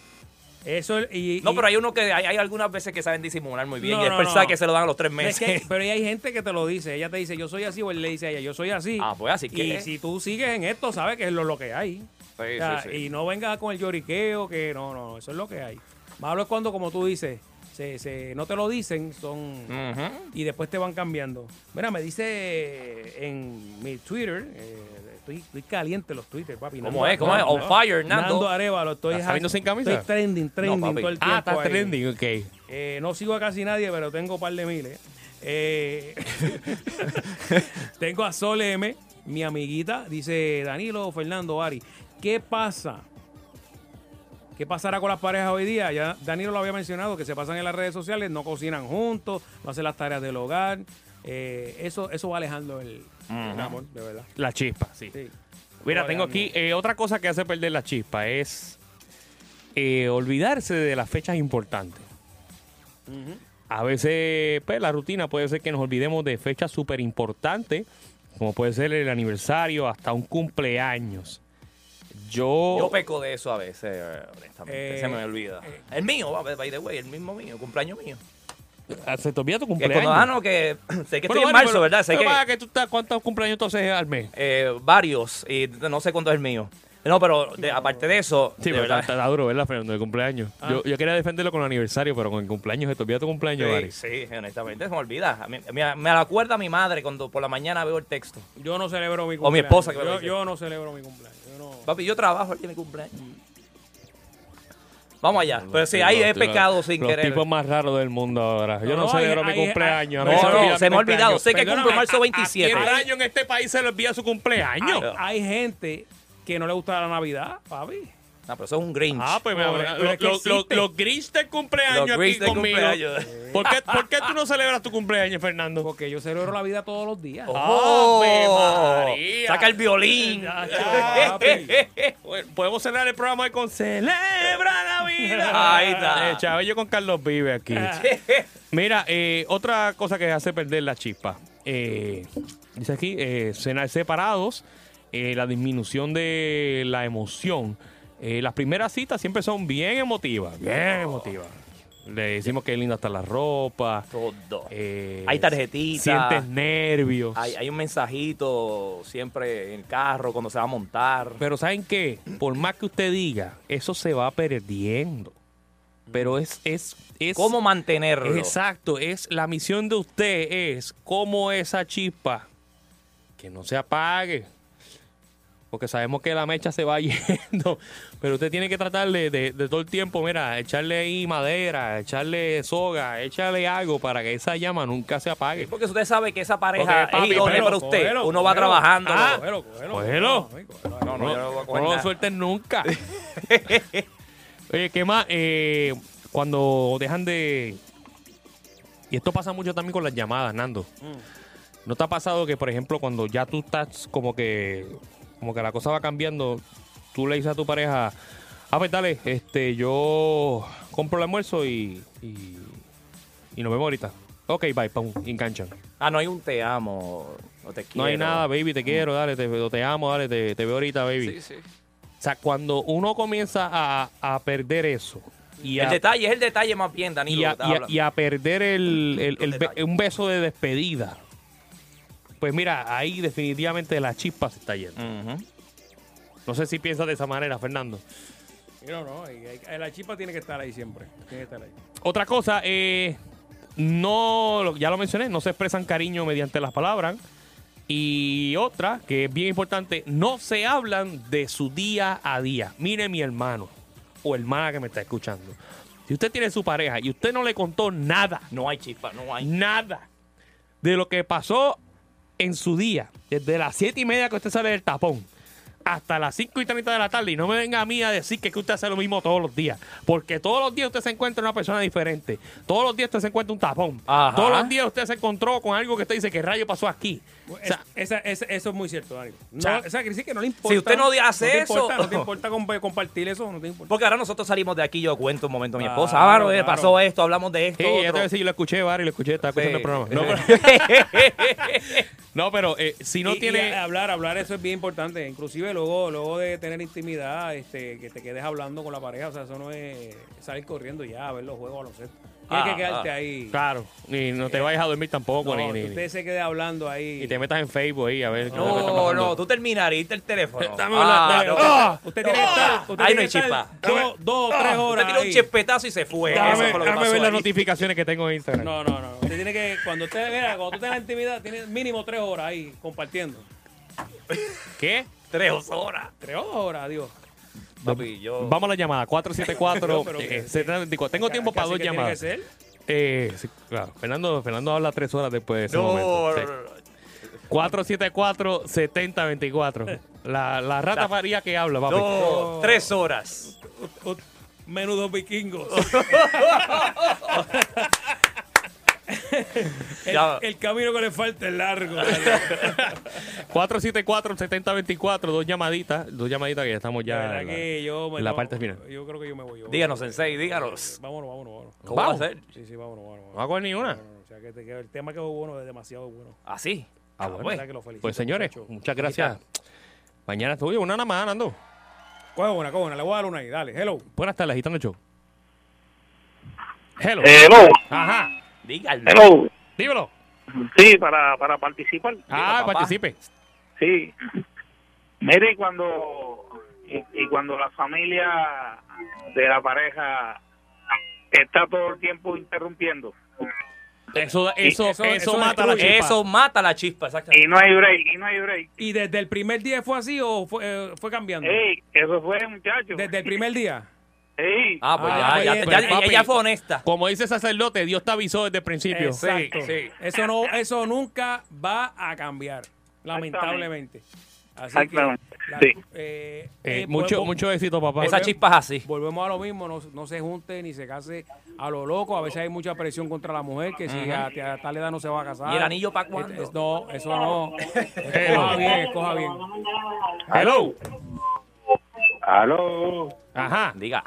Speaker 2: Eso es- y,
Speaker 4: No,
Speaker 2: y-
Speaker 4: pero hay uno que hay, hay algunas veces que saben disimular muy bien
Speaker 2: No,
Speaker 4: y es
Speaker 2: no,
Speaker 4: pensar
Speaker 2: no.
Speaker 4: que se lo dan a los tres
Speaker 2: Es
Speaker 4: meses.
Speaker 2: que- pero hay gente que te lo dice. Ella te dice, yo soy así, o él le dice a ella, yo soy así.
Speaker 4: Ah, pues, así que
Speaker 2: Y
Speaker 4: es.
Speaker 2: si tú sigues en esto, sabes que es lo, lo que hay. O sea, Y no venga con el lloriqueo, que no, no, eso es lo que hay. Malo es cuando, como tú dices, se, se- no te lo dicen, son
Speaker 4: Ujú.
Speaker 2: y después te van cambiando. Mira, me dice en mi Twitter, eh, estoy, estoy caliente los Twitter, papi.
Speaker 4: ¿Cómo es? ¿Cómo es? On fire, Nando.
Speaker 2: Nando Arevalo, estoy,
Speaker 3: ¿Estás viendo sin camisa?
Speaker 2: estoy trending, trending
Speaker 3: No, papi.
Speaker 2: todo el tiempo.
Speaker 3: Ah, estás
Speaker 2: ahí.
Speaker 3: trending, ok.
Speaker 2: Eh, no sigo a casi nadie, pero tengo un par de miles. Eh, tengo a Sol M, mi amiguita, dice Danilo Fernando Ari. ¿Qué pasa? ¿Qué pasará con las parejas hoy día? Ya Danilo lo había mencionado, que se pasan en las redes sociales, no cocinan juntos, no hacen las tareas del hogar. Eh, eso, eso va alejando el, el
Speaker 3: Ujú.
Speaker 2: amor, de verdad.
Speaker 3: La chispa, sí.
Speaker 2: Sí.
Speaker 3: Mira, tengo aquí eh, otra cosa que hace perder la chispa es eh, olvidarse de las fechas importantes. A veces, pues, la rutina puede ser que nos olvidemos de fechas súper importantes, como puede ser el aniversario, hasta un cumpleaños. Yo,
Speaker 4: Yo peco de eso a veces, eh, honestamente.
Speaker 3: Eh,
Speaker 4: se me olvida. el mío, va, by the way, el mismo mío, cumpleaños mío.
Speaker 3: se te olvida tu
Speaker 4: Que
Speaker 3: cumpleaños.
Speaker 4: cuando, ah, no, que sé que
Speaker 3: Bueno,
Speaker 4: estoy en
Speaker 3: bueno,
Speaker 4: marzo,
Speaker 3: pero-
Speaker 4: ¿verdad? Sé
Speaker 3: pero
Speaker 4: que,
Speaker 3: vaya que tú estás- ¿Cuántos cumpleaños entonces al mes?
Speaker 4: eh, varios, y no sé cuánto es el mío. No, pero de- aparte de eso,
Speaker 3: Sí,
Speaker 4: de
Speaker 3: pero está,
Speaker 4: verdad,
Speaker 3: está duro, ¿verdad, Fernando? El cumpleaños.
Speaker 4: Ah.
Speaker 3: Yo, yo quería defenderlo con el aniversario, pero con el cumpleaños, se te olvida tu cumpleaños, Ari.
Speaker 4: Sí, sí, honestamente, se me olvida. A mí- me, me la acuerda mi madre cuando por la mañana veo el texto.
Speaker 2: Yo no celebro mi
Speaker 4: O mi
Speaker 2: cumpleaños.
Speaker 4: esposa que me lo
Speaker 2: yo,
Speaker 4: dice.
Speaker 2: yo no celebro mi cumpleaños. Yo no-
Speaker 4: Papi, yo trabajo el día de mi cumpleaños. Vamos allá. Pero Pues sí, ahí
Speaker 3: Los-
Speaker 4: he
Speaker 3: los-
Speaker 4: pecado sin
Speaker 3: los
Speaker 4: querer.
Speaker 3: tipos más raros del mundo ahora. Yo no,
Speaker 4: No,
Speaker 3: celebro
Speaker 4: hay-
Speaker 3: mi
Speaker 4: hay-
Speaker 3: cumpleaños. a
Speaker 4: no,
Speaker 3: mí
Speaker 4: no,
Speaker 3: olvida
Speaker 4: se
Speaker 3: mi
Speaker 4: me ha olvidado.
Speaker 3: cumpleaños.
Speaker 4: Sé que
Speaker 3: Perdóname,
Speaker 4: cumplo marzo
Speaker 3: ¿a- a
Speaker 4: 27.
Speaker 3: quién rayo en este país se le olvida su cumpleaños?
Speaker 2: Hay, hay gente que no le gusta la Navidad, papi.
Speaker 4: No, pero eso es un Grinch.
Speaker 3: Ah, pues mira,
Speaker 2: Pero-
Speaker 3: lo-
Speaker 2: pero es que
Speaker 3: lo- lo-
Speaker 2: existe.
Speaker 3: los gris del cumpleaños
Speaker 4: Los
Speaker 3: aquí
Speaker 4: Grinch del
Speaker 3: conmigo.
Speaker 4: cumpleaños.
Speaker 3: ¿Por qué, por qué tú no celebras tu cumpleaños, Fernando?
Speaker 2: Porque yo celebro la vida todos los días.
Speaker 3: ¡Ave María!
Speaker 4: Oh. Saca el violín.
Speaker 3: Papi. Bueno, Podemos cerrar el programa hoy con Celebra la vida.
Speaker 4: Ahí está.
Speaker 3: Eh, Chavillo con Carlos Vive aquí.
Speaker 2: Ah.
Speaker 3: Mira, eh, otra cosa que hace perder la chispa. Eh, dice aquí, eh, cenar separados, eh, la disminución de la emoción. Eh, las primeras citas siempre son bien emotivas, bien emotivas. Le decimos que linda está la ropa.
Speaker 4: Todo.
Speaker 3: eh,
Speaker 4: Hay tarjetitas.
Speaker 3: Sientes nervios.
Speaker 4: Hay, hay un mensajito siempre en el carro cuando se va a montar.
Speaker 3: Pero ¿saben qué? Por más que usted diga, eso se va perdiendo. Pero es... es, es
Speaker 4: ¿Cómo mantenerlo?
Speaker 3: Exacto, es la misión de usted es cómo esa chispa que no se apague. Porque sabemos que la mecha se va yendo. Pero usted tiene que tratar de, de- de todo el tiempo, mira, echarle ahí madera, echarle soga, échale algo para que esa llama nunca se apague.
Speaker 4: Porque usted sabe que esa pareja
Speaker 3: Ok, papi,
Speaker 4: es idónea
Speaker 3: cógelo,
Speaker 4: para usted.
Speaker 3: cógelo,
Speaker 4: Uno va
Speaker 3: cógelo.
Speaker 4: trabajando.
Speaker 3: Ah,
Speaker 4: cógelo,
Speaker 3: Cógelo.
Speaker 4: No, no, yo no voy a
Speaker 3: No
Speaker 4: coger
Speaker 3: lo
Speaker 4: nada.
Speaker 3: sueltes nunca. Oye, ¿qué más? Eh, cuando dejan de. Y esto pasa mucho también con las llamadas, Nando. ¿No te ha pasado que, por ejemplo, cuando ya tú estás como que. como que la cosa va cambiando, tú le dices a tu pareja. Ah, pues dale, este, yo compro el almuerzo y. y, y nos vemos ahorita. Ok, bye, pum, y enganchan.
Speaker 4: Ah, no hay un te amo. o te
Speaker 3: No hay
Speaker 4: quiero.
Speaker 3: nada, baby, te quiero, dale, te, te amo, dale, te, te veo ahorita, baby.
Speaker 4: Sí, sí.
Speaker 3: O sea, cuando uno comienza a, a perder eso y
Speaker 4: el
Speaker 3: a,
Speaker 4: detalle es el detalle más bien, Danilo.
Speaker 3: y a-
Speaker 4: que
Speaker 3: y
Speaker 4: estás
Speaker 3: a-
Speaker 4: hablando.
Speaker 3: y a perder el, el- el be- un beso de despedida, pues mira, ahí definitivamente la chispa se está yendo. No sé si piensas de esa manera, Fernando.
Speaker 2: No, no, hay- hay- la chispa tiene que estar ahí siempre. Tiene que estar ahí.
Speaker 3: Otra cosa, eh, no, lo- ya lo mencioné, no se expresan cariño mediante las palabras. Y otra, que es bien importante, no se hablan de su día a día. Mire mi hermano o hermana que me está escuchando. Si usted tiene su pareja y usted no le contó nada,
Speaker 4: No hay chispa, no hay.
Speaker 3: nada de lo que pasó en su día, desde las siete y media que usted sale del tapón hasta las 5 y 30 de la tarde. Y no me venga a mí a decir que, es que usted hace lo mismo todos los días. Porque todos los días usted se encuentra una persona diferente. Todos los días usted se encuentra un tapón.
Speaker 2: Ajá.
Speaker 3: Todos los días usted se encontró con algo que usted dice, ¿qué rayo pasó aquí?
Speaker 2: Pues, Es- esa- esa- eso es muy cierto, Dani. No,
Speaker 3: O sea,
Speaker 2: o sea, que sí que no le importa.
Speaker 4: si usted no hace
Speaker 2: te
Speaker 4: eso-
Speaker 2: importa, no te importa comp- compartir eso, no te importa.
Speaker 4: Porque ahora nosotros salimos de aquí, yo cuento un momento a mi esposa.
Speaker 2: Claro,
Speaker 4: Ah, bueno, eh,
Speaker 2: claro.
Speaker 4: pasó esto, hablamos de esto.
Speaker 3: Sí, ya te voy
Speaker 4: otro.
Speaker 3: a decir, yo lo escuché, Barry, lo escuché, estaba escuchando el
Speaker 4: Sí.
Speaker 3: programa. No, pero, No, pero, eh, si no
Speaker 2: Y- y
Speaker 3: tiene...
Speaker 2: a- hablar, hablar, eso es bien importante. Inclusive luego, luego de tener intimidad, este, que te quedes hablando con la pareja, o sea, eso no es salir corriendo ya a ver los juegos a los Tienes
Speaker 4: Ah,
Speaker 2: que quedarte ahí. Eh,
Speaker 3: Claro. Y no te vayas a dormir tampoco.
Speaker 2: No,
Speaker 3: ni,
Speaker 2: que
Speaker 3: ni-
Speaker 2: usted se quede hablando ahí.
Speaker 3: y te metas en Facebook ahí a ver. qué es lo que está
Speaker 4: No,
Speaker 3: pasando.
Speaker 4: no, tú terminarías el teléfono.
Speaker 3: Dame
Speaker 4: Ah,
Speaker 3: una-
Speaker 4: no,
Speaker 3: ¡Ah!
Speaker 4: usted tiene que estar. usted
Speaker 3: Ahí
Speaker 4: tiene
Speaker 3: no hay
Speaker 4: que estar
Speaker 3: chispa.
Speaker 2: Dos, dos o
Speaker 4: Ah,
Speaker 2: tres horas.
Speaker 4: Usted tiró un
Speaker 2: ahí.
Speaker 4: chispetazo y se fue. Eso
Speaker 3: Déjame,
Speaker 4: fue lo que
Speaker 3: déjame
Speaker 4: pasó
Speaker 3: ver las
Speaker 4: ahí.
Speaker 3: notificaciones que tengo en Instagram.
Speaker 2: No, no, no. Usted tiene que, cuando usted vea, cuando tú tengas intimidad, tiene mínimo tres horas ahí compartiendo.
Speaker 3: ¿Qué?
Speaker 4: Tres horas.
Speaker 2: Tres horas, Dios.
Speaker 4: Papi, yo.
Speaker 3: Vamos a la llamada.
Speaker 2: Pero,
Speaker 3: 474
Speaker 2: pero,
Speaker 3: eh,
Speaker 2: ¿qué?
Speaker 3: 794. Tengo tiempo para
Speaker 2: Casi
Speaker 3: dos
Speaker 2: que tiene
Speaker 3: llamadas.
Speaker 2: que ser.
Speaker 3: Eh, sí, claro. Fernando, Fernando habla tres horas después de ese
Speaker 4: No,
Speaker 3: momento.
Speaker 4: no,
Speaker 3: Sí. 474-7024. La, la rata
Speaker 4: La-
Speaker 3: María que habla, papi.
Speaker 4: No, tres horas.
Speaker 2: Menudo vikingos. el,
Speaker 3: Ya.
Speaker 2: el camino que le falta es largo.
Speaker 3: 474-7024. Dos llamaditas. Dos llamaditas que ya estamos
Speaker 2: La
Speaker 3: ya.
Speaker 2: verdad
Speaker 3: en la-
Speaker 2: que yo me-
Speaker 3: en la
Speaker 2: no,
Speaker 3: parte final.
Speaker 2: Yo creo que yo me voy. yo.
Speaker 4: Díganos, Sensei, díganos.
Speaker 2: Vámonos, vámonos, vámonos.
Speaker 4: ¿Cómo va a
Speaker 2: Vamos.
Speaker 4: ser?
Speaker 2: Sí, sí, vámonos, vámonos. vámonos.
Speaker 3: No hago ni una.
Speaker 2: O sea, que, te- que el tema que es bueno es demasiado bueno.
Speaker 4: ¿Ah, sí? Ah,
Speaker 2: La
Speaker 4: bueno.
Speaker 2: verdad que lo felicito,
Speaker 3: Pues señores,
Speaker 2: muchacho.
Speaker 3: muchas gracias. Mañana estoy una nada más, Nando.
Speaker 2: Coge una, coge una. Le voy a dar una ahí. Dale, hello.
Speaker 3: Buenas tardes, Gitano Show. Hello.
Speaker 9: Hello.
Speaker 4: Ah,
Speaker 3: Ajá.
Speaker 4: Dígalo.
Speaker 9: Hello.
Speaker 3: Dímelo.
Speaker 9: Sí, para, para participar.
Speaker 3: Ah, participe.
Speaker 9: Sí. Mire, y cuando, y, y cuando la familia de la pareja está todo el tiempo interrumpiendo
Speaker 3: Eso,
Speaker 9: Y-
Speaker 3: eso, Eh, eso, mata la
Speaker 4: destruye.
Speaker 3: chispa.
Speaker 4: Eso mata la chispa, exactamente.
Speaker 9: y no hay break, y no hay break.
Speaker 2: ¿Y desde el primer día fue así o fue, eh, fue cambiando?
Speaker 9: Ey, eso fue, muchacho.
Speaker 2: ¿Desde el primer día? eh,
Speaker 9: Ey.
Speaker 4: Ah, pues
Speaker 3: Ah,
Speaker 4: ya,
Speaker 3: pues,
Speaker 4: ya, ya,
Speaker 3: papi.
Speaker 4: ella fue honesta.
Speaker 3: Como dice el sacerdote, Dios te avisó desde el principio.
Speaker 2: Exacto. Eso, no, eso nunca va a cambiar, lamentablemente. Así que,
Speaker 3: Exactamente,
Speaker 2: la-
Speaker 3: sí.
Speaker 2: eh,
Speaker 3: Eh,
Speaker 2: eh,
Speaker 3: mucho,
Speaker 2: vol-
Speaker 3: mucho éxito, papá.
Speaker 2: Volvemos-
Speaker 4: así.
Speaker 2: Volvemos a lo mismo, no, no se junte ni se case a lo loco. A veces hay mucha presión contra la mujer que si
Speaker 4: Ajá.
Speaker 2: a, ti- a tal edad no se va a casar.
Speaker 4: ¿Y el anillo pa' cuándo?
Speaker 2: Este, es- no, eso no.
Speaker 9: Hello.
Speaker 2: Escoja bien, escoja bien.
Speaker 9: Hello. Aló.
Speaker 3: Ajá.
Speaker 4: Diga.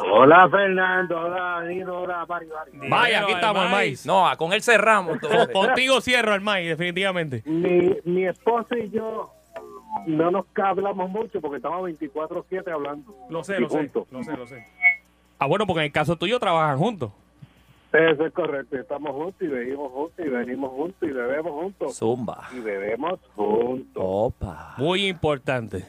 Speaker 9: Hola, Fernando. Hola, Danilo. Hola, Barrio.
Speaker 3: Vaya, aquí estamos, el maíz.
Speaker 4: No, ah, con él cerramos. entonces.
Speaker 3: Contigo cierro, el maíz, definitivamente.
Speaker 18: Mi, mi esposa y yo no nos hablamos mucho porque estamos 24-7 hablando.
Speaker 2: Lo sé,
Speaker 18: Y
Speaker 2: lo sé,
Speaker 18: juntos.
Speaker 2: lo sé, lo sé.
Speaker 3: Ah, bueno, porque en el caso tuyo trabajan juntos.
Speaker 18: Eso es correcto. Estamos juntos y vivimos juntos y venimos juntos y bebemos juntos.
Speaker 4: Zumba.
Speaker 18: Y bebemos juntos.
Speaker 4: Opa.
Speaker 3: Muy importante.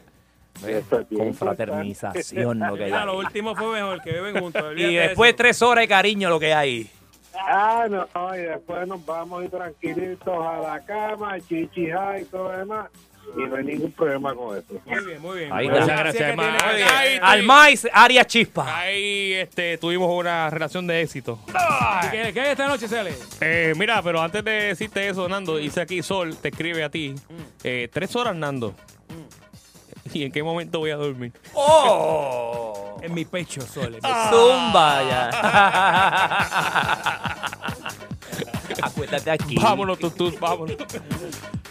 Speaker 4: Confraternización, lo que hay
Speaker 2: Ya,
Speaker 4: ahí.
Speaker 2: lo último fue mejor, que beben juntos. olvídate
Speaker 4: Y
Speaker 2: de
Speaker 4: después
Speaker 2: eso.
Speaker 4: tres horas de cariño lo que hay.
Speaker 18: Ah, no, y después nos vamos a ir tranquilitos a la cama, chichija y todo lo demás. Y no hay ningún problema con eso.
Speaker 2: Muy bien, muy bien.
Speaker 3: Ahí
Speaker 2: Pues
Speaker 3: está.
Speaker 2: así es que
Speaker 3: Gracias,
Speaker 2: tiene
Speaker 3: Mavi.
Speaker 2: que ser.
Speaker 3: Ahí
Speaker 4: Al maíz, área chispa.
Speaker 3: Ahí este, tuvimos una relación de éxito.
Speaker 2: ¿Y ¿Qué, qué hay esta noche, Cele?
Speaker 3: Eh, mira, pero antes de decirte eso, Nando, dice aquí Sol, te escribe a ti. eh, tres horas, Nando. ¿Y en qué momento voy a dormir?
Speaker 4: ¡Oh! Ah.
Speaker 2: En mi pecho, Sole.
Speaker 3: Ah,
Speaker 4: Zumba ya. Acuérdate aquí.
Speaker 3: Vámonos, tutut, vámonos.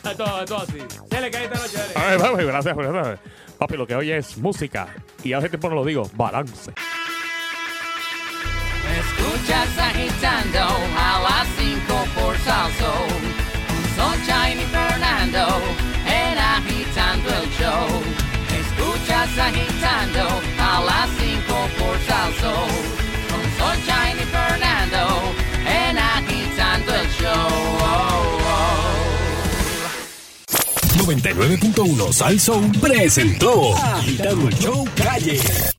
Speaker 2: A todo, a todo así. Cele, ¿qué hay esta noche? Dale.
Speaker 3: A ver, papi, gracias, gracias. Papi, lo que oye es música. Y a veces tiempo no lo digo, balance.
Speaker 1: Escuchas agitando a las 5 por Salso. Sunshine y Fernando en agitando el show. Escuchas agitando a las 5 por Salso. Sunshine y Fernando en agitando el show. Oh,
Speaker 11: 99.1 Sal Soul presentó Agitando el Show Calle.